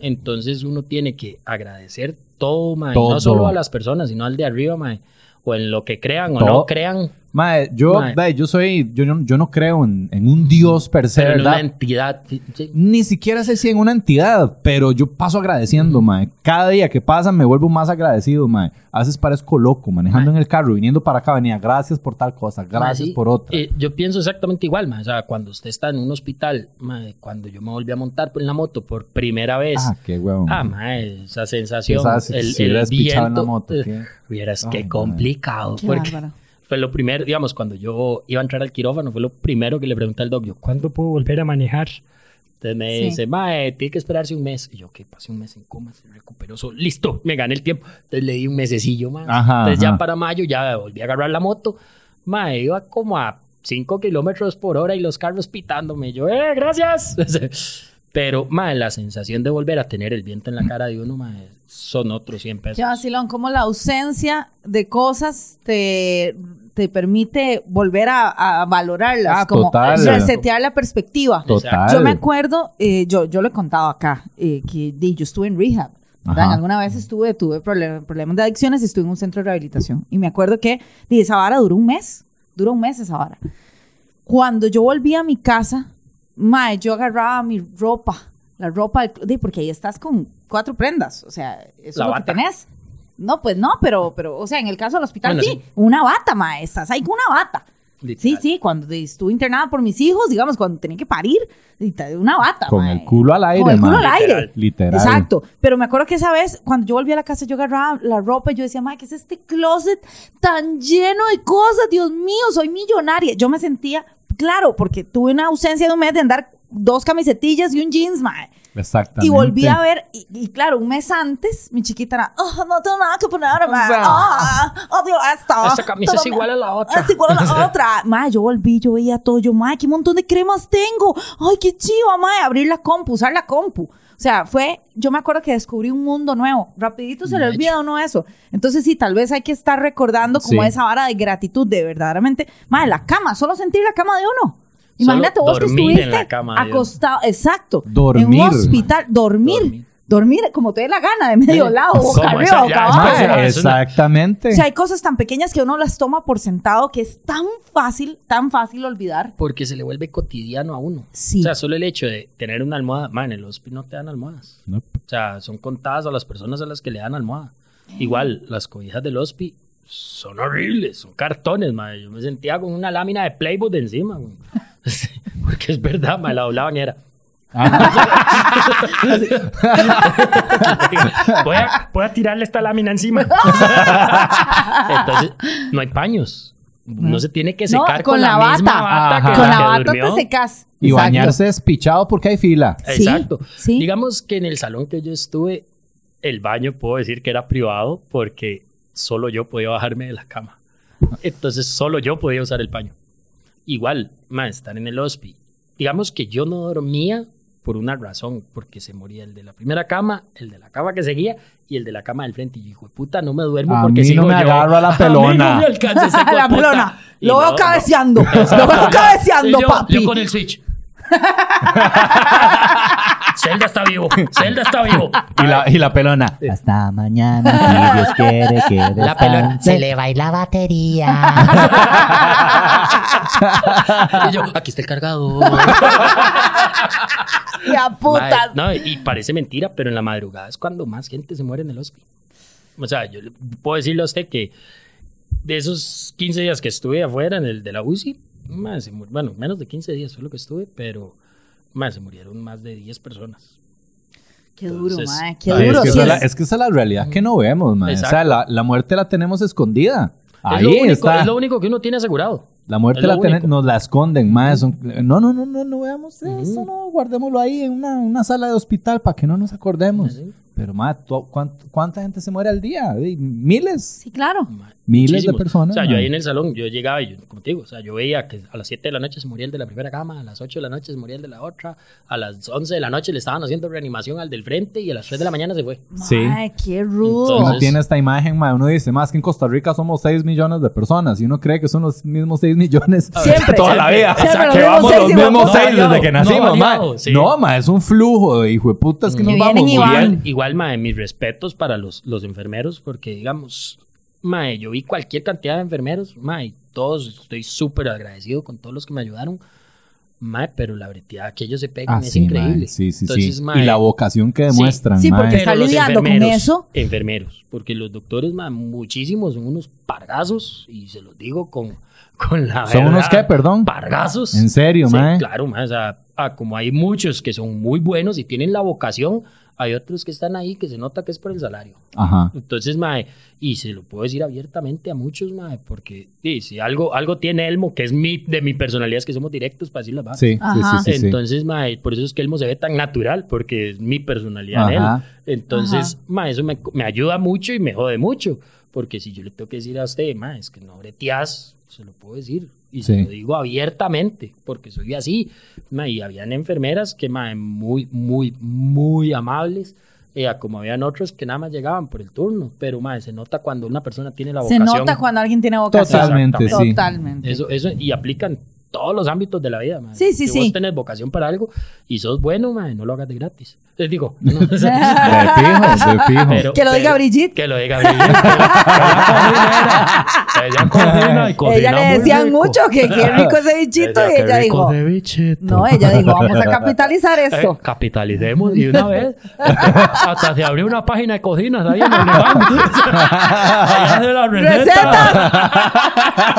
Speaker 5: Entonces uno tiene que agradecer todo, mae,
Speaker 1: Todo.
Speaker 5: no solo a las personas, sino al de arriba, mae, o en lo que crean o
Speaker 1: Todo.
Speaker 5: no crean.
Speaker 1: Mae, yo,
Speaker 5: Mae.
Speaker 1: ve, yo soy, yo, no- yo no creo en, en un dios per se,
Speaker 5: Pero en una
Speaker 1: ¿verdad?
Speaker 5: entidad. sí, sí.
Speaker 1: Ni siquiera sé si en una entidad, pero yo paso agradeciendo, mae. Cada día que pasa me vuelvo más agradecido, mae. A veces parezco loco manejando en el carro, viniendo para acá, venía, gracias por tal cosa, gracias
Speaker 5: Ma, sí.
Speaker 1: por otra.
Speaker 5: Eh, yo pienso exactamente igual, ma. O sea, cuando usted está en un hospital, ma, cuando yo me volví a montar pues, en la moto por primera vez.
Speaker 1: ah,
Speaker 5: Ah,
Speaker 1: qué huevón.
Speaker 5: ma, esa sensación.
Speaker 1: Esa, si-
Speaker 5: el,
Speaker 1: si
Speaker 5: el
Speaker 1: hubieras pichado en la
Speaker 5: viento,
Speaker 1: moto,
Speaker 5: eh,
Speaker 1: ¿qué?
Speaker 5: Vieras
Speaker 1: Ay,
Speaker 5: qué
Speaker 1: ma.
Speaker 5: complicado.
Speaker 2: Qué
Speaker 5: porque
Speaker 2: bárbaro.
Speaker 5: fue lo primero, digamos, cuando yo iba a entrar al quirófano, fue lo primero que le pregunté al doc, yo, ¿cuándo puedo volver a manejar? Entonces me
Speaker 2: Sí.
Speaker 5: dice, mae, tiene que esperarse un mes. Y yo, que pasé un mes en coma, se recuperó solo, listo, me gané el tiempo. Entonces le di un mesecillo, más.
Speaker 1: Ajá,
Speaker 5: Entonces
Speaker 1: ajá.
Speaker 5: ya para mayo ya volví a agarrar la moto. Mae, iba como a 5 kilómetros por hora y los carros pitándome. Yo, eh, gracias. (laughs) Pero, mae, la sensación de volver a tener el viento en la cara de uno, mae, son otros 100 pesos.
Speaker 2: Qué vacilón, como la ausencia de cosas te, te permite volver a, a valorarlas,
Speaker 1: Ah,
Speaker 2: como
Speaker 1: total.
Speaker 2: resetear la perspectiva.
Speaker 1: Total.
Speaker 2: Yo me acuerdo, eh, yo, yo lo he contado acá, eh, que di, yo estuve en rehab. ¿verdad?
Speaker 1: Ajá.
Speaker 2: Alguna vez estuve, tuve problem- problemas de adicciones y estuve en un centro de rehabilitación. Y me acuerdo que di, esa vara duró un mes, duró un mes esa vara. Cuando yo volví a mi casa, mae, yo agarraba mi ropa, la ropa, del cl- di, porque ahí estás con cuatro prendas, o sea, eso
Speaker 5: La
Speaker 2: es lo que
Speaker 5: bata.
Speaker 2: tenés. No, pues no, pero, pero, o sea, en el caso del hospital
Speaker 5: Bueno,
Speaker 2: sí,
Speaker 5: sí.
Speaker 2: una bata, mae, estás ahí con una bata. Sí,
Speaker 5: Literal.
Speaker 2: sí, cuando estuve internada por mis hijos, digamos, cuando tenía que parir, y ta- una bata.
Speaker 1: Con
Speaker 2: mae.
Speaker 1: el culo al aire,
Speaker 2: Con el culo
Speaker 1: mae.
Speaker 2: al aire.
Speaker 1: Literal. Literal.
Speaker 2: Exacto. Pero me acuerdo que esa vez, cuando yo volví a la casa, yo agarraba la ropa y yo decía, madre, ¿qué es este closet tan lleno de cosas? Dios mío, soy millonaria. Yo me sentía, claro, porque tuve una ausencia de un mes de andar dos camisetillas y un jeans, madre.
Speaker 1: Exactamente.
Speaker 2: Y volví a ver, y, y claro, un mes antes, mi chiquita era, "Ah, no tengo nada que poner, ma. Ah, odio esto.
Speaker 5: Esta camisa es
Speaker 2: Todo me-
Speaker 5: igual a la otra."
Speaker 2: Es igual a la
Speaker 5: (laughs)
Speaker 2: otra. Ma, yo volví, yo veía todo, yo, ma, qué montón de cremas tengo. Ay, qué chiva, ma, abrir la compu, usar la compu. O sea, fue, yo me acuerdo que descubrí un mundo nuevo. Rapidito se le
Speaker 5: De hecho.
Speaker 2: olvida a uno eso. Entonces, sí, tal vez hay que estar recordando como
Speaker 1: Sí.
Speaker 2: esa vara de gratitud, de verdaderamente. Ma, la cama, solo sentir la cama de uno.
Speaker 5: Solo
Speaker 2: Imagínate vos que
Speaker 5: dormir en
Speaker 2: estuviste
Speaker 5: la cama de uno.
Speaker 2: acostado, exacto, en un
Speaker 1: Dormir.
Speaker 2: hospital, dormir, dormir,
Speaker 5: Dormir.
Speaker 2: como te dé la gana, de medio lado, boca
Speaker 5: ¿Cómo?
Speaker 2: arriba,
Speaker 5: Esa-
Speaker 2: boca
Speaker 5: ya, pues,
Speaker 2: abajo.
Speaker 5: es
Speaker 1: Mae,
Speaker 5: una-
Speaker 1: exactamente.
Speaker 2: O sea, hay cosas tan pequeñas que uno las toma por sentado que es tan fácil, tan fácil olvidar.
Speaker 5: porque se le vuelve cotidiano a uno.
Speaker 2: Sí.
Speaker 5: O sea, solo el hecho de tener una almohada, man, en los hospital no te dan almohadas.
Speaker 1: No,
Speaker 5: O sea, son contadas a las personas a las que le dan almohada. Igual, las cobijas del hospi son horribles, son cartones, madre. Yo me sentía con una lámina de Playboy de encima, güey. (laughs) Porque es verdad, madre, la doblaban y era. (laughs)
Speaker 1: ah,
Speaker 2: (laughs)
Speaker 5: voy, a, voy a tirarle esta lámina encima. (laughs) Entonces, no hay paños. No se tiene que
Speaker 2: Ah. No,
Speaker 5: secar con, la, misma bata
Speaker 1: Ajá.
Speaker 5: que
Speaker 2: Con la
Speaker 5: que
Speaker 2: bata
Speaker 5: durmió.
Speaker 2: te secas.
Speaker 1: Y
Speaker 2: Exacto.
Speaker 1: bañarse despichado porque hay fila.
Speaker 2: Sí,
Speaker 5: Exacto.
Speaker 2: sí.
Speaker 5: Digamos que en el salón que yo estuve, el baño puedo decir que era privado porque solo yo podía bajarme de la cama. Entonces solo yo podía usar el baño. Igual, más estar en el hospi. Digamos que yo no dormía por una razón, porque se moría el de la primera cama, el de la cama que seguía y el de la cama del frente. Y yo, hijo de puta, no me duermo
Speaker 1: A
Speaker 5: porque
Speaker 1: mí no
Speaker 5: sigo
Speaker 1: me
Speaker 5: yo.
Speaker 1: agarra la
Speaker 5: (laughs) A mí
Speaker 1: pelona.
Speaker 5: no me
Speaker 1: (laughs)
Speaker 5: alcanza ese hijo
Speaker 2: (laughs)
Speaker 5: de
Speaker 2: la
Speaker 5: puta.
Speaker 2: pelona.
Speaker 5: Y
Speaker 2: Lo veo
Speaker 5: no, no. (laughs)
Speaker 2: cabeceando. Lo veo cabeceando,
Speaker 5: Sí, yo,
Speaker 2: papi. (laughs)
Speaker 5: Yo con el Switch. Zelda está vivo. Zelda está vivo.
Speaker 1: Y la, y la pelona.
Speaker 6: Hasta mañana, si Dios quiere que
Speaker 5: Ah. La pelona.
Speaker 6: Se le va a ir la batería.
Speaker 5: Y yo, aquí está el cargador.
Speaker 2: Y a putas.
Speaker 5: Mae, no, y parece mentira, pero en la madrugada es cuando más gente se muere en el hospital. O sea, yo le puedo decirle a usted que de esos 15 días que estuve afuera en el de la UCI, mae, se mur- bueno, menos de 15 días fue lo que estuve, pero mae, se murieron más de 10 personas.
Speaker 2: Qué duro,
Speaker 5: Entonces,
Speaker 2: mae, Qué
Speaker 5: mae,
Speaker 2: duro.
Speaker 1: es, que
Speaker 2: sí
Speaker 1: esa es la,
Speaker 2: es.
Speaker 1: es que esa es la realidad que no vemos, man. O sea,
Speaker 5: Exacto.
Speaker 1: la, la muerte la tenemos escondida.
Speaker 5: es,
Speaker 1: Ahí
Speaker 5: lo único,
Speaker 1: está.
Speaker 5: es lo único que uno tiene asegurado.
Speaker 1: La muerte
Speaker 5: es lo
Speaker 1: la tenemos,
Speaker 5: único.
Speaker 1: nos la esconden, más. No, no, no, no, no veamos eso, no, guardémoslo ahí en una, una sala de hospital para que no nos acordemos. Pero, más, ¿cuánta gente se muere al día? Di, Miles,
Speaker 2: Sí, claro.
Speaker 1: miles de
Speaker 5: Muchísimos.
Speaker 1: personas.
Speaker 5: O sea, yo
Speaker 1: mae.
Speaker 5: ahí en el salón, yo llegaba y yo, como te digo, o sea, yo veía que a las 7 de la noche se moría el de la primera cama, a las 8 de la noche se moría el de la otra, a las 11 de la noche le estaban haciendo reanimación al del frente y a las 3 de la mañana se fue.
Speaker 1: Sí.
Speaker 2: Mae, qué rudo.
Speaker 1: Uno
Speaker 5: Entonces-
Speaker 1: tiene esta imagen, mae, uno dice, más que en Costa Rica somos 6 millones de personas y uno cree que son los mismos 6 millones
Speaker 2: (laughs) Siempre,
Speaker 1: toda la
Speaker 5: siempre.
Speaker 1: vida.
Speaker 2: Siempre
Speaker 1: Exacto,
Speaker 2: los
Speaker 1: que
Speaker 2: mismos
Speaker 1: vamos
Speaker 2: seis
Speaker 1: los
Speaker 2: y
Speaker 1: mismos 6 desde
Speaker 2: vamos-
Speaker 5: No
Speaker 1: que
Speaker 5: variado, no
Speaker 1: nacimos, mae.
Speaker 5: variado, sí.
Speaker 1: No, mae, es un flujo de hijo de putas que
Speaker 2: Que
Speaker 1: nos
Speaker 2: vienen
Speaker 1: vamos
Speaker 2: y van.
Speaker 1: muriendo.
Speaker 5: Igual, igual, mae, mis respetos para los, los enfermeros, porque digamos, mae, yo vi cualquier cantidad de enfermeros, mae, todos, estoy súper agradecido con todos los que me ayudaron. Mae, pero la breteada que ellos se pegan es increíble.
Speaker 1: mae, Ah, Sí, sí,
Speaker 5: Entonces,
Speaker 1: sí.
Speaker 5: mae,
Speaker 1: y la vocación que demuestran,
Speaker 2: sí, porque
Speaker 1: mae.
Speaker 2: está
Speaker 5: pero los
Speaker 2: lidiando con
Speaker 5: enfermeros,
Speaker 2: eso.
Speaker 5: Enfermeros, porque los doctores, mae, muchísimos son unos pargazos y se los digo con, con la
Speaker 1: ¿Son unos
Speaker 5: verdad,
Speaker 1: qué, perdón?
Speaker 5: Pargazos.
Speaker 1: En serio,
Speaker 5: Sí,
Speaker 1: mae.
Speaker 5: Claro, mae, o sea, ah, como hay muchos que son muy buenos y tienen la vocación, hay otros que están ahí que se nota que es por el salario.
Speaker 1: Ajá.
Speaker 5: Entonces, mae, y se lo puedo decir abiertamente a muchos, mae, porque sí, si algo, algo tiene Elmo, que es mi, de mi personalidad, es que somos directos para decir las varas.
Speaker 1: Sí, sí,
Speaker 2: Ajá.
Speaker 1: sí, sí, sí.
Speaker 5: Entonces, mae, por eso es que Elmo se ve tan natural, porque es mi personalidad en
Speaker 1: Ajá.
Speaker 5: él. Entonces, mae, eso me, me ayuda mucho y me jode mucho, porque si yo le tengo que decir a usted, mae, es que no breteas, se lo puedo decir. Y se
Speaker 1: Sí.
Speaker 5: lo digo abiertamente, porque soy así. Mae, y habían enfermeras que, mae, muy, muy, muy amables. eh, a como habían otros que nada más llegaban por el turno, pero mae, se nota cuando una persona tiene la
Speaker 2: Se
Speaker 5: vocación.
Speaker 2: nota cuando alguien tiene vocación.
Speaker 1: Totalmente, sí.
Speaker 2: Totalmente.
Speaker 5: Eso, eso, y aplican todos los ámbitos de la vida, man.
Speaker 2: Sí, sí,
Speaker 5: si vos
Speaker 2: sí.
Speaker 5: tenés vocación para algo y sos bueno, man, no lo hagas de gratis. Les
Speaker 2: (laughs)
Speaker 5: digo, (laughs) no, o sea,
Speaker 1: De fijo, de fijo.
Speaker 5: pero-
Speaker 2: Que lo diga
Speaker 5: pero-
Speaker 2: Brigitte.
Speaker 5: Que lo diga Brigitte. pero- pero ella coordina, ella coordina
Speaker 2: (laughs)
Speaker 5: y
Speaker 2: Ella
Speaker 5: coordina
Speaker 2: le
Speaker 5: muy
Speaker 2: decían
Speaker 5: rico.
Speaker 2: mucho que qué rico ese
Speaker 5: (laughs)
Speaker 2: bichito
Speaker 5: Ella,
Speaker 2: y
Speaker 5: "Qué
Speaker 2: ella
Speaker 5: rico
Speaker 2: dijo,
Speaker 5: de bichito".
Speaker 2: no, ella dijo, vamos a
Speaker 5: (laughs)
Speaker 2: capitalizar
Speaker 5: Eh,
Speaker 2: esto.
Speaker 5: capitalicemos y una
Speaker 2: (laughs)
Speaker 5: vez hasta se abrió una página de cocinas ahí en
Speaker 2: (laughs)
Speaker 5: el Ahí hace la Eh, receta.
Speaker 2: ¡Recetas!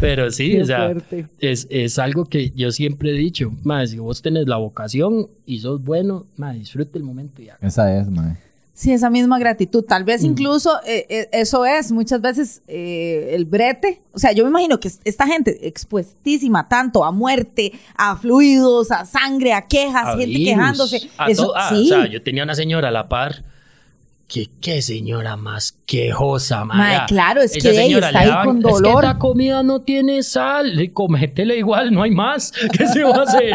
Speaker 5: Pero sí,
Speaker 2: Qué
Speaker 5: o sea,
Speaker 2: fuerte.
Speaker 5: es, es algo que yo siempre he dicho, madre, si vos tenés la vocación y sos bueno, madre, disfruta el momento y haga.
Speaker 1: Esa es, mae.
Speaker 2: Sí, esa misma gratitud. Tal vez
Speaker 5: Mm.
Speaker 2: incluso eh, eh, eso es muchas veces eh, el brete. O sea, yo me imagino que es- esta gente expuestísima tanto a muerte, a fluidos, a sangre, a quejas,
Speaker 5: A
Speaker 2: gente
Speaker 5: virus,
Speaker 2: quejándose.
Speaker 5: a
Speaker 2: Eso
Speaker 5: todo- ah,
Speaker 2: sí.
Speaker 5: O sea, yo tenía una señora a la par. Que qué señora más quejosa,
Speaker 2: Mae,
Speaker 5: madre.
Speaker 2: claro, es que, ey, está
Speaker 5: le
Speaker 2: ahí con dolor.
Speaker 5: Es que la comida no tiene sal. Y Cométela igual, no hay más. (laughs) ¿Qué se va a hacer?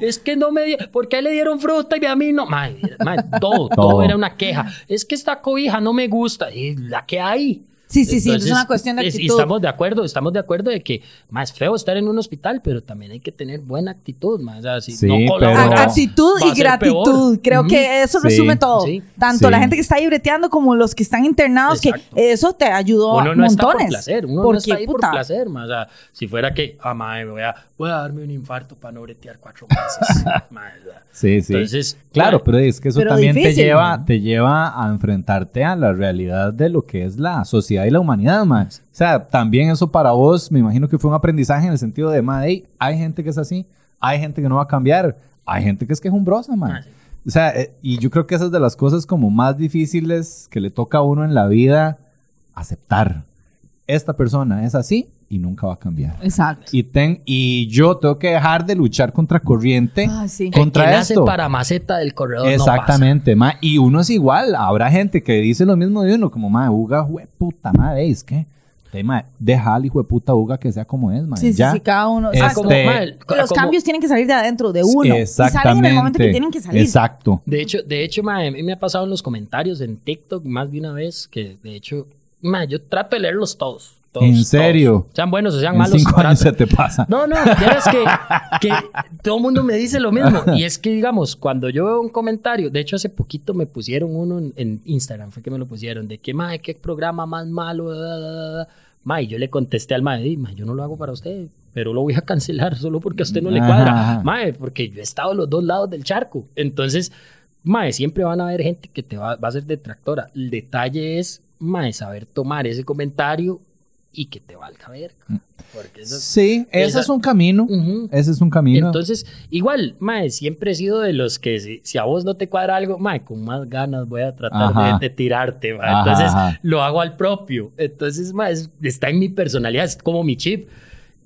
Speaker 5: es que no me di ¿Por qué le dieron fruta y a mí no? Mae, mae, todo,
Speaker 1: Todo.
Speaker 5: todo era una queja. Es que esta cobija no me gusta. Y la que hay.
Speaker 2: sí, sí, sí,
Speaker 5: Entonces,
Speaker 2: es una cuestión de
Speaker 5: es- y
Speaker 2: actitud.
Speaker 5: estamos de acuerdo, estamos de acuerdo de que más feo estar en un hospital, pero también hay que tener buena actitud, más así.
Speaker 1: Sí,
Speaker 5: no
Speaker 1: pero-
Speaker 5: colaboras,
Speaker 2: A- actitud
Speaker 5: va a
Speaker 2: y
Speaker 5: ser
Speaker 2: gratitud.
Speaker 5: peor.
Speaker 2: Creo
Speaker 5: Ujú.
Speaker 2: que eso
Speaker 1: Sí,
Speaker 2: resume todo.
Speaker 5: sí,
Speaker 2: Tanto
Speaker 1: sí.
Speaker 2: la gente que está ahí breteando como los que están internados,
Speaker 5: Exacto.
Speaker 2: que eso te ayudó
Speaker 5: Uno
Speaker 2: a
Speaker 5: no está
Speaker 2: montones.
Speaker 5: por placer, uno no
Speaker 2: Porque,
Speaker 5: está ahí por
Speaker 2: puta,
Speaker 5: placer, más si fuera que, ah, mae, voy a, voy a darme un infarto para no bretear cuatro
Speaker 1: (laughs)
Speaker 5: meses. mae, o sea,
Speaker 1: Sí, sí.
Speaker 5: Entonces,
Speaker 1: Claro,
Speaker 5: mae,
Speaker 1: pero es que eso
Speaker 2: Pero
Speaker 1: también
Speaker 2: difícil,
Speaker 1: te lleva,
Speaker 2: ¿no?
Speaker 1: te lleva a enfrentarte a la realidad de lo que es la sociedad y la humanidad, mae. O sea, también eso para vos, me imagino que fue un aprendizaje en el sentido de, mae, hey, hay gente que es así, hay gente que no va a cambiar, hay gente que es quejumbrosa, mae.
Speaker 5: Ah, sí.
Speaker 1: O sea, eh, y yo creo que esas de las cosas como más difíciles que le toca a uno en la vida aceptar. Esta persona es así y nunca va a cambiar.
Speaker 2: Exacto.
Speaker 1: Y, ten, y yo tengo que dejar de luchar contra corriente.
Speaker 2: Ay, sí.
Speaker 5: el que
Speaker 1: contra
Speaker 5: nace
Speaker 1: esto.
Speaker 5: para maceta del corredor no pasa.
Speaker 1: Exactamente, ma. Y uno es igual. Habrá gente que dice lo mismo de uno, como, ma, Uga, jueputa, ma, es que, te, ma, deja al hijo de puta Uga que sea como es, ma.
Speaker 2: Sí, sí,
Speaker 1: ya.
Speaker 2: sí, cada uno.
Speaker 1: Este,
Speaker 2: Exacto.
Speaker 5: Como, mae,
Speaker 2: Los
Speaker 5: como-
Speaker 2: cambios tienen que salir de adentro, de uno. Y
Speaker 1: Exactamente.
Speaker 2: salen en el momento que tienen que salir.
Speaker 1: Exacto.
Speaker 5: De hecho, de hecho, mae, a mí me ha pasado en los comentarios en TikTok más de una vez que, de hecho, mae, yo trato de leerlos todos. todos,
Speaker 1: ¿En
Speaker 5: todos.
Speaker 1: serio?
Speaker 5: Sean buenos o sean
Speaker 1: En
Speaker 5: malos.
Speaker 1: cinco años
Speaker 5: trato.
Speaker 1: se te pasa.
Speaker 5: No, no, ya es que, que todo el mundo me dice lo mismo. Y es que, digamos, cuando yo veo un comentario, de hecho, hace poquito me pusieron uno en, en Instagram, fue que me lo pusieron, de que, mae, qué programa más malo, da, da, da, da. Mae, yo le contesté al mae, "Di, mae, yo no lo hago para usted, pero lo voy a cancelar solo porque a usted no le
Speaker 1: Ajá,
Speaker 5: cuadra.
Speaker 1: ajá.
Speaker 5: Mae, porque yo he estado en los dos lados del charco. Entonces, mae, siempre van a haber gente que te va, va a ser detractora. El detalle es, mae, saber tomar ese comentario y que te valga ver. Porque eso es
Speaker 1: Sí, ese
Speaker 5: Esa-
Speaker 1: es un camino.
Speaker 5: Ujú.
Speaker 1: Ese es un camino.
Speaker 5: Entonces, igual, mae, siempre he sido de los que si, si a vos no te cuadra algo, mae, con más ganas voy a tratar
Speaker 1: Ajá.
Speaker 5: de, de tirarte, mae.
Speaker 1: Ajá,
Speaker 5: Entonces,
Speaker 1: ajá.
Speaker 5: lo hago al propio. Entonces, mae, es- está en mi personalidad, es como mi chip.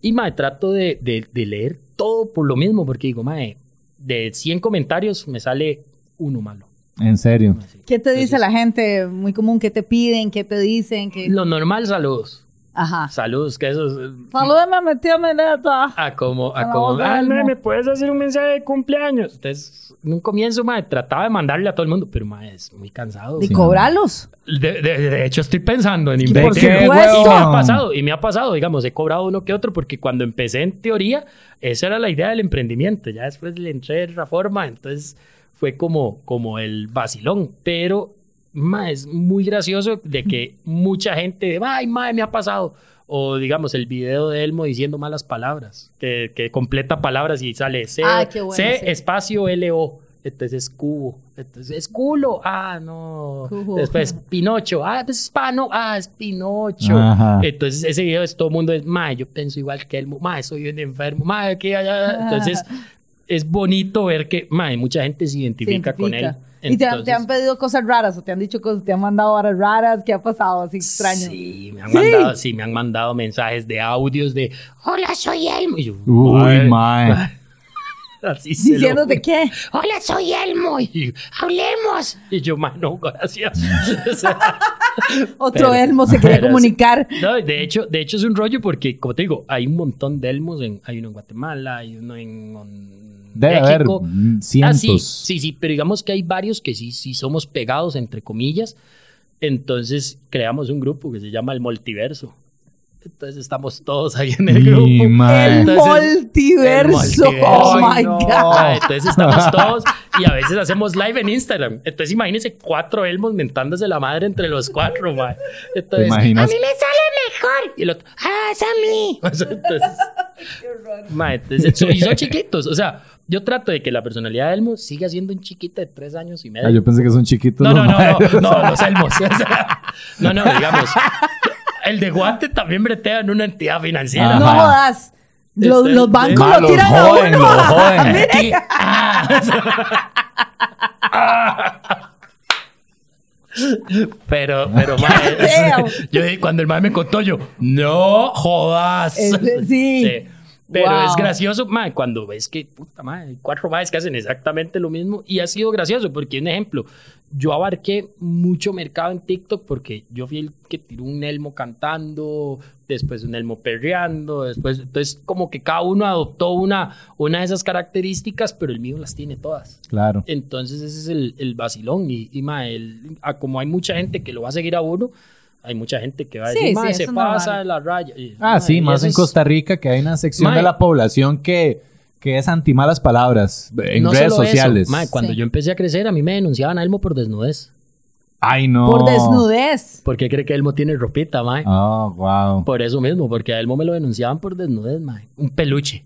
Speaker 5: Y, mae, trato de, de- de leer todo por lo mismo, porque digo, mae, de 100 comentarios me sale uno malo.
Speaker 1: en serio.
Speaker 5: Mae, sí.
Speaker 2: ¿Qué te dice
Speaker 5: Entonces,
Speaker 2: la gente? Muy común, ¿qué te piden? ¿Qué te dicen? ¿Qué-
Speaker 5: Lo normal, saludos.
Speaker 2: Ajá.
Speaker 5: Saludos, que eso es...
Speaker 2: Salúdame, metíame neta.
Speaker 5: a como,
Speaker 2: A la
Speaker 5: a como,
Speaker 2: voz de
Speaker 5: ah,
Speaker 2: Elmo".
Speaker 5: no, me puedes hacer un mensaje de cumpleaños. Entonces, en un comienzo, madre, trataba de mandarle a todo el mundo, pero madre, es muy cansado.
Speaker 2: De
Speaker 5: De,
Speaker 2: cobrarlos.
Speaker 5: de- de hecho, estoy pensando en
Speaker 1: ¿De
Speaker 5: invertir.
Speaker 1: qué,
Speaker 5: Y me
Speaker 1: huevón?
Speaker 5: ha pasado, y me ha pasado, digamos, he cobrado uno que otro, porque cuando empecé en teoría, esa era la idea del emprendimiento. Ya después le entré en la forma, entonces fue como, como el vacilón, pero. ma, es muy gracioso de que mucha gente, ay, madre, me ha pasado. O digamos, el video de Elmo diciendo malas palabras, que, que completa palabras y sale C,
Speaker 2: Ah, qué bueno,
Speaker 5: C
Speaker 2: sí.
Speaker 5: espacio LO. Entonces es cubo. Entonces es culo. Ah, no.
Speaker 2: Cubo.
Speaker 5: Después Pinocho. Ah, pues es pano. Ah, es Pinocho.
Speaker 1: Ajá.
Speaker 5: Entonces ese video es todo el mundo es, ma, yo pienso igual que Elmo. Ma, soy un enfermo. Ma, que
Speaker 2: Ah.
Speaker 5: allá. Entonces es bonito ver que, ma, mucha gente se identifica, con él.
Speaker 2: Y te han, te
Speaker 5: Entonces-
Speaker 2: han pedido cosas raras, o te han dicho cosas, te han mandado horas raras, ¿qué ha pasado? Así extraño.
Speaker 5: Sí, me han
Speaker 2: Sí.
Speaker 5: mandado, sí, me han mandado mensajes de audios de hola, soy Elmo. Y yo,
Speaker 1: Uy,
Speaker 5: "Ay",
Speaker 1: mae.
Speaker 5: Así se lo
Speaker 2: Diciéndote
Speaker 5: juro.
Speaker 2: qué.
Speaker 5: Hola, soy Elmo. Y yo, hablemos. Y yo, mano, gracias. (laughs) O sea,
Speaker 2: Otro
Speaker 5: Pero-
Speaker 2: Elmo se quería
Speaker 5: (laughs) pero sí.
Speaker 2: comunicar.
Speaker 5: no, de hecho, de hecho es un rollo porque, como te digo, hay un montón de Elmos. En, hay uno en Guatemala, hay uno en, en
Speaker 1: Debe haber
Speaker 5: México.
Speaker 1: mm,
Speaker 5: Ah,
Speaker 1: cientos.
Speaker 5: sí, sí, sí, pero digamos que hay varios que sí, sí somos pegados, entre comillas. Entonces creamos un grupo que se llama el Multiverso. Entonces estamos todos ahí en el
Speaker 1: Y,
Speaker 5: grupo.
Speaker 1: mae.
Speaker 2: El
Speaker 5: Entonces,
Speaker 2: multiverso.
Speaker 5: el multiverso.
Speaker 2: Oh my
Speaker 5: Ay,
Speaker 1: no.
Speaker 2: God.
Speaker 5: Ah, entonces estamos todos y a veces hacemos live en Instagram. Entonces imagínense cuatro elmos mentándose la madre entre los cuatro, mae.
Speaker 1: ¿Te
Speaker 5: Entonces,
Speaker 3: A
Speaker 1: imaginas?
Speaker 3: mí me sale mejor.
Speaker 5: y el otro, (laughs) ah, es a mí. Entonces, mae, entonces, so- y son chiquitos. O sea, yo trato de que la personalidad de Elmo siga siendo un chiquito de tres años y medio.
Speaker 1: Ah, yo pensé que son chiquitos.
Speaker 5: No, no, no,
Speaker 1: mae.
Speaker 5: no, no, los elmos. (laughs) o sea, no, no, digamos. El de Guate también bretea en una entidad
Speaker 1: Ajá.
Speaker 5: financiera.
Speaker 2: No jodas. Los,
Speaker 5: Este,
Speaker 2: los bancos
Speaker 1: Ma,
Speaker 2: lo
Speaker 1: los
Speaker 2: tiran a
Speaker 1: joden,
Speaker 2: uno.
Speaker 1: los
Speaker 2: (laughs)
Speaker 1: joden.
Speaker 5: Aquí, Pero,
Speaker 2: (laughs)
Speaker 5: pero, mae,
Speaker 2: feo.
Speaker 5: (laughs) yo dije, cuando el mae me contó, yo, no jodas. (laughs)
Speaker 2: Ese- sí.
Speaker 5: Pero
Speaker 2: Wow.
Speaker 5: es gracioso, mae, cuando ves que, puta mae, hay cuatro maes que hacen exactamente lo mismo. Y ha sido gracioso, porque, un ejemplo, yo abarqué mucho mercado en TikTok porque yo fui el que tiró un elmo cantando, después un elmo perreando, después, entonces, como que cada uno adoptó una, una de esas características, pero el mío las tiene todas.
Speaker 1: (laughs) Claro.
Speaker 5: Entonces ese es el, el vacilón. Y, y mae, el- a- como hay mucha gente que lo va a seguir a uno, hay mucha gente que va a
Speaker 2: Sí,
Speaker 5: decir, mae,
Speaker 2: sí,
Speaker 5: se
Speaker 2: eso es
Speaker 5: pasa
Speaker 2: normal.
Speaker 5: de la raya. Y,
Speaker 1: Ah,
Speaker 5: mae,
Speaker 1: sí,
Speaker 5: y
Speaker 1: más
Speaker 5: eso
Speaker 1: en
Speaker 5: es-
Speaker 1: Costa Rica que hay una sección
Speaker 5: Mae.
Speaker 1: de la población que, que es anti malas palabras en
Speaker 5: no
Speaker 1: redes
Speaker 5: solo eso,
Speaker 1: sociales.
Speaker 5: mae, cuando
Speaker 2: Sí.
Speaker 5: yo empecé a crecer, a mí me denunciaban a Elmo por desnudez.
Speaker 1: Ay, no.
Speaker 2: Por desnudez.
Speaker 5: ¿Por qué cree que Elmo tiene ropita, mae?
Speaker 1: Oh, wow.
Speaker 5: Por eso mismo, porque a Elmo me lo denunciaban por desnudez, mae. Un peluche.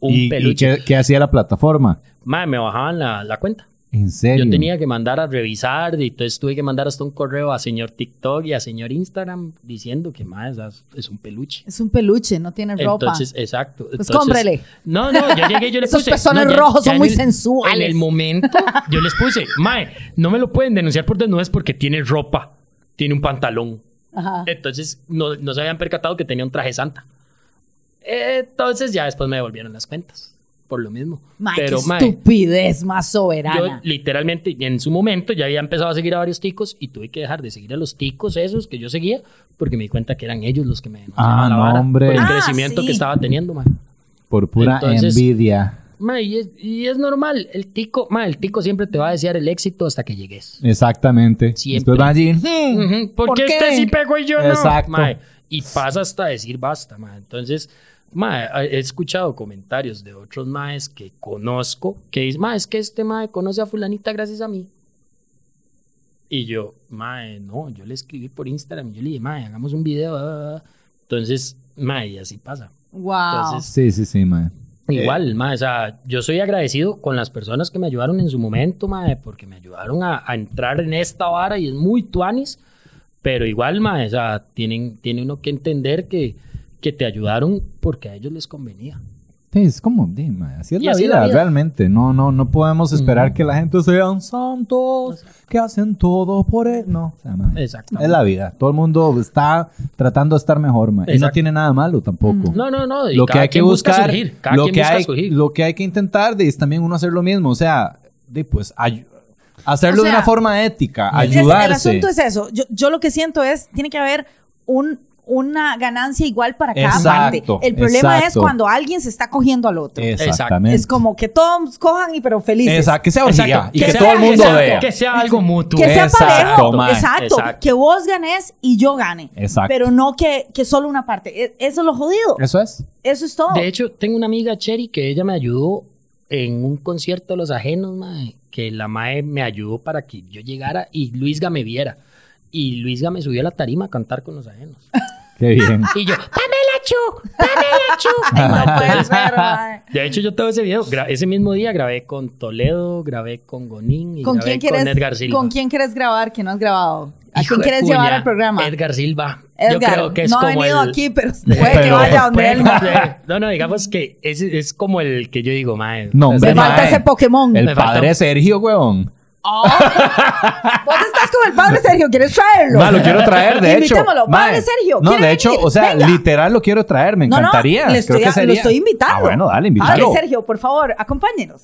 Speaker 5: Un
Speaker 1: ¿Y, y
Speaker 5: peluche.
Speaker 1: qué, qué hacía la plataforma?
Speaker 5: Mae, me bajaban la, la cuenta.
Speaker 1: En serio.
Speaker 5: Yo tenía que mandar a revisar, y entonces tuve que mandar hasta un correo a señor TikTok y a señor Instagram diciendo que mae, esas- es un peluche.
Speaker 2: Es un peluche, no tiene ropa. Pues
Speaker 5: Entonces, exacto. Entonces-
Speaker 2: cómprele.
Speaker 5: No, no, yo llegué y yo
Speaker 2: (laughs)
Speaker 5: le
Speaker 2: Esos
Speaker 5: puse.
Speaker 2: pezones
Speaker 5: no, ya-
Speaker 2: rojos
Speaker 5: ya
Speaker 2: son
Speaker 5: en
Speaker 2: muy
Speaker 5: el-
Speaker 2: sensuales.
Speaker 5: En el momento, yo les puse, Mae, no me lo pueden denunciar por desnudez porque tiene ropa, tiene un pantalón.
Speaker 2: Ajá.
Speaker 5: Entonces, no, no se habían percatado que tenía un traje santa. Entonces, ya después me devolvieron las cuentas, por lo mismo.
Speaker 2: Ma,
Speaker 5: Pero,
Speaker 2: qué
Speaker 5: Mae,
Speaker 2: estupidez más
Speaker 5: yo
Speaker 2: soberana.
Speaker 5: literalmente en su momento ya había empezado a seguir a varios ticos y tuve que dejar de seguir a los ticos esos que yo seguía porque me di cuenta que eran ellos los que me denunciaban
Speaker 1: Ah,
Speaker 5: la
Speaker 1: no,
Speaker 5: vara
Speaker 1: hombre.
Speaker 5: por el
Speaker 2: Ah,
Speaker 5: crecimiento
Speaker 2: sí.
Speaker 5: que estaba teniendo, mae.
Speaker 1: Por pura
Speaker 5: Entonces-
Speaker 1: envidia.
Speaker 5: Mae, y, es, y es normal, el tico, mae, el tico siempre te va a desear el éxito hasta que llegues.
Speaker 1: Exactamente.
Speaker 5: Siempre.
Speaker 1: Después van allí. "Hmm".
Speaker 5: Ujú, ¿Por,
Speaker 1: ¿Por
Speaker 5: qué
Speaker 1: qué?
Speaker 5: este sí pegó y yo
Speaker 1: Exacto.
Speaker 5: no? Mae, y pasa hasta decir basta, mae. Entonces, mae, he escuchado comentarios de otros maes que conozco que dicen, mae, es que este mae conoce a fulanita gracias a mí. Y yo, mae, no, yo le escribí por Instagram, yo le dije, mae, hagamos un video. ah, ah, ah". Entonces, mae, y así pasa.
Speaker 2: wow.
Speaker 5: Entonces,
Speaker 1: Sí, sí, sí, man.
Speaker 5: Igual, ma, o sea, yo soy agradecido con las personas que me ayudaron en su momento, ma, porque me ayudaron a, a entrar en esta vara y es muy tuanis, pero igual, ma, o sea, tienen, tiene uno que entender que, que te ayudaron porque a ellos les convenía.
Speaker 1: Sí, es como, di, mae, así es
Speaker 5: Y
Speaker 1: la
Speaker 5: así es
Speaker 1: vida,
Speaker 5: la vida.
Speaker 1: realmente. No, no, no podemos esperar
Speaker 5: Ujú.
Speaker 1: que la gente sean santos, que hacen todo por él. No, o sea, mae,
Speaker 5: Exactamente.
Speaker 1: es la vida. Todo el mundo está tratando de estar mejor, mae. Y no
Speaker 5: Exacto.
Speaker 1: tiene nada malo tampoco.
Speaker 5: No, no, no. y
Speaker 1: lo que
Speaker 5: cada
Speaker 1: hay que
Speaker 5: quien busca
Speaker 1: buscar,
Speaker 5: surgir, cada
Speaker 1: lo
Speaker 5: quien
Speaker 1: que
Speaker 5: busca
Speaker 1: hay,
Speaker 5: surgir.
Speaker 1: lo que hay que intentar de, es también uno hacer lo mismo, o sea, de, pues ay- hacerlo
Speaker 2: O sea,
Speaker 1: de una forma ética,
Speaker 2: Es- es- El
Speaker 1: ayudarse.
Speaker 2: asunto es eso. Yo, yo lo que siento es, tiene que haber un, una ganancia igual para cada
Speaker 1: Exacto,
Speaker 2: parte. El problema
Speaker 1: exacto.
Speaker 2: es cuando alguien se está cogiendo al otro.
Speaker 1: Exactamente.
Speaker 2: Es como que todos cojan y pero felices.
Speaker 1: Esa- que sea orgía
Speaker 5: Exacto,
Speaker 1: y que,
Speaker 5: sea-
Speaker 1: todo el mundo
Speaker 5: exacto,
Speaker 1: vea.
Speaker 5: Que sea algo mutuo.
Speaker 2: Que sea
Speaker 1: Exacto,
Speaker 2: parejo.
Speaker 1: mae.
Speaker 2: Exacto.
Speaker 5: Exacto.
Speaker 2: Que vos ganes y yo gane.
Speaker 1: Exacto.
Speaker 2: Pero no que, que solo una parte. E- Eso es lo jodido.
Speaker 1: Eso es.
Speaker 2: Eso es todo.
Speaker 5: De hecho, tengo una amiga, Cherry, que ella me ayudó en un concierto de los ajenos, mae, que la mae me ayudó para que yo llegara y Luisga me viera. Y Luisga me subió a la tarima a cantar con los ajenos.
Speaker 1: Qué bien.
Speaker 2: Ah,
Speaker 5: Y yo,
Speaker 3: ¡Pamela Chu! ¡Pamela Chu!
Speaker 2: No
Speaker 1: (laughs)
Speaker 2: puede ser, mae.
Speaker 5: de hecho, yo tengo ese video. Gra- ese mismo día grabé con Toledo, grabé con Gonín y
Speaker 2: ¿Con
Speaker 5: grabé
Speaker 2: quién, quieres,
Speaker 5: con Edgar Silva.
Speaker 2: ¿Con quién quieres grabar que no has grabado? ¿A
Speaker 5: Hijo
Speaker 2: quién
Speaker 5: de
Speaker 2: quieres
Speaker 5: puña,
Speaker 2: llevar al programa?
Speaker 5: Edgar Silva.
Speaker 2: Edgar,
Speaker 5: yo creo que es
Speaker 2: no ha
Speaker 5: como
Speaker 2: venido
Speaker 5: el-
Speaker 2: aquí, pero puede que
Speaker 1: Pero-
Speaker 2: vaya donde él.
Speaker 5: Pues, eh, No, no, digamos que es, es como el que yo digo, mae.
Speaker 1: No,
Speaker 5: o sea,
Speaker 2: Me
Speaker 1: hombre,
Speaker 5: pues, mae,
Speaker 2: falta
Speaker 1: mae.
Speaker 2: ese Pokémon.
Speaker 1: El
Speaker 5: Me falta-
Speaker 1: padre Sergio, weón.
Speaker 2: Oh. Vos estás con el padre Sergio, ¿quieres traerlo?
Speaker 1: Ma, lo
Speaker 2: (laughs)
Speaker 1: quiero traer, de hecho.
Speaker 2: Invitémoslo. Padre
Speaker 1: Mae,
Speaker 2: Sergio,
Speaker 1: No,
Speaker 2: ¿quiere
Speaker 1: de hecho,
Speaker 2: venir?
Speaker 1: o sea,
Speaker 2: Venga.
Speaker 1: literal lo quiero traer, me
Speaker 2: No, no,
Speaker 1: encantaría.
Speaker 2: le estoy,
Speaker 1: Creo que
Speaker 2: lo
Speaker 1: sería-
Speaker 2: estoy invitando.
Speaker 1: Ah, bueno, dale,
Speaker 2: Padre
Speaker 1: invítalo.
Speaker 2: Sergio, por favor, acompáñenos.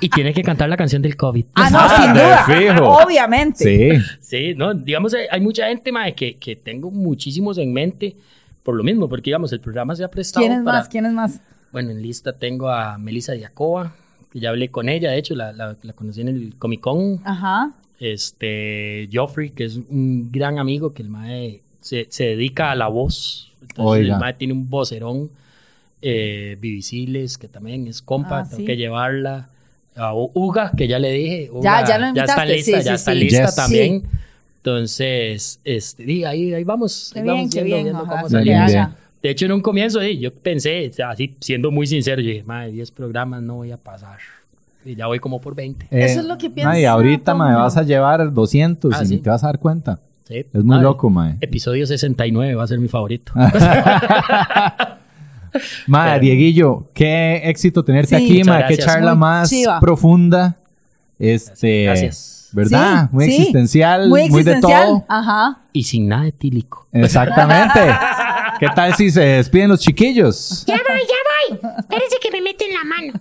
Speaker 5: Y tiene que cantar la canción del COVID. Pues,
Speaker 2: Ah, no,
Speaker 1: Ah,
Speaker 2: sin
Speaker 1: de
Speaker 2: duda.
Speaker 1: fijo.
Speaker 2: Obviamente.
Speaker 1: Sí.
Speaker 5: Sí, no, digamos, eh, hay, hay mucha gente, mae, que, que tengo muchísimos en mente por lo mismo, porque, digamos, el programa se ha prestado
Speaker 2: ¿Quién es
Speaker 5: para-
Speaker 2: más? ¿Quién es más?
Speaker 5: Bueno, en lista tengo a Melissa Diacoba, que ya hablé con ella, de hecho, la, la, la conocí en el Comic Con.
Speaker 2: Ajá.
Speaker 5: Este, Joffrey, que es un gran amigo, que el mae se, se dedica a la voz. Entonces,
Speaker 1: Oiga.
Speaker 5: el mae tiene un vocerón. Eh, Vivisiles, que también es compa,
Speaker 2: Ah,
Speaker 5: tengo
Speaker 2: sí.
Speaker 5: que llevarla. A U- Uga, que ya le dije.
Speaker 2: Ya-
Speaker 5: Uga,
Speaker 2: ya lo
Speaker 5: está
Speaker 2: invitaste,
Speaker 5: lista,
Speaker 2: sí,
Speaker 5: ya
Speaker 2: sí,
Speaker 5: está
Speaker 2: sí.
Speaker 5: lista
Speaker 1: Yes.
Speaker 5: también. Entonces, este, di, ahí, ahí vamos.
Speaker 2: Qué
Speaker 5: ahí
Speaker 2: bien,
Speaker 5: vamos
Speaker 2: qué
Speaker 5: viendo,
Speaker 2: bien.
Speaker 5: viendo
Speaker 2: ojalá
Speaker 5: cómo
Speaker 2: se
Speaker 1: sale.
Speaker 2: le
Speaker 5: salimos.
Speaker 2: haga.
Speaker 5: De hecho, en un comienzo, di, yo pensé, o sea, así siendo muy sincero, yo dije, madre, 10 programas no voy a pasar. Y ya voy como por 20.
Speaker 2: Eso es lo que piensa
Speaker 1: eh, Y ahorita,
Speaker 2: todo
Speaker 1: mae,
Speaker 2: mundo.
Speaker 1: vas a llevar 200
Speaker 5: Ah,
Speaker 1: y
Speaker 5: sí.
Speaker 1: ni te vas a dar cuenta.
Speaker 5: Sí,
Speaker 1: Es muy
Speaker 5: mae.
Speaker 1: loco, mae.
Speaker 5: Episodio 69 va a ser mi favorito.
Speaker 4: Ah,
Speaker 1: Mae, Dieguillo, qué éxito tenerte
Speaker 2: Sí,
Speaker 1: aquí,
Speaker 5: muchas
Speaker 1: mae. Qué
Speaker 5: gracias.
Speaker 1: charla
Speaker 2: Muy
Speaker 1: más
Speaker 2: chiva.
Speaker 1: profunda. Este,
Speaker 5: Gracias.
Speaker 1: ¿Verdad?
Speaker 2: Sí,
Speaker 1: muy
Speaker 2: sí.
Speaker 1: existencial,
Speaker 2: Muy
Speaker 1: muy,
Speaker 2: existencial.
Speaker 1: de todo.
Speaker 2: Ajá.
Speaker 5: Y sin nada de tílico.
Speaker 4: Eh,
Speaker 2: (laughs)
Speaker 1: Exactamente. ¿Qué tal si se despiden los chiquillos?
Speaker 3: Ya voy, ya voy. Espérense que me meten la mano.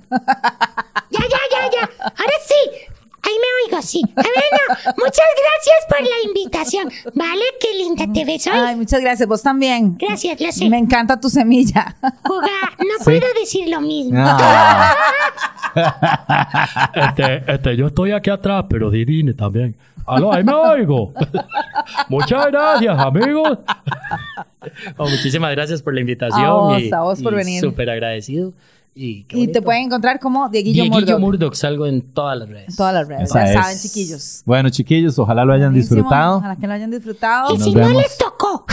Speaker 3: Ya, ya, ya, ya. Ahora sí. Ahí me oigo, sí. Ah, Bueno, muchas gracias por la invitación. Vale, qué linda te ves hoy.
Speaker 2: Ay, muchas gracias. Vos también.
Speaker 3: Gracias, lo sé.
Speaker 2: Me encanta tu semilla.
Speaker 3: Juga, no puedo decir lo mismo.
Speaker 1: Ah,
Speaker 4: Este, este, yo estoy aquí atrás, pero Didine también. Aló, ahí me oigo. Muchas gracias, amigos.
Speaker 5: Oh, muchísimas gracias por la invitación.
Speaker 2: A vos,
Speaker 5: y-
Speaker 2: a vos por
Speaker 5: y
Speaker 2: venir.
Speaker 5: Súper agradecido. Y, (laughs) qué
Speaker 2: Y te
Speaker 5: bonito.
Speaker 2: pueden encontrar como Dieguillo, Murdoch.
Speaker 5: Dieguillo Murdoch, salgo en todas las redes.
Speaker 2: En todas las redes.
Speaker 1: esa
Speaker 2: Ya
Speaker 1: es.
Speaker 2: É, saben, chiquillos.
Speaker 1: Bueno, chiquillos, ojalá lo hayan
Speaker 2: Buenísimo. (laughs)
Speaker 1: disfrutado.
Speaker 2: Ojalá que lo hayan disfrutado.
Speaker 3: y
Speaker 1: nos
Speaker 3: si no
Speaker 1: vemos.
Speaker 3: les tocó.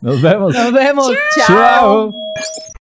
Speaker 1: Nos vemos.
Speaker 2: Nos vemos. Chao.
Speaker 1: Chao.